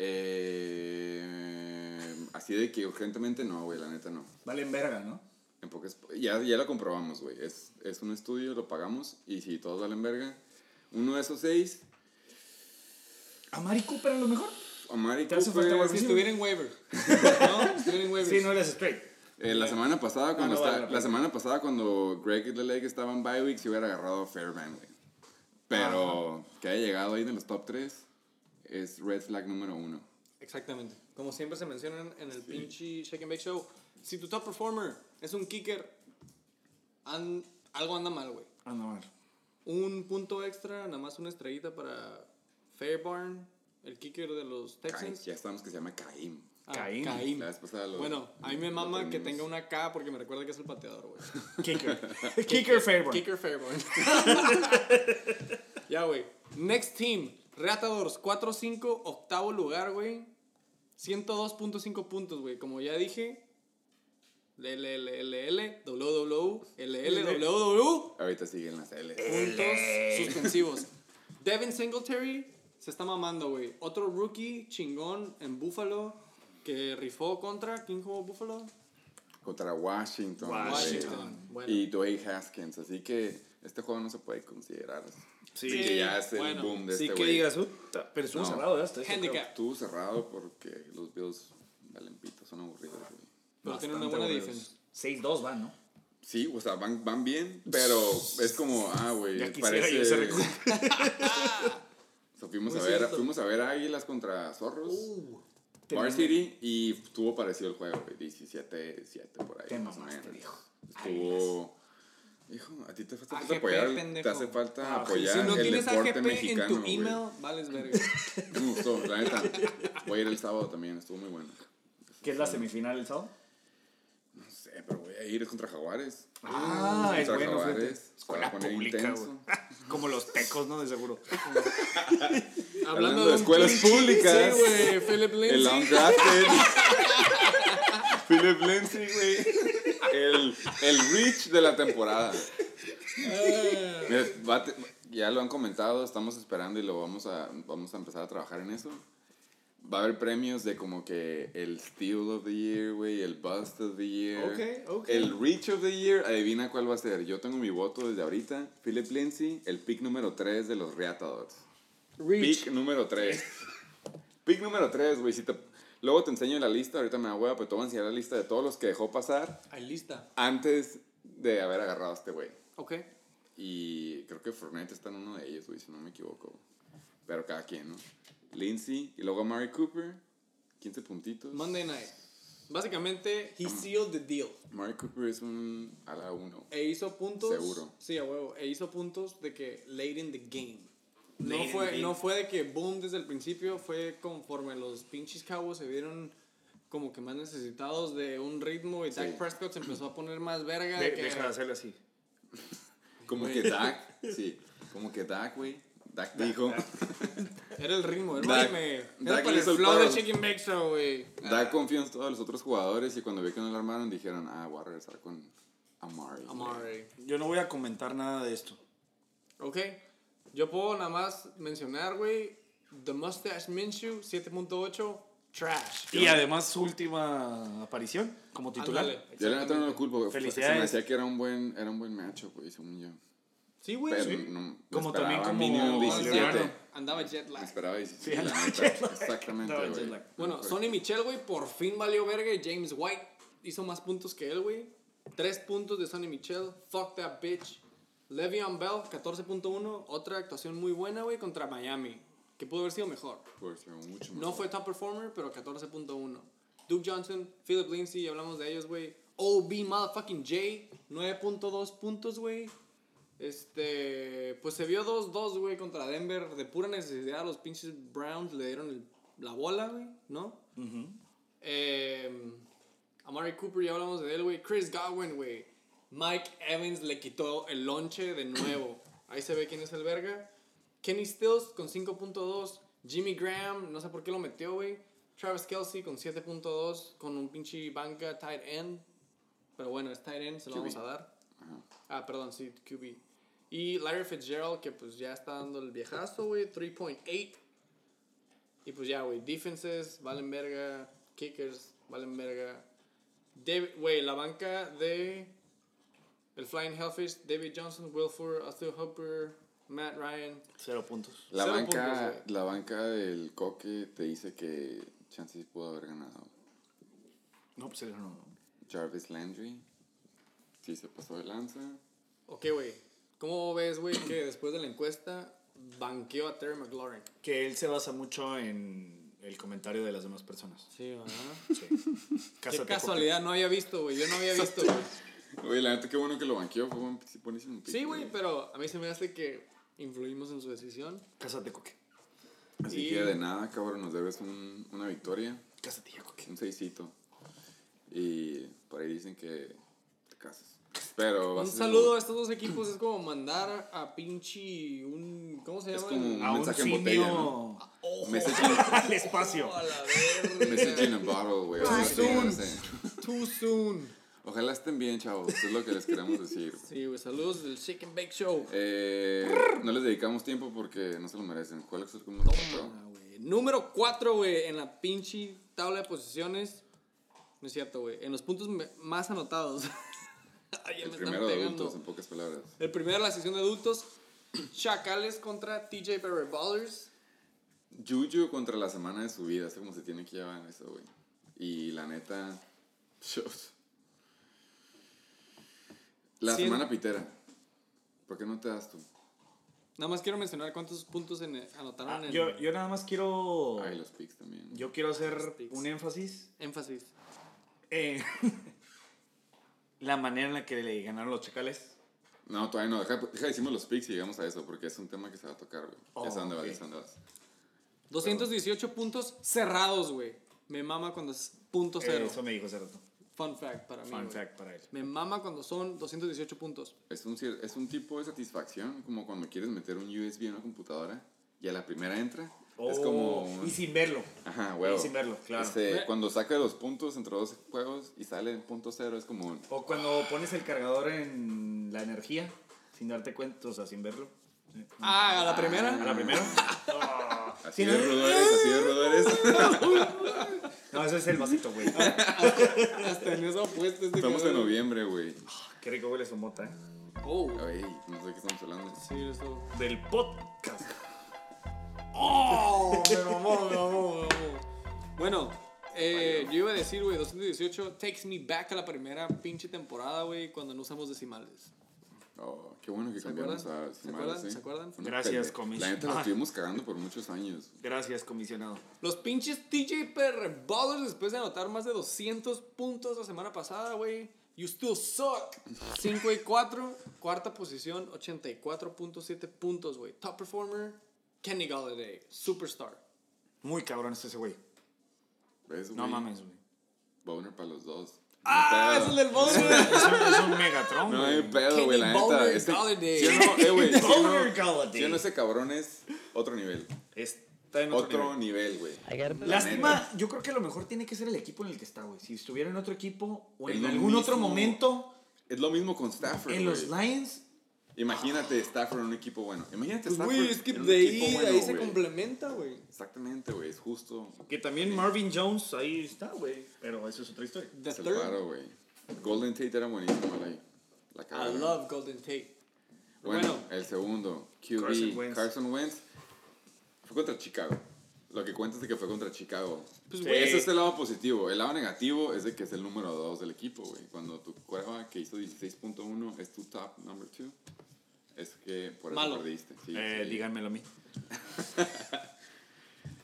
Eh, así de que urgentemente no, güey, la neta no. Valen verga, ¿no? En pocas- ya, ya lo comprobamos, güey. Es, es un estudio, lo pagamos y si todos valen verga, uno de esos seis, ¿A Mari Cooper a lo mejor? Amari Te hace falta Cooper. más- Si estuviera en waiver. ¿No? Si estuviera en waiver. Sí, no eres straight. Eh, la semana pasada cuando Ah, no esta- vale la la pena. semana pasada cuando Greg y Lelec estaban bye week se hubiera agarrado a Fairman, güey. Pero que haya llegado ahí en los top 3 es red flag número uno. Exactamente. Como siempre se mencionan en el pinche Shake and Bake Show, si tu top performer es un kicker, an- algo anda mal, güey. Ah, no, a ver. Un punto extra, nada más una estrellita para Fairbarn, el kicker de los Caim, Texans. ya sabemos que se llama Caim. Ah, Caín. Caín. La vez pasada lo- Bueno, a mí me lo mama que aprendimos. tenga una K porque me recuerda que es el pateador, güey. Kicker. Kicker Fairborn. Kicker Fairborn. ya, güey. Next team. Reatadores 4-5, octavo lugar, güey. 102.5 puntos, güey. Como ya dije. LLLL, WW, LLWW. Ahorita siguen las L. Eh, Puntos suspensivos. Devin Singletary se está mamando, güey. Otro rookie chingón en Buffalo que rifó contra. ¿Quién jugó Buffalo? Contra Washington. güey. Washington. Bueno. Y Dwayne Haskins. Así que este juego no se puede considerar. Sí. Que ya es el Bueno, boom de Sí este que güey. digas, "Uta", pero estuvo No. cerrado ya hasta eso, Handicap. Estuvo cerrado porque los Bills valen pito, son aburridos, güey. Pero tiene una Bastante buena aburridos. defensa. 6-2 van, ¿no? Sí, o sea, van, van bien, pero es como, ah, güey, Ya quisiera parece... yo ese récord. O sea, fuimos, Muy a ver, cierto. Uh, fuimos a ver Águilas contra Zorros, Bar Tremendo. City, y estuvo parecido el juego, güey, 17-7 por ahí. Te más o mamaste, menos. viejo. Estuvo... Hijo, a ti te hace falta AGP, apoyar, te Ah, pendejo. hace falta Ah, apoyar si no Pues el tienes deporte AGP en mexicano, tu güey. email, vales verga. Me gustó, la neta. Voy a ir el sábado también, estuvo muy bueno. ¿Qué es la semifinal el sábado? No sé, pero voy a ir es contra Jaguares. Ah, Contra es bueno, fíjate. Jaguares, se va a Escuela poner pública, intenso. güey. Como los tecos, ¿no? De seguro. Hablando de un escuelas pinche- públicas. Sí, güey, Philip Lindsay. El Undrafted. Philip Lindsay, güey. El, el Rich de la temporada. Mira, va a te- ya lo han comentado, estamos esperando y lo vamos a, vamos a empezar a trabajar en eso. Va a haber premios de como que el Steal of the Year, güey, el Bust of the Year. Ok, ok. El Reach of the Year, adivina cuál va a ser. Yo tengo mi voto desde ahorita. Philip Lindsay, el pick número 3 de los Reatadores. Pick número 3. Pick número 3, güey. Si te- Luego te enseño la lista, ahorita me da hueva, pero te voy a enseñar la lista de todos los que dejó pasar Ahí lista. antes de haber agarrado a este güey. Ok. Y creo que Fournette está en uno de ellos, güey, si no me equivoco. Pero cada quien, ¿no? Lindsay y luego Mary Cooper, 15 puntitos. Monday night. Básicamente, he sealed the deal. Mary Cooper es un a la 1. E hizo puntos. Seguro. Sí, a huevo. E hizo puntos de que late in the game. No Late in fue, the game. no fue de que boom desde el principio, fue conforme los pinches Cowboys se vieron como que más necesitados de un ritmo y Dak Prescott se empezó a poner más verga. De- que- deja de hacerle así. Como que Dak, sí. Como que Dak, güey. Dak dijo. Era el ritmo, era, Dak- mame. Era Dak para el hizo el flow de paro. Chicken Bake Show, güey. Dak confió en todos los otros jugadores y cuando vio que no lo armaron dijeron, ah, voy a regresar con Amari. güey". Amari. Yo no voy a comentar nada de esto. Ok. Yo puedo nada más mencionar, güey, The Mustache Minshew 7.8, trash. Y además su última aparición como titular. Ándale, Yo la neta no lo exactamente. culpo, güey. Fue- Se me Felicidades. hacía que era un buen, era un buen matchup, güey, según yo. Sí, güey. Pero sí. no, Como me también esperaba como mínimo Leonardo. 17. Andaba jet lag. Me esperaba 17. Sí, la andaba neta. jet lag. Exactamente, Andaba güey. jet lag. Bueno, Sonny Michel, güey, por fin valió verga y James White hizo más puntos que él, güey. Tres puntos de Sonny Michel. Fuck that bitch. Le'Veon Bell, 14.1. Otra actuación muy buena, güey, contra Miami. Que pudo haber sido mejor. Pues, pero mucho No mejor. fue top performer, pero 14.1. Duke Johnson, Philip Lindsay, ya hablamos de ellos, güey. OB motherfucking J, 9.2 puntos, güey. Este, pues se vio 2-2, güey, contra Denver. De pura necesidad, los pinches Browns le dieron el- la bola, güey, ¿no? Eh, Amari Cooper, ya hablamos de él, güey. Chris Godwin, güey. Mike Evans le quitó el lonche de nuevo. Ahí se ve quién es el verga. Kenny Stills con 5.2. Jimmy Graham, no sé por qué lo metió, güey. Travis Kelsey con 7.2. Con un pinche banca tight end. Pero bueno, es tight end, se lo QB. vamos a dar. Ah, perdón, sí, QB. Y Larry Fitzgerald, que pues ya está dando el viejazo, güey. 3.8. Y pues ya, güey, defenses, valen verga, kickers, valen verga. David- Güey, la banca de el Flying Hellfish, David Johnson, Wilford, Arthur Hopper, Matt Ryan. Cero puntos. La Cero banca, puntos, la banca del coque te dice que Chances pudo haber ganado. No, pues cero no. Jarvis Landry. Sí, se pasó de lanza. Ok, güey, ¿cómo ves, güey, que después de la encuesta banqueó a Terry McLaurin? Que él se basa mucho en el comentario de las demás personas. Sí, ¿verdad? Sí. Qué Cásate, casualidad, no había visto, güey, yo no había visto, güey. Oye, la neta, qué bueno que lo banqueó. Fue buen- buenísimo. pick, Sí, güey, pero a mí se me hace que influimos en su decisión. Coque. Cásate, Coque. Así Y- que de nada, cabrón, nos debes un- una victoria. Cásate ya, Coque. un seisito. Y por ahí dicen que te casas. Pero Un vas a ser- saludo a estos dos equipos es como mandar a pinche un ¿cómo se Es llama? como un A un mensaje en simio botella, ¿no? Ojo. Message, al espacio. A la verga. message in a bottle, güey. Ojalá, Too soon. no sé. Too soon. Ojalá estén bien, chavos. Eso es lo que les queremos decir. Sí, güey, saludos del Shake and Bake Show. Eh, no les dedicamos tiempo porque no se lo merecen. ¿Cuál es el número Ah, güey. Número 4, güey, en la pinche tabla de posiciones. No es cierto, güey. En los puntos me- más anotados. Ay, ya El me están primero de pegando. adultos, en pocas palabras. El primero de la sección de adultos. Chacales contra TJ Barry Ballers. Juju contra la semana de su vida. Es como se tiene que llevar eso, güey. Y la neta. La Sí, semana pitera. ¿Por qué no te das tú? Nada más quiero mencionar cuántos puntos en, anotaron en Ah, yo, yo nada más quiero. Ay, los pics también. Yo quiero hacer Sticks. un énfasis énfasis. Eh, en la manera en la que le ganaron los chacales. No, todavía no. Deja, deja decimos los picks y llegamos a eso, porque es un tema que se va a tocar, güey. Oh, es a donde vas, ok. es a donde vas. 218 puntos cerrados, güey. Me mama cuando es punto cero. Eso me dijo hace rato. Fun fact para mí. Eh, Fun güey. fact para él. Me mama cuando son 218 puntos. Es un, cier- es un tipo de satisfacción, como cuando quieres meter un USB en una computadora y a la primera entra. Es como... un- Oh, Y sin verlo. Ajá, huevo. y sin verlo, claro. Este, cuando saca los puntos entre dos juegos y sale en punto cero, es como... un- O cuando pones el cargador en la energía, sin darte cuenta, o sea, sin verlo. Ah, a la primera. A la primera. Así de rudo eres, así de rudo eres. No, eso es el vasito, güey. Hasta en eso puesto este Estamos en cabrón. noviembre, güey. Qué rico huele su mota, ¿eh? Oh. Ay, no sé de qué estamos hablando. Sí, eso. Del podcast. ¡Oh! Me mamó, me mamó, me mamó. Bueno, eh, yo iba a decir, güey, 218 takes me back a la primera pinche temporada, güey, cuando no usamos decimales. Oh, qué bueno que ¿Se cambiamos acuerdan? a ¿Se acuerdan? ¿Se acuerdan? Gracias, comis. comis La neta la Ah. estuvimos cagando por muchos años. Gracias, comisionado. Los pinches TJ Perrebados después de anotar más de 200 puntos la semana pasada, güey. You still suck. 5 y 4, cuarta posición, 84.7 puntos, güey. Top performer, Kenny Galladay, superstar. Muy cabrón es ese güey. ¿Ves, No güey? mames, güey. Boner para los dos. ¡Ah! Es el del boner. Es un, es un Megatron, No eh, güey. hay pedo, güey, la Kenny neta. Boner Este, Galladay. ¿sí o no? Eh, güey. ¿sí o no? Boner Galladay. ¿sí o no? ese cabrón es otro nivel. Está en otro, Otro nivel. nivel, güey. Lástima, yo creo que lo mejor tiene que ser el equipo en el que está, güey. Si estuviera en otro equipo o Es en lo algún otro mismo. momento, Es lo mismo con Stafford, en los güey. Lions, Imagínate Stafford en un equipo bueno. Imagínate Pues, Stafford Güey, es que en un de ahí, equipo de bueno, ahí se güey. complementa, güey. Exactamente, güey. Es justo. que también Marvin Jones ahí está, güey. Pero eso es otra historia. The Es el third. paro, güey. Golden Tate era buenísimo, güey. La I cagaron. love Golden Tate. Bueno, Bueno. el segundo, QB, Carson Carson Wentz. Wentz. fue contra Chicago. Lo que cuentas es de que fue contra Chicago. Pues, Sí. güey, Ese es el lado positivo. El lado negativo es de que es el número 2 del equipo, güey. Cuando tu cueva que hizo 16.1 es tu top number 2, es que por eso Malo. perdiste. Sí, Eh, sí. díganmelo a mí.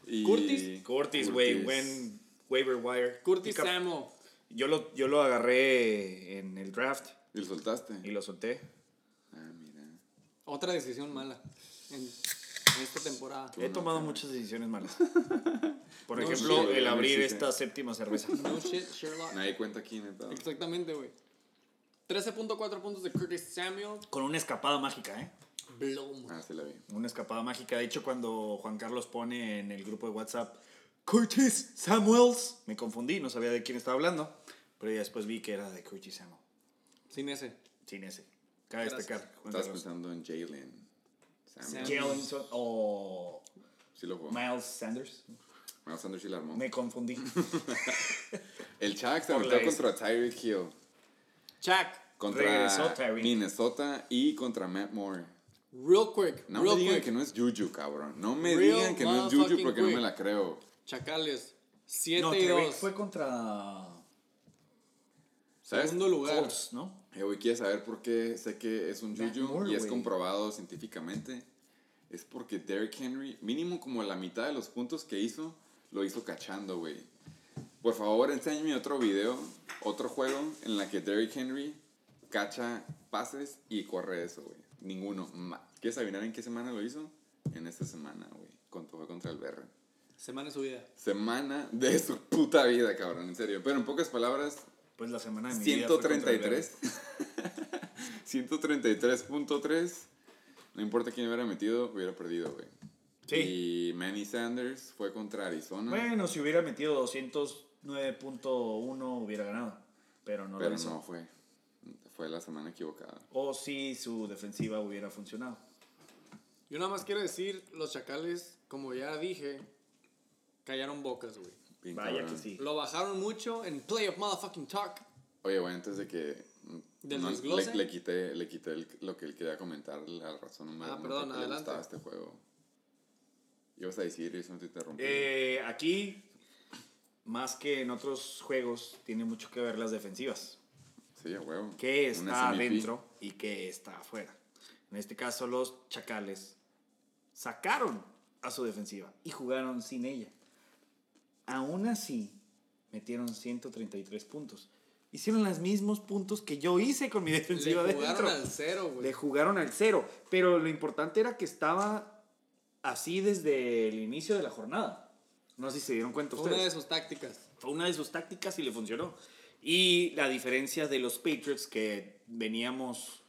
Y- Curtis. Cortis, güey. Curtis. Buen waiver wire. Curtis Pick up. Samuel. Yo lo, yo lo agarré en el draft Y lo soltaste. y lo solté. Ah, mira. Otra decisión mala en, en esta temporada. He tomado muchas decisiones malas. Por No, ejemplo, sí, güey, el la abrir neta sí. esta séptima cerveza. No shit, Sherlock. Nadie cuenta aquí, neta. Exactamente, güey. 13.4 puntos de Curtis Samuel. Con una escapada mágica, ¿eh? Blow. mo- Ah, sí la vi. Una escapada mágica. De hecho, cuando Juan Carlos pone en el grupo de WhatsApp Curtis Samuels, me confundí, no sabía de quién estaba hablando. Pero ya después vi que era de Curtis Samuel. Sin ese. Sin ese. Cabe Gracias. destacar. Juan Estabas Carlos. pensando en Jalen. Samuel. Sam. Jalen Son- o Sí lo jugó. Miles Sanders. Miles Sanders sí la armó. Me confundí. El Chuck se Por metió la contra Tyreek Hill. Chuck. Contra Regresó Tyreek. Minnesota y contra Matt Moore. Real quick. No real me digan quick. que no es Juju, cabrón. No me Real digan que no es Juju motherfucking porque no quick. me la creo. Chacales. 7 no, y Tyreek 2. fue contra ¿Sabes? Segundo lugar. Colts, ¿no? Eh, güey, quieres saber por qué sé que es un Matt Juju Moore, y es güey. comprobado científicamente. Es porque Derrick Henry, mínimo como la mitad de los puntos que hizo, lo hizo cachando, güey. Por favor, enséñame otro video, otro juego en la que Derrick Henry cacha pases y corre eso, güey. Ninguno. Ma- ¿Quieres adivinar en qué semana lo hizo? En esta semana, güey. Cuando fue contra el Berre. Semana de su vida. Semana de su puta vida, cabrón, en serio. Pero en pocas palabras, Pues la semana de mi vida fue contra el 133. 133.3. No importa quién hubiera metido, hubiera perdido, güey. Sí. Y Manny Sanders fue contra Arizona. Bueno, si hubiera metido 209.1 hubiera ganado, pero no pero lo hizo. no fue. Fue la semana equivocada. O si su defensiva hubiera funcionado. Yo nada más quiero decir, los chacales, como ya dije, callaron bocas, güey. Bien Vaya cabrón. que sí. Lo bajaron mucho en Play of Motherfucking Talk. Oye, güey, antes de que. ¿Del desglose? le, le quité, le quité el- lo que él quería comentar, la razón número Ah, uno perdón, por qué le adelante. gustaba este juego. Ibas a decir, eso no te interrumpí. Eh, aquí, más que en otros juegos, tiene mucho que ver las defensivas. sí, a huevo. ¿Qué Una está MVP. adentro y qué está afuera? En este caso, los Chacales sacaron a su defensiva y jugaron sin ella. Aún así, metieron 133 puntos. hicieron los mismos puntos que yo hice con mi Le defensiva jugaron adentro. al cero, güey. Le jugaron al cero. Pero lo importante era que estaba así desde el inicio de la jornada. No sé si se dieron cuenta Fue ustedes. una de sus tácticas. Fue una de sus tácticas y le funcionó. Y la diferencia de los Patriots que veníamos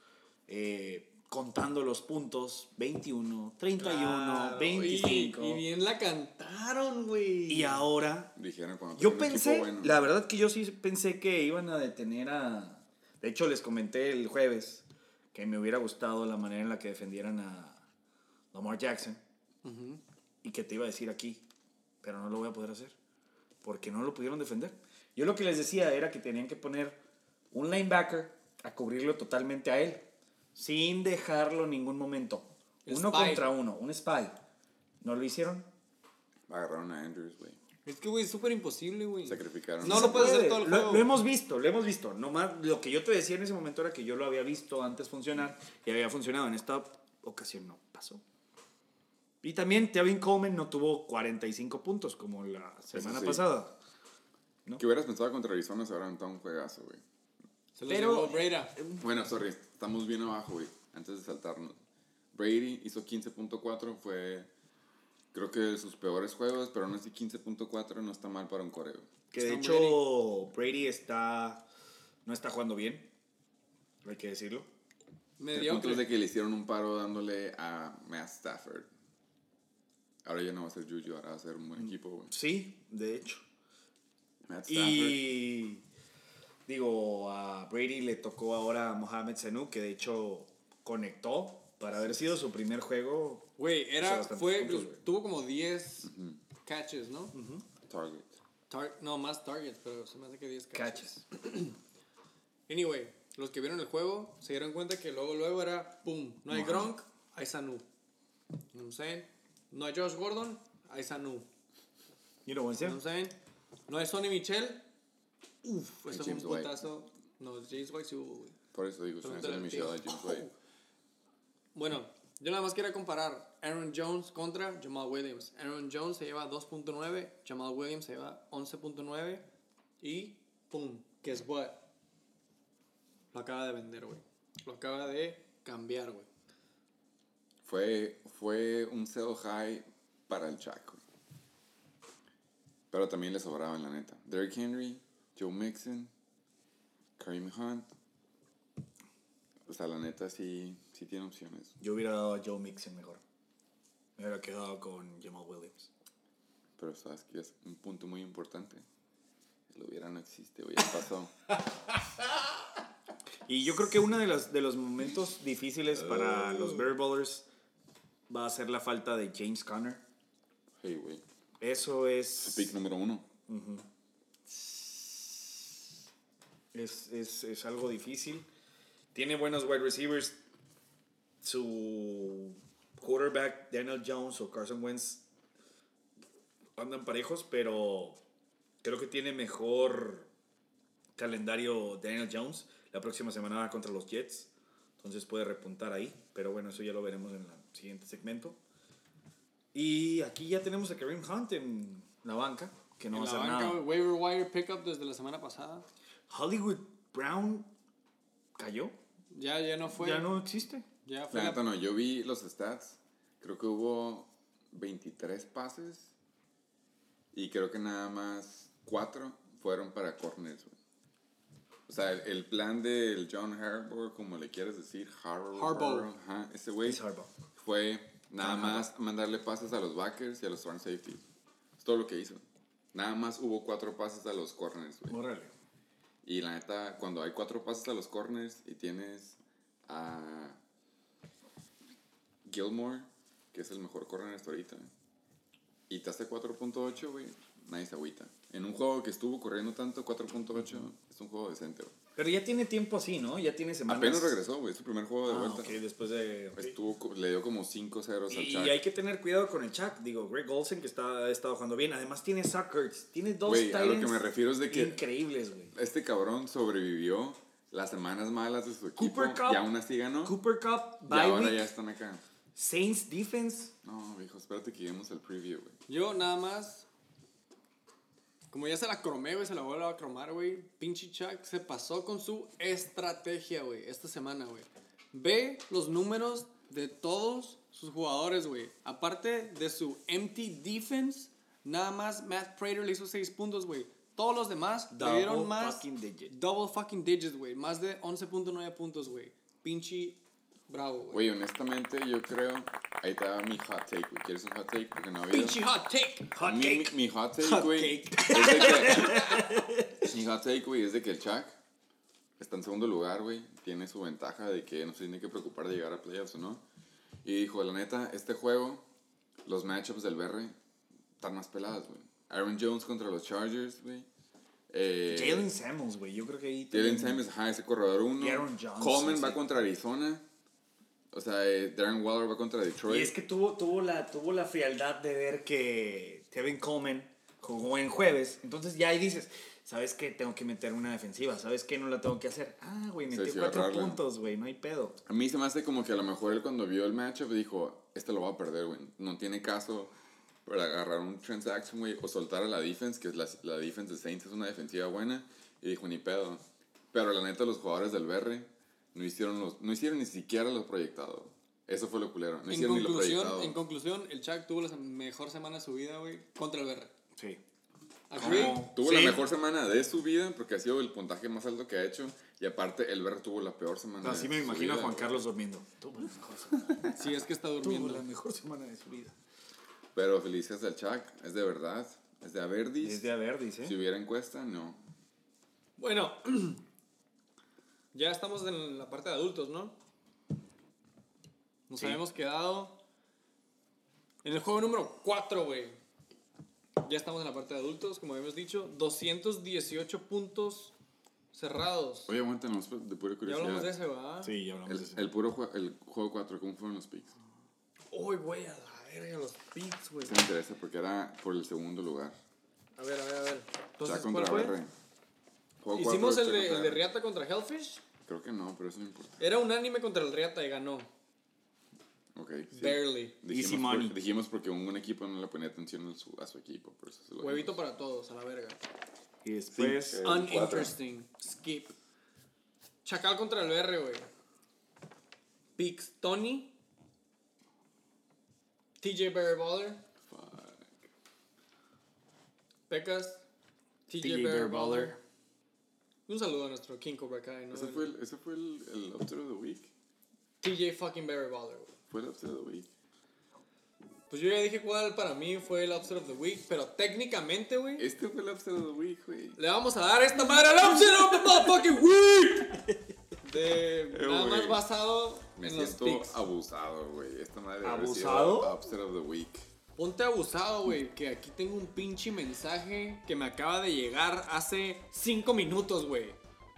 eh, contando los puntos, 21, 31, Claro, 25. Y, y bien la cantaron, güey. y ahora Dijeron cuando yo tenga un equipo pensé, bueno. la verdad que yo sí pensé que iban a detener a... De hecho, les comenté el jueves que me hubiera gustado la manera en la que defendieran a Lamar Jackson. Y que te iba a decir aquí, pero no lo voy a poder hacer. Porque no lo pudieron defender. Yo lo que les decía era que tenían que poner un linebacker a cubrirlo totalmente a él. Sin dejarlo en ningún momento. El uno spy. contra uno, un spy. ¿No lo hicieron? Agarraron a Andrews, güey. Es que, güey, es súper imposible, güey. Sacrificaron. No lo puedes hacer Puede, todo el lo, juego. lo hemos visto, lo hemos visto. Nomás lo que yo te decía en ese momento era que yo lo había visto antes funcionar y había funcionado. En esta ocasión no pasó. Y también Tevin Coleman no tuvo 45 puntos como la semana sí. pasada. Que hubieras pensado contra Arizona se habrá aventado un juegazo, güey. Se los Pero- llevó Breda. Bueno, sorry, estamos bien abajo, güey. Antes de saltarnos. Brady hizo 15.4, fue creo que de sus peores juegos, pero aún así 15.4 no está mal para un coreo. Que de Tom hecho Brady está no está jugando bien. Hay que decirlo. El punto es de Mediocre. que le hicieron un paro dándole a Matt Stafford. Ahora ya no va a ser Juju, ahora va a ser un buen equipo, güey. Sí, de hecho. Matt Stafford. Y digo, a Brady le tocó ahora a Mohamed Sanu, que de hecho conectó para haber sido su primer juego. Güey, Hizo era, bastantes fue, pues, puntos, güey. tuvo como 10 catches, ¿no? Target. Tar- no, más targets, pero se me hace que 10 catches. Cachas. Anyway, los que vieron el juego se dieron cuenta que luego, luego era, pum, no hay Gronk, hay Sanu. You know what I'm saying? No hay Josh Gordon, hay Sanu. You know what I'm You know saying? what I'm saying? No hay Sonny Michel. Uf, Hay eso fue un James White. putazo. No, James White sí hubo, güey. Por eso digo, suena a ser Michelle y James White. Bueno, yo nada más quería comparar Aaron Jones contra Jamal Williams. Aaron Jones se lleva 2.9, Jamal Williams se lleva 11.9 y pum, guess what? Lo acaba de vender, güey. Lo acaba de cambiar, güey. Fue, fue un sell high para el Chaco. Pero también le sobraban, la neta. Derrick Henry, Joe Mixon, Kareem Hunt. O sea, la neta sí, sí tiene opciones. Yo hubiera dado a Joe Mixon mejor. Me hubiera quedado con Jamal Williams. Pero sabes que es un punto muy importante. Lo hubiera no existe, güey. Ya pasó. Y yo creo que uno de los, de los momentos difíciles para los Bear Ballers va a ser la falta de James Conner. Hey, güey. Eso es. Pick número uno. Es, es- es algo difícil. Tiene buenos wide receivers. Su quarterback, Daniel Jones o Carson Wentz, andan parejos, pero creo que tiene mejor calendario Daniel Jones. La próxima semana va contra los Jets. Entonces puede repuntar ahí. Pero bueno, eso ya lo veremos en el siguiente segmento. Y aquí ya tenemos a Kareem Hunt en la banca, que no en va a la hacer banca, nada. güey, waiver wire pickup desde la semana pasada. Hollywood Brown cayó. Ya, ya no fue. Ya no existe. Ya fue La la- neta no, yo vi los stats. Creo que hubo 23 pases. Y creo que nada más 4 fueron para corners, güey. O sea, el, el plan del John Harbaugh, como le quieres decir, Harbaugh. Harbaugh. ajá, ese güey. Es Harbaugh. Fue nada más mandarle pases a los backers y a los front safeties. Es todo lo que hizo. Nada más hubo 4 pases a los corners, güey. Órale. Y la neta, cuando hay cuatro pases a los corners y tienes a Gilmore, que es el mejor corner hasta ahorita, y te hace 4.8, güey, nadie se agüita. En un juego que estuvo corriendo tanto, 4.8 es un juego decente, güey. Pero ya tiene tiempo así, ¿no? Ya tiene semanas. Apenas regresó, güey, es su primer juego de Ah, vuelta. Pues, ok, después de. ok. Estuvo, co- le dio como 5-0 al Y, y Chuck. hay que tener cuidado con el Chuck. Digo, Greg Olsen, que está, ha estado jugando bien. Además, tiene Suckers. Tiene dos Güey, a lo que tight ends me refiero es de que- Increíbles, güey. Este cabrón sobrevivió las semanas malas de su equipo Cooper Cup. y aún así ganó. Cooper Cup, y bye ahora week, ya están acá. Saints defense. No, viejo, espérate que lleguemos al preview, güey. Yo nada más Como ya se la cromé, güey, se la vuelvo a cromar, güey. Pinche Chuck se pasó con su estrategia, güey, esta semana, güey. Ve los números de todos sus jugadores, güey. Aparte de su empty defense, nada más Matt Prater le hizo 6 puntos, güey. Todos los demás le Double dieron más. fucking digit. Double fucking digits, güey. Más de 11.9 puntos, güey. Pinche bravo, güey. Güey, honestamente, yo creo. Ahí te va mi hot take, güey. ¿Quieres un hot take? Porque no ha habido. Pinche hot take. mi, mi- Mi hot take, güey. cake. Es de que. mi hot take, güey, es de que el Chuck está en segundo lugar, güey. Tiene su ventaja de que no se tiene que preocupar de llegar a playoffs o no. Y dijo, la neta, este juego, los matchups del BR están más peladas, güey. Aaron Jones contra los Chargers, güey. Eh, Jalen Samuels, güey. Yo creo que ahí. Jalen también- Samuels, ajá, ese corredor 1. Y Aaron Johnson, Coleman va sí. contra Arizona. O sea, eh, Darren Waller va contra Detroit. Y es que tuvo, tuvo, la, tuvo la frialdad de ver que Tevin Coleman jugó en jueves. Entonces ya ahí dices, ¿sabes qué? Tengo que meter una defensiva. ¿Sabes qué? No la tengo que hacer. Ah, güey, metí sí, cuatro agarrarla. puntos, güey. No hay pedo. A mí se me hace como que a lo mejor él cuando vio el matchup dijo, este lo va a perder, güey. No tiene caso para agarrar un transaction, güey, o soltar a la defense, que es la, la defense de Saints es una defensiva buena. Y dijo, ni pedo. Pero la neta, los jugadores del BR no hicieron, los, no hicieron ni siquiera lo proyectado. Eso fue lo culero. No En hicieron ni lo conclusión, proyectado. en conclusión, el Chuck tuvo la se- mejor semana de su vida, güey, contra el BR. Sí. Ah, Agree. Como- Tuvo Sí. la mejor semana de su vida porque ha sido el puntaje más alto que ha hecho. Y aparte, el BR tuvo la peor semana. Así de me su imagino a vida, Juan güey. Carlos durmiendo. Tuvo la mejor semana. Sí, es que está Tuvo durmiendo. la mejor semana de su vida. Pero felices al Chuck. Es de verdad. Es de Averdis. Desde a ver, dice. Si hubiera encuesta, no. Bueno, ya estamos en la parte de adultos, ¿no? Nos Sí. habíamos quedado en el juego número 4, güey. Ya estamos en la parte de adultos, como habíamos dicho. 218 puntos cerrados. Oye, aguántanos pues, de pura Ya hablamos de curiosidad. ese, ¿verdad? Sí, ya hablamos El, de eso. el puro jue- el juego 4, ¿cómo fueron los picks? Uy, güey, a la verga, los picks, güey. Se me interesa porque era por el segundo lugar. A ver, a ver, a ver. Entonces, ya ¿cuál contra fue? BR. Juego Hicimos cuatro, el Chaco de, el de Ferrer. Riata contra Hellfish. Creo que no, pero eso no importa. Era unánime contra el Riata y ganó. Ok. sí. Barely. Dijimos Easy por- money. dijimos porque un, un equipo no le ponía atención a su, a su equipo. Por eso se lo Huevito dijimos. para todos, a la verga. Y después. Sí, eh, Uninteresting. Skip. Chacal contra el BR, güey. Pix Tony. TJ Barry Baller. Pecas. TJ TJ Barry Barry Baller. Baller. Un saludo a nuestro King Cobra Kai, ¿no? Ese fue el, ese fue el, el upset of the week. TJ fucking Barry Baller, güey. Fue el upset of the week. Pues yo ya dije cuál para mí fue el Upset of the Week, pero técnicamente, güey. Este fue el upset of the week, güey. Le vamos a dar esta madre al Upset of the Motherfucking Week. De nada Eh, güey. más basado Me en los siento picks. abusado, güey. Esta madre ¿Abusado? el upset of the week. Ponte abusado, güey, que aquí tengo un pinche mensaje que me acaba de llegar hace 5 minutos, güey.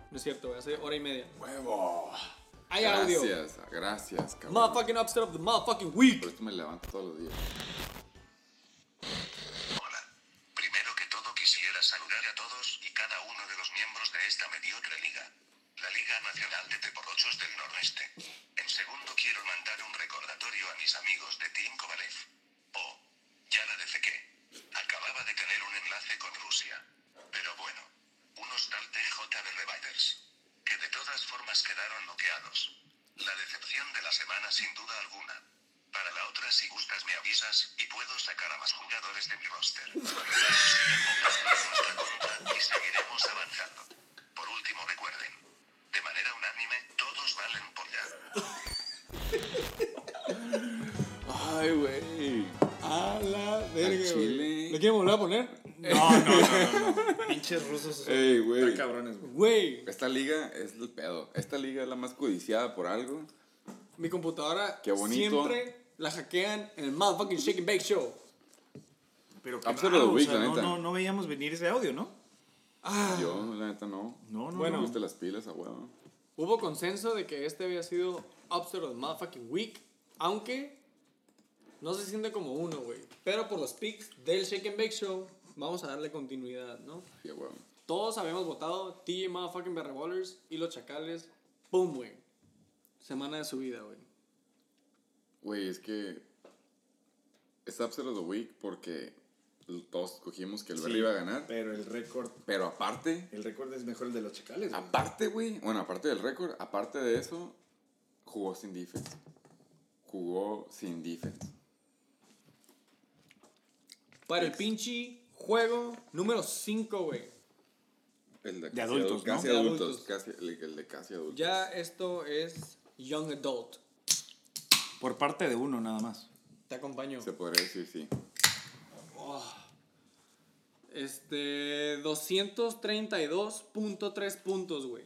No es cierto, güey, hace hora y media. ¡Huevo! Hay audio. Gracias, gracias, cabrón. Motherfucking Upset of the Motherfucking Week. Por esto me levanto todos los días. Hola. Primero que todo quisiera saludar a todos y cada uno de los miembros de esta mediocre liga. La Liga Nacional de Teporochos del Nordeste. En segundo quiero mandar un recordatorio a mis amigos de Team Kovalev. Oh, ya la defequé. Acababa de tener un enlace con Rusia. Pero bueno, unos tal TJ de Reviders. Que de todas formas quedaron noqueados. La decepción de la semana sin duda alguna. Para la otra si gustas me avisas y puedo sacar a más jugadores de mi roster. Nuestra contra y seguiremos avanzando. Por último recuerden, de manera unánime, todos valen por ya. Ay, güey. A la verga, Al chile. güey. ¿Le quieren volver a poner? No, no, no, no, no. Pinches rusos. Ey, güey. Están cabrones, güey. Güey, Esta liga es el pedo. Esta liga es la más codiciada por algo. mi computadora Qué bonito. siempre la hackean en el Motherfucking Shake and Bake Show. Pero qué Upset of the raro, o week, sea, la no, neta. no, no veíamos venir ese audio, ¿no? Yo, la neta, no. Ah. No, no, Bueno. Bueno. Me gusta las pilas a huevo. Hubo consenso de que este había sido Upset of the Motherfucking Week, aunque no se siente como uno, güey. Pero por los picks del Shake and Bake Show, vamos a darle continuidad, ¿no? Sí, a huevo. Todos habíamos votado TJ Motherfucking Barry Ballers y los Chacales. ¡Pum, güey! Semana de su vida, güey. Güey, es que. Es upset of the week porque todos cogimos que el Sí, Barry iba a ganar. Pero el récord, Pero aparte, el récord es mejor el de los chacales, güey. aparte, güey, bueno, aparte del récord, aparte de eso, jugó sin defense. Jugó sin defense. Para el pinche juego número 5, güey. El de, casi adultos, ¿no? casi De adultos, adultos. casi- el, el de casi adultos. Ya esto es Young Adult. Por parte de uno nada más. Te acompaño. Se podría decir, sí. Este, 232.3 puntos, güey.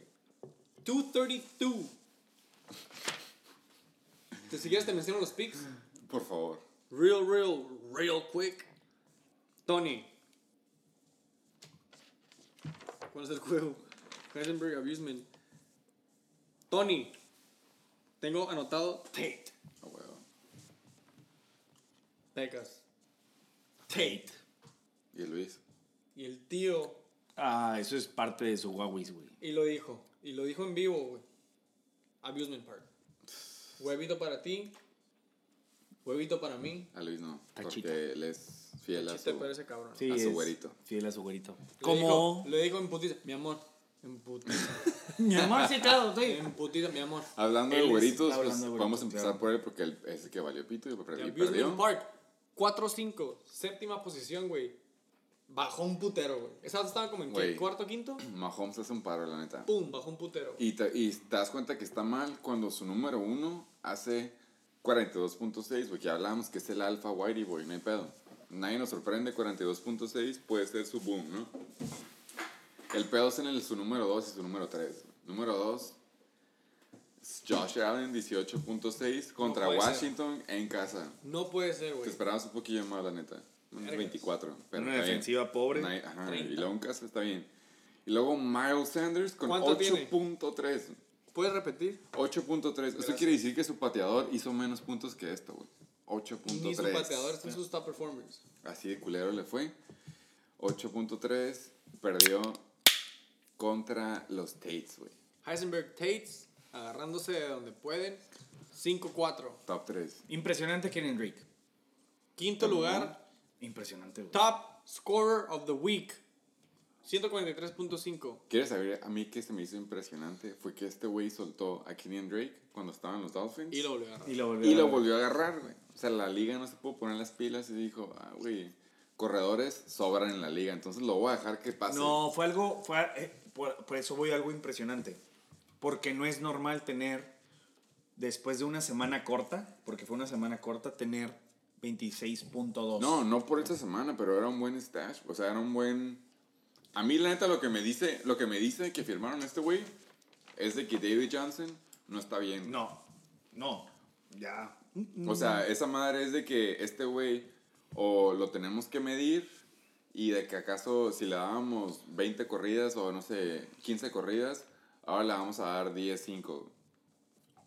232. ¿Te si quieres te menciono los picks? Por favor. Real, real, real quick. Tony. ¿Cuál es el juego? Heisenberg Abusement. Tony. Tengo anotado Tate. A huevo. Pecas. Tate. Y Luis. Y el tío. Ah, eso es parte de su Huawei, güey. Y lo dijo. Y lo dijo en vivo, güey. Abusement Park. Huevito para ti. Huevito para mí. A Luis no. Tachita. Porque él es fiel a Chiste su... para ese cabrón. Sí, A su es güerito. Fiel a su güerito. Lo dijo- Como. Lo dijo en putiza. Mi amor. En putiza. Mi amor, sí, claro, sí. en putiza, mi amor. Hablando Él de es- güeritos, hablando pues, de güeritos, vamos a empezar claro. por él porque él es el que valió pito y, perdió- y Abusement perdió. Park, 4-5, séptima posición, güey. Bajó un putero, güey. Esa estaba como en qué, Güey. cuarto, quinto. Mahomes hace un paro, la neta. Pum, bajó un putero. güey. Y te, y te das cuenta que está mal cuando su número uno hace 42.6, porque hablábamos que es el alfa whitey boy, no hay pedo. Nadie nos sorprende, 42.6 puede ser su boom, ¿no? El pedo es en el, su número 2 y su número 3. Número 2, Josh Allen, 18.6 contra puede ser. Washington en casa. No puede ser, güey. Te esperabas un poquillo más, la neta. Unos Vergas. 24. Pero Una está bien. defensiva pobre. Nadie- ajá, 30. y luego en casa está bien. Y luego Miles Sanders con ¿Cuánto tiene? 8.3. ¿Puedes repetir? 8.3. Eso quiere decir que su pateador hizo menos puntos que esto, güey. Ni su pateador, 8.3. son sus top performers. Así de culero le fue. 8.3. Perdió contra los Tates, güey. Heisenberg Tates, agarrándose de donde pueden. 5-4. Top 3. Impresionante Kenny Drake. Quinto lugar, Impresionante, güey. top scorer of the week. 143.5. ¿Quieres saber a mí que se me hizo impresionante? Fue que este güey soltó a Kenyon Drake cuando estaban los Dolphins. Y lo volvió a agarrar. Y lo volvió. Y a lo ver. volvió a agarrar, güey. O sea, la liga no se pudo poner las pilas y dijo, ah, güey, corredores sobran en la liga, entonces lo voy a dejar que pase. No, fue algo. Fue, eh, por, por eso voy a algo impresionante. Porque no es normal tener, después de una semana corta, porque fue una semana corta, tener 26.2. No, no por esta semana, pero era un buen stash. O sea, era un buen. A mí, la neta, lo que me dice, lo que, me dice que firmaron a este güey es de que David Johnson no está bien. No, no. Ya. O sea, esa madre es de que este güey o lo tenemos que medir y de que acaso si le dábamos 20 corridas o no sé, 15 corridas, ahora le vamos a dar 10, 5.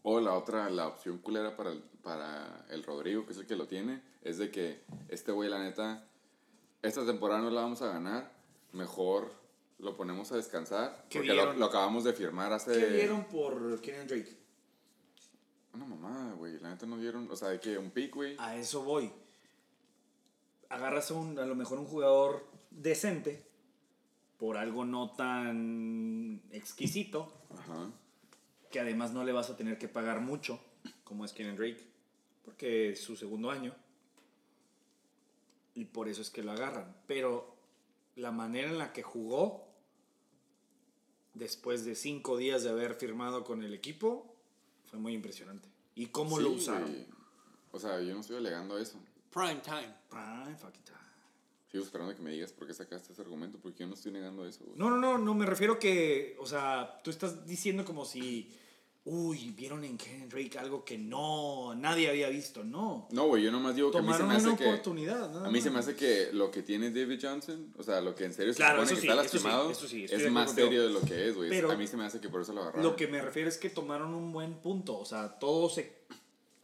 O la otra, la opción culera para el, para el Rodrigo, que es el que lo tiene, es de que este güey, la neta, esta temporada no la vamos a ganar, mejor lo ponemos a descansar, ¿Qué porque lo, dieron? lo acabamos de firmar hace... ¿Qué dieron por Kenyon Drake? Una mamada, güey, la neta no dieron, o sea, de que un pick, güey. A eso voy. Agarras un, a lo mejor un jugador decente, por algo no tan exquisito, Ajá. que además no le vas a tener que pagar mucho, como es Kenan Drake, porque es su segundo año. Y por eso es que lo agarran. Pero la manera en la que jugó, después de cinco días de haber firmado con el equipo, fue muy impresionante. ¿Y cómo lo Sí, usaron? güey. O sea, yo no estoy alegando eso. Prime time. Prime fucking time. Sigo esperando que me digas por qué sacaste ese argumento, porque yo no estoy negando eso. güey. No, no, no, no, me refiero que, o sea, tú estás diciendo como si, uy, vieron en Kenan Drake algo que no, nadie había visto, no. No, güey, yo nomás digo que a mí se Tomaron me una hace que... oportunidad, nada A mí se me más. hace que lo que tiene David Johnson, o sea, lo que en serio se Claro, supone eso que sí, está eso sí, lastimado, eso sí, estoy de es acuerdo más serio de lo que es, Pero- güey. A mí se me hace que por eso lo agarraron. Lo que me refiero es que tomaron un buen punto, o sea, todo se,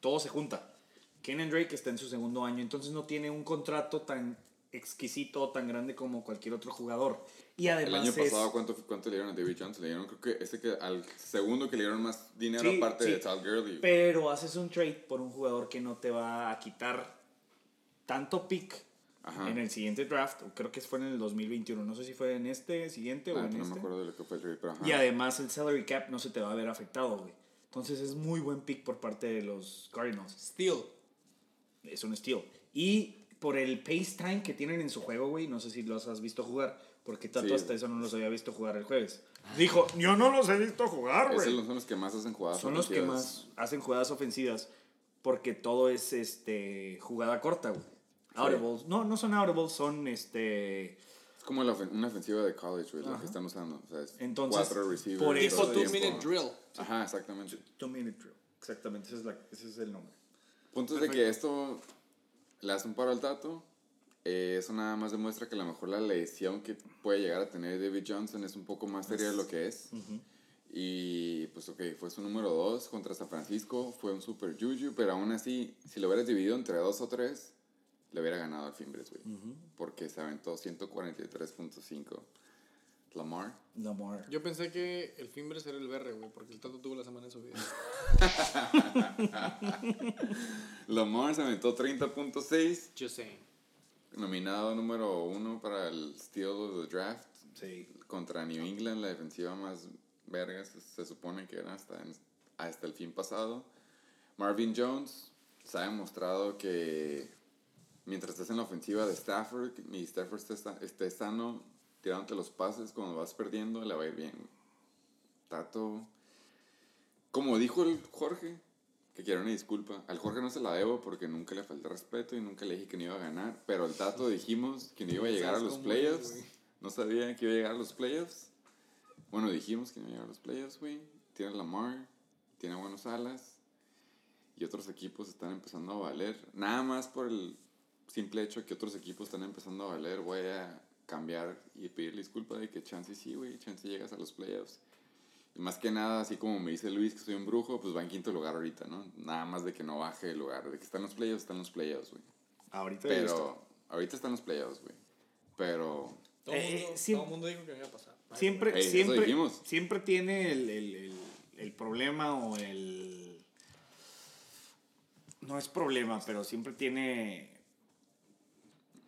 todo se junta. Kenan Drake está en su segundo año, entonces no tiene un contrato tan exquisito, tan grande como cualquier otro jugador. Y El además año es- pasado, ¿cuánto, ¿cuánto le dieron a David Johnson? Le dieron, creo que ese que al segundo que le dieron más dinero Sí, aparte sí. de Todd Gurley. güey. Pero haces un trade por un jugador que no te va a quitar tanto pick Ajá. en el siguiente draft, o creo que fue en el 2021, no sé si fue en este siguiente o Ah, en no este. me acuerdo de lo que fue el trade, pero ajá. Y además el salary cap no se te va a ver afectado, güey. Entonces es muy buen pick por parte de los Cardinals. Steel. Es un steal. Y por el pace time que tienen en su juego, güey, no sé si los has visto jugar, porque Tato Sí. Ah. hasta eso no los había visto jugar el jueves. Dijo, yo no los he visto jugar, Esos güey. son los que más hacen jugadas. Son los que ofensivas. más hacen jugadas ofensivas porque todo es este jugada corta, güey. Audibles. No, no son audibles, son este. Es como la ofen- una ofensiva de college, güey, la que están usando. O sea, es Entonces, cuatro receivers. por todo el eso- Tipo Todo two tiempo. minute drill. Ajá, exactamente. Two minute drill. Exactamente, ese es, la- ese es el nombre. Puntos de que esto le hace un paro al dato. eso nada más demuestra que a lo mejor la lesión que puede llegar a tener David Johnson es un poco más seria de lo que es. Y pues ok, fue su número 2 contra San Francisco, fue un super juju, pero aún así, si lo hubieras dividido entre dos o tres, le hubiera ganado al Fimbres, güey. Porque se aventó 143.5 Lamar. Lamar. Yo pensé que el Fimbres era el BR, güey, porque el Tato tuvo la semana de su vida. Lamar se aventó 30.6, Yo sé. nominado número 1 para el Steal of the Draft. Sí. contra New England, la defensiva más verga se, se supone que era hasta, en- hasta el fin pasado. Marvin Jones se ha demostrado que mientras estés en la ofensiva de Stafford y Stafford esté, sa- esté sano, tirándote los pases, cuando vas perdiendo, le va a ir bien. Tato, como dijo el Jorge, que quiero una disculpa, al Jorge no se la debo porque nunca le falté respeto y nunca le dije que no iba a ganar, pero al Tato dijimos que no iba a llegar a sabes los cómo es, playoffs. güey. No sabía que iba a llegar a los playoffs. Bueno, dijimos que no iba a llegar a los playoffs, güey. Tiene a Lamar, tiene a buenos alas. Y otros equipos están empezando a valer. Nada más por el simple hecho que otros equipos están empezando a valer. Voy a cambiar y pedirle disculpa de que chance sí, güey. Chance llegas a los playoffs. Y más que nada, así como me dice Luis que soy un brujo, pues va en quinto lugar ahorita, ¿no? Nada más de que no baje el lugar. De que están los playoffs, están los playoffs, güey. Ahorita ya está. Pero ahorita están los playoffs, güey. Pero Todo el Eh, mundo, siem- todo mundo dijo que me iba a pasar. Ay, Siempre, Ey, eso siempre, dijimos. siempre tiene el, el- el- el problema o el... No es problema, pero siempre tiene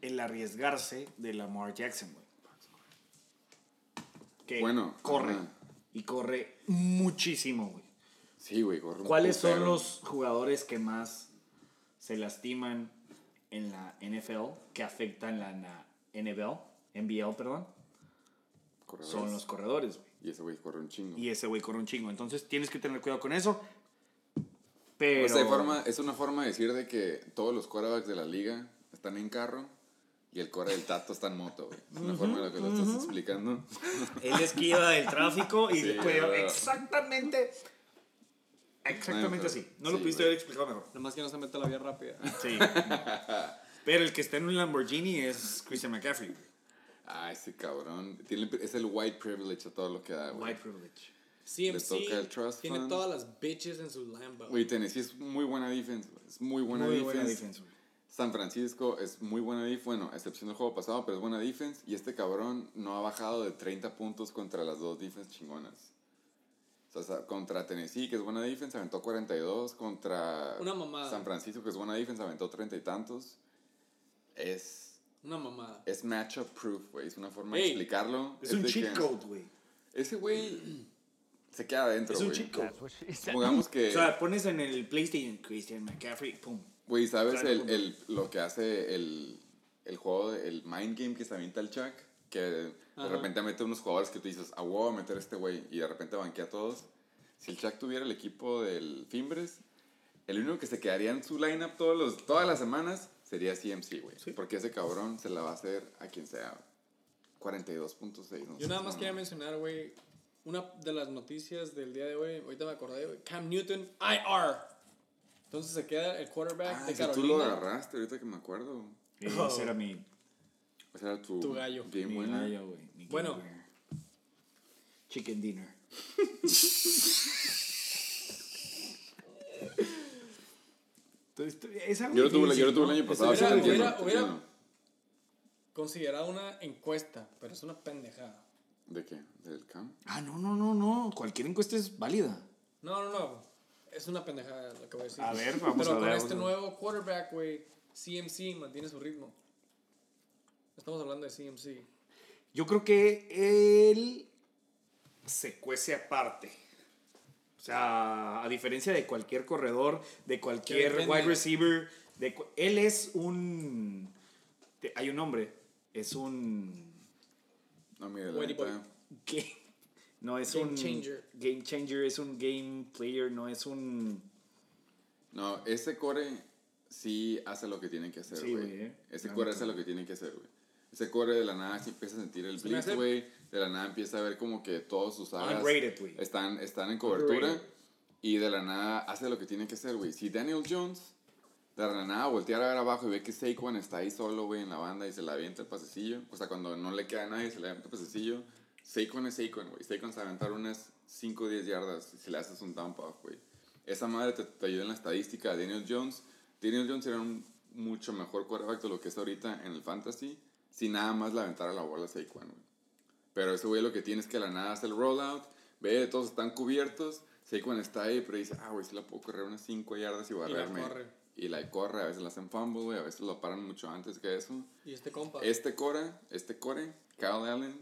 el arriesgarse de Lamar Jackson, güey. Que Bueno, corre. ajá. Y corre muchísimo, güey. Sí, güey, corre un ¿Cuáles son putero. los jugadores que más se lastiman en la NFL, que afectan la na- NBL, NBL, perdón? Corredores. Son los corredores, güey. Y ese güey corre un chingo. Y ese güey corre un chingo. Entonces tienes que tener cuidado con eso. Pero. O sea, hay Pues forma- es una forma de decir de que todos los quarterbacks de la liga están en carro y el core del tato está en moto, güey. Es una forma de lo que lo estás explicando. Él esquiva del tráfico y Sí, le cuelga- claro. Exactamente. Exactamente pero- así. No lo pues, sí, pudiste güey. haber explicado mejor. Nomás que no se mete a la vía rápida. Sí. Pero el que está en un Lamborghini es Christian McCaffrey. Ah, ese cabrón. Tiene- es el white privilege a todo lo que da, güey. White privilege. toca el CMC trust tiene fund. todas las bitches en su Lambo. Güey, Tennessee es muy buena defense, güey. Es muy buena Muy defense. buena defensa. güey. San Francisco es muy buena defense, bueno, a excepción del juego pasado, pero es buena defense. Y este cabrón no ha bajado de 30 puntos contra las dos defense chingonas. O sea, contra Tennessee, que es buena defense, aventó 42. Contra Una mamada. San Francisco, que es buena defense, aventó 30 y tantos. Es, Una mamada. es matchup proof, güey. Es una forma de Ey, explicarlo. Es un de cheat que code, güey. Ese güey se queda adentro, Es güey. un cheat code. Supongamos que... O sea, pones en el PlayStation Christian McCaffrey, pum. Güey, ¿sabes Claro, el, como- el- lo que hace el, el juego, de- el mind game que se avienta el Chuck? Que de Ajá. repente mete unos jugadores que tú dices, ah, wow, meter a este güey, y de repente banquea a todos. Si el Chuck tuviera el equipo del Fimbres, el único que se quedaría en su lineup todos los, todas las semanas sería CMC, güey. Porque ese cabrón se la va a hacer a quien sea. 42.6. no Yo sé, nada más no, quería no. mencionar, güey, una de las noticias del día de hoy. Ahorita me acordé, güey. Cam Newton, IR. Entonces se queda el quarterback Ah, de si tú lo Carolina. agarraste, ahorita que me acuerdo. Y Oh. ese era mi. O sea, tu, Tu gallo. game mi winner. gallo, güey, mi game Bueno. winner. Chicken dinner. Entonces, tú- es algo Yo lo tuve, difícil, yo lo tuve el año Es pasado. algo sí te hubiera- entiendo, hubiera- te hubiera- entiendo. Considerada una encuesta, pero es una pendejada. ¿De qué? ¿Del camp? Ah, no, no, no, no. Cualquier encuesta es válida. No, no, no. Es una pendejada lo que voy a decir. A ver, vamos Pero a con ver, este vamos a nuevo quarterback, güey, CMC mantiene su ritmo. Estamos hablando de CMC. Yo creo que él se cuece aparte. O sea, a diferencia de cualquier corredor, de cualquier depende. wide receiver, de, cu- él es un... te- Hay un nombre, es un... No, mire, la Whitey boy. neta, game- no es Game un... changer. Game changer, es un game player, no es un... No, ese core sí hace lo que tiene que hacer, Sí, güey. güey, eh. Ese La core neta, hace lo que tiene que hacer, güey. Ese core de la nada se empieza a sentir el me blitz, hace- güey. De la nada empieza a ver como que todos sus alas Underrated, güey. están, están en cobertura. Underrated. Y de la nada hace lo que tiene que hacer, güey. Si Daniel Jones de la nada voltea a ver abajo y ve que Saquon está ahí solo, güey, en la banda y se la avienta el pasecillo. O sea, cuando no le queda a nadie, se le avienta el pasecillo. Saquon es Saquon, güey. Saquon se va a aventar unas 5 o 10 yardas si le haces un down pass, güey. Esa madre te, te ayuda en la estadística. Daniel Jones. Daniel Jones era un mucho mejor quarterback de lo que es ahorita en el fantasy. Si nada más le aventara la bola a Saquon, güey. Pero ese güey lo que tiene es que de la nada hace el rollout, ve, todos están cubiertos, Saquon está ahí, pero dice, ah, güey, si la puedo correr unas 5 yardas y barrerme. corre. Y la corre, a veces la hacen fumble, güey, a veces lo paran mucho antes que eso. Y este compa. Este Cora, este Core, Kyle Allen,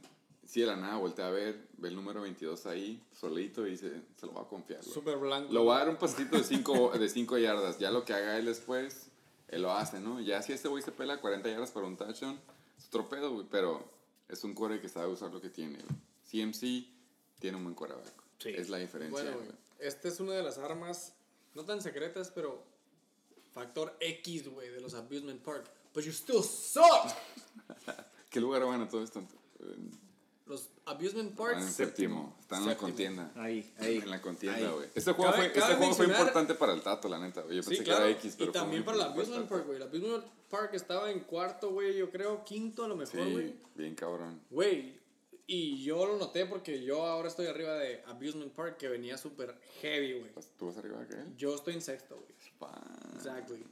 si de la nada voltea a ver, ve el número 22 ahí, solito, y dice, se lo va a confiar, güey. Súper blanco. Lo va a dar un pasito de 5 de cinco yardas. Ya lo que haga él después, él lo hace, ¿no? Ya si este güey se pela 40 yardas para un touchdown, es otro pedo, güey. Pero es un core que sabe usar lo que tiene, güey. CMC tiene un buen coreback. Sí. Es la diferencia, Bueno, güey. güey. Esta es una de las armas, no tan secretas, pero factor X, güey, de los Abusement Park. But you still suck. ¿Qué lugar van a todo esto? Eh, Los Abusement Van en Parks. séptimo. Están en la Séptimo. contienda. Ahí, ahí. En la contienda, Ahí. güey. Este juego, Cabe- fue, este cabe juego fue mencionar- importante para el Tato, la neta, güey. Yo pensé Sí, claro. que era X, pero fue y también muy para la importante para Abusement Park, el güey. La Abusement Park estaba en cuarto, güey, yo creo, quinto a lo mejor, Tato. güey. Sí, bien cabrón. Güey, y yo lo noté porque yo ahora estoy arriba de Abusement Park que venía súper heavy, güey. Pues, ¿Tú vas arriba de él? Yo estoy en sexto, güey. Exactly.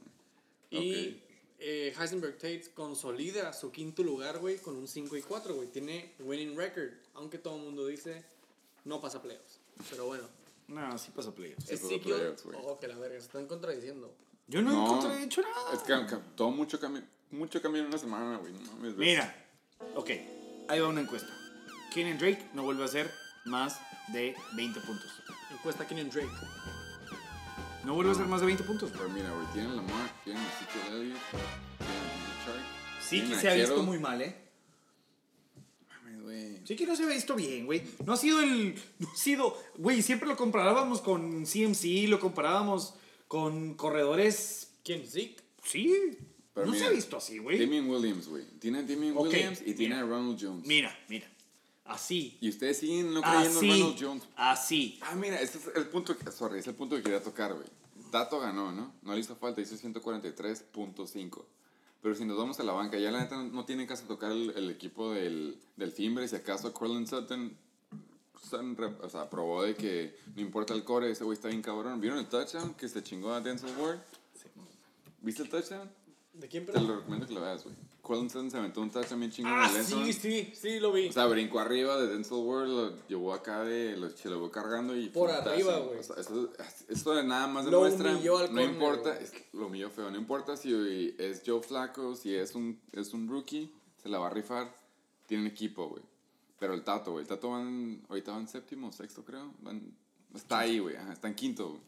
Y Ok. eh, Heisenberg Tate consolida su quinto lugar, güey, con un 5 y 4, güey. Tiene winning record, aunque todo el mundo dice no pasa playoffs. Pero bueno, No, sí pasa playoffs. Sí pasa Ezekiel. playoffs, güey. Oh, que la verga, se están contradiciendo. Yo no, he No. contradicho nada. Es que ca- todo mucho cambio, mucho cambio en una semana, güey. No mames, güey. Mira, ok, ahí va una encuesta. Kenyon Drake no vuelve a hacer más de 20 puntos. Encuesta a Kenyon Drake. No vuelve a hacer más de 20 puntos. Pero mira, güey, tienen la Mark, tienen a Ezekiel Elliott, tienen a Chark. Sí que se ha visto muy mal, ¿eh? Mames, güey. Sí que no se ha visto bien, güey. No ha sido el... No ha sido... Güey, siempre lo comparábamos con CMC, lo comparábamos con corredores... ¿Quién? Zeke. Sí. Pero no mira, se ha visto así, güey. Damien Williams, güey. Tienen a Damien Ok, Williams y tienen mira. a Ronald Jones. Mira, Ah, mira. Así. Y ustedes siguen no creyendo en Así. Ronald Jones. Así. Ah, mira, este es el punto que, sorry, es el punto que quería tocar, güey. Tato ganó, ¿no? No le hizo falta, hizo 143.5. Pero si nos vamos a la banca, ya la neta no, no tiene caso tocar el, el equipo del, del Fimbre. Si acaso Corlin Sutton, Sutton re- o sea, probó de que no importa el core, ese güey está bien cabrón. ¿Vieron el touchdown que se chingó a Denzel Ward? ¿Viste el touchdown? ¿De quién, Te perdón? lo recomiendo que lo veas, güey. Corlin Sutton se aventó un touchdown bien chingón Ah, en el end zone. sí, sí, sí, lo vi. O sea, brincó arriba de Denzel Ward, lo llevó acá de. Lo, se lo llevó cargando y. Por putazo. arriba, güey. O sea, eso, esto de nada más Lo demuestra. humilló al no córner, importa, güey. es, lo humilló feo. No importa si es Joe Flaco, si es un, es un rookie, se la va a rifar. Tiene un equipo, güey. Pero el Tato, güey. El Tato van. Ahorita van séptimo, sexto, creo. Van- está ahí, güey. ajá, Está en quinto, güey.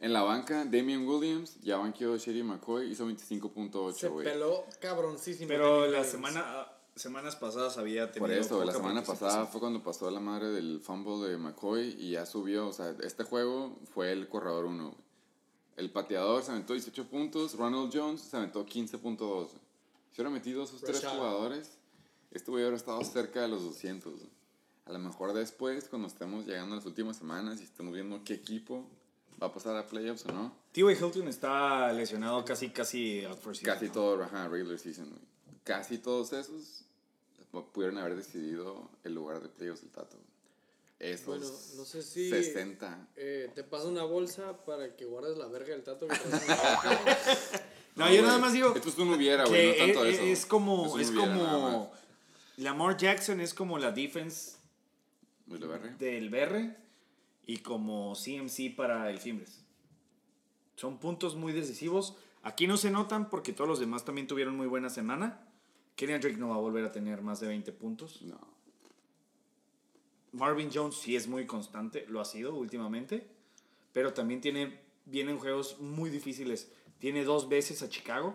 En la banca, Damian Williams ya banqueó a Sherry McCoy, hizo 25.8, se ah, güey. peló cabroncísimo. Pero Kenyon la Drake. semana... Semanas pasadas había tenido... Por eso, la poca semana pasada participación. fue cuando pasó la madre del fumble de McCoy y ya subió. O sea, este juego fue el corredor 1. El pateador se aventó 18 puntos, Ronald Jones se aventó 15.2. Si hubiera metido esos tres Rashad. jugadores, este hubiera estado cerca de los 200. güey. A lo mejor después, cuando estemos llegando a las últimas semanas y estemos viendo qué equipo va a pasar a playoffs o no, T.Y. Hilton está lesionado casi, casi out for season, Casi ¿no? todo, ajá, regular season, güey. Casi todos esos pu- pudieron haber decidido el lugar de playoffs del Tato. Esos Bueno, no sé si- 60. Eh, te paso una bolsa para que guardes la verga del tato que traes en la boca. No, yo güey, nada más digo Esto es un hubiera, güey, no que tanto es, eso. es como, un es hubiera nada como más. Lamar Jackson es como la defense Luis Leverre. del BR y como CMC para el Fimbres. Son puntos muy decisivos. Aquí no se notan porque todos los demás también tuvieron muy buena semana, Kenyan Drake no va a volver a tener más de 20 puntos. No. Marvin Jones sí es muy constante, lo ha sido últimamente, pero también tiene, vienen juegos muy difíciles. Tiene dos veces a Chicago,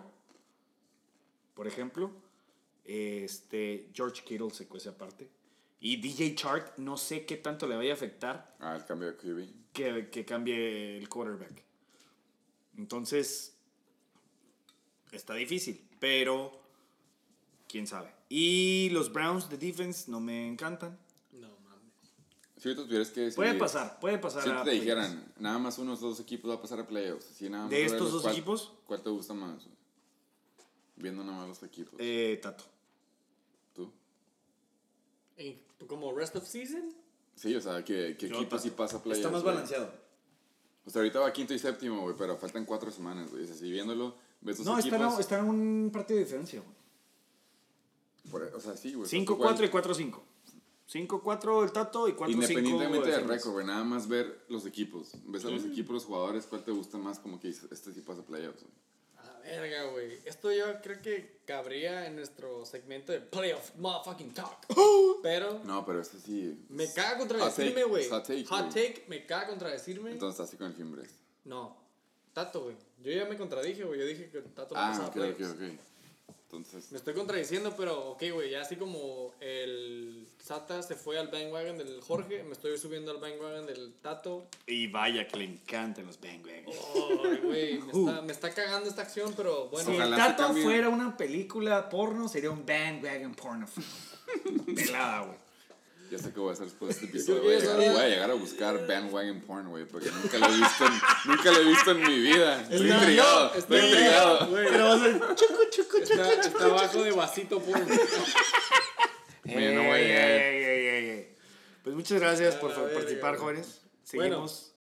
por ejemplo. Este, George Kittle se cuece aparte. Y DJ Chart, no sé qué tanto le vaya a afectar Ah, el cambio de QB. que, que cambie el quarterback. Entonces, está difícil, pero quién sabe. Y los Browns de defense no me encantan. No mames. Si ahorita tuvieras que decidir, Puede pasar, puede pasar. Si a te playoffs. dijeran, nada más unos dos equipos va a pasar a playoffs. así nada más ¿De a ver estos los dos cual- equipos? ¿Cuál te gusta más? güey? Viendo nada más los equipos. Eh, Tato. ¿Tú? En- Como rest of season, Sí, o sea, que, que Yo, equipo sí Tato. pasa a playoffs. Está más güey? balanceado. O sea, ahorita va quinto y séptimo, güey, pero faltan cuatro semanas, güey. O sea, si viéndolo, ves tus No, equipos. están, a- están en un partido de diferencia. güey. por- e, o sea, sí, güey. 5-4 y 4-5. 5-4 el Tato y 4-5. Independientemente del defensa. récord, güey, nada más ver los equipos. Ves a los Mm. equipos, los jugadores, cuál te gusta más, como que dices, este sí pasa a playoffs, güey. a la verga, güey. Esto yo creo que cabría en nuestro segmento de Playoff Motherfucking Talk. Pero No, pero este sí. me caga take, contradecirme, güey. hot take, güey. take, me caga contradecirme. Entonces, así con el Fimbres. No, Tato, güey. Yo ya me contradije, güey. Yo dije que Tato no Ah, pasaba ok, ok, playoffs. ok. Entonces, Me estoy contradiciendo, pero ok, güey. Ya así como el Sata se fue al bandwagon del Jorge, me estoy subiendo al bandwagon del Tato. Y vaya que le encantan los Bengals. Oh, Ay, güey. me, está, me está cagando esta acción, pero bueno. si el Uh. Ojalá se Tato cambie. fuera una película porno, sería un bandwagon porno. Pelada, güey. ya sé qué voy a hacer después de este episodio. que Voy a, ya llegar, sabía. voy a llegar a buscar bandwagon porn, güey, porque nunca lo he visto en, nunca lo he visto en mi vida. Estoy intrigado, Está- estoy intrigado. güey, Pero vas a decir, chucu, chucu, chucu. Está, está abajo de vasito pues. por Oye, no voy a Ey, llegar. Eh. ey, ey, ey, ey. Pues muchas gracias A por la fa- verga, participar, güey. jóvenes. Seguimos.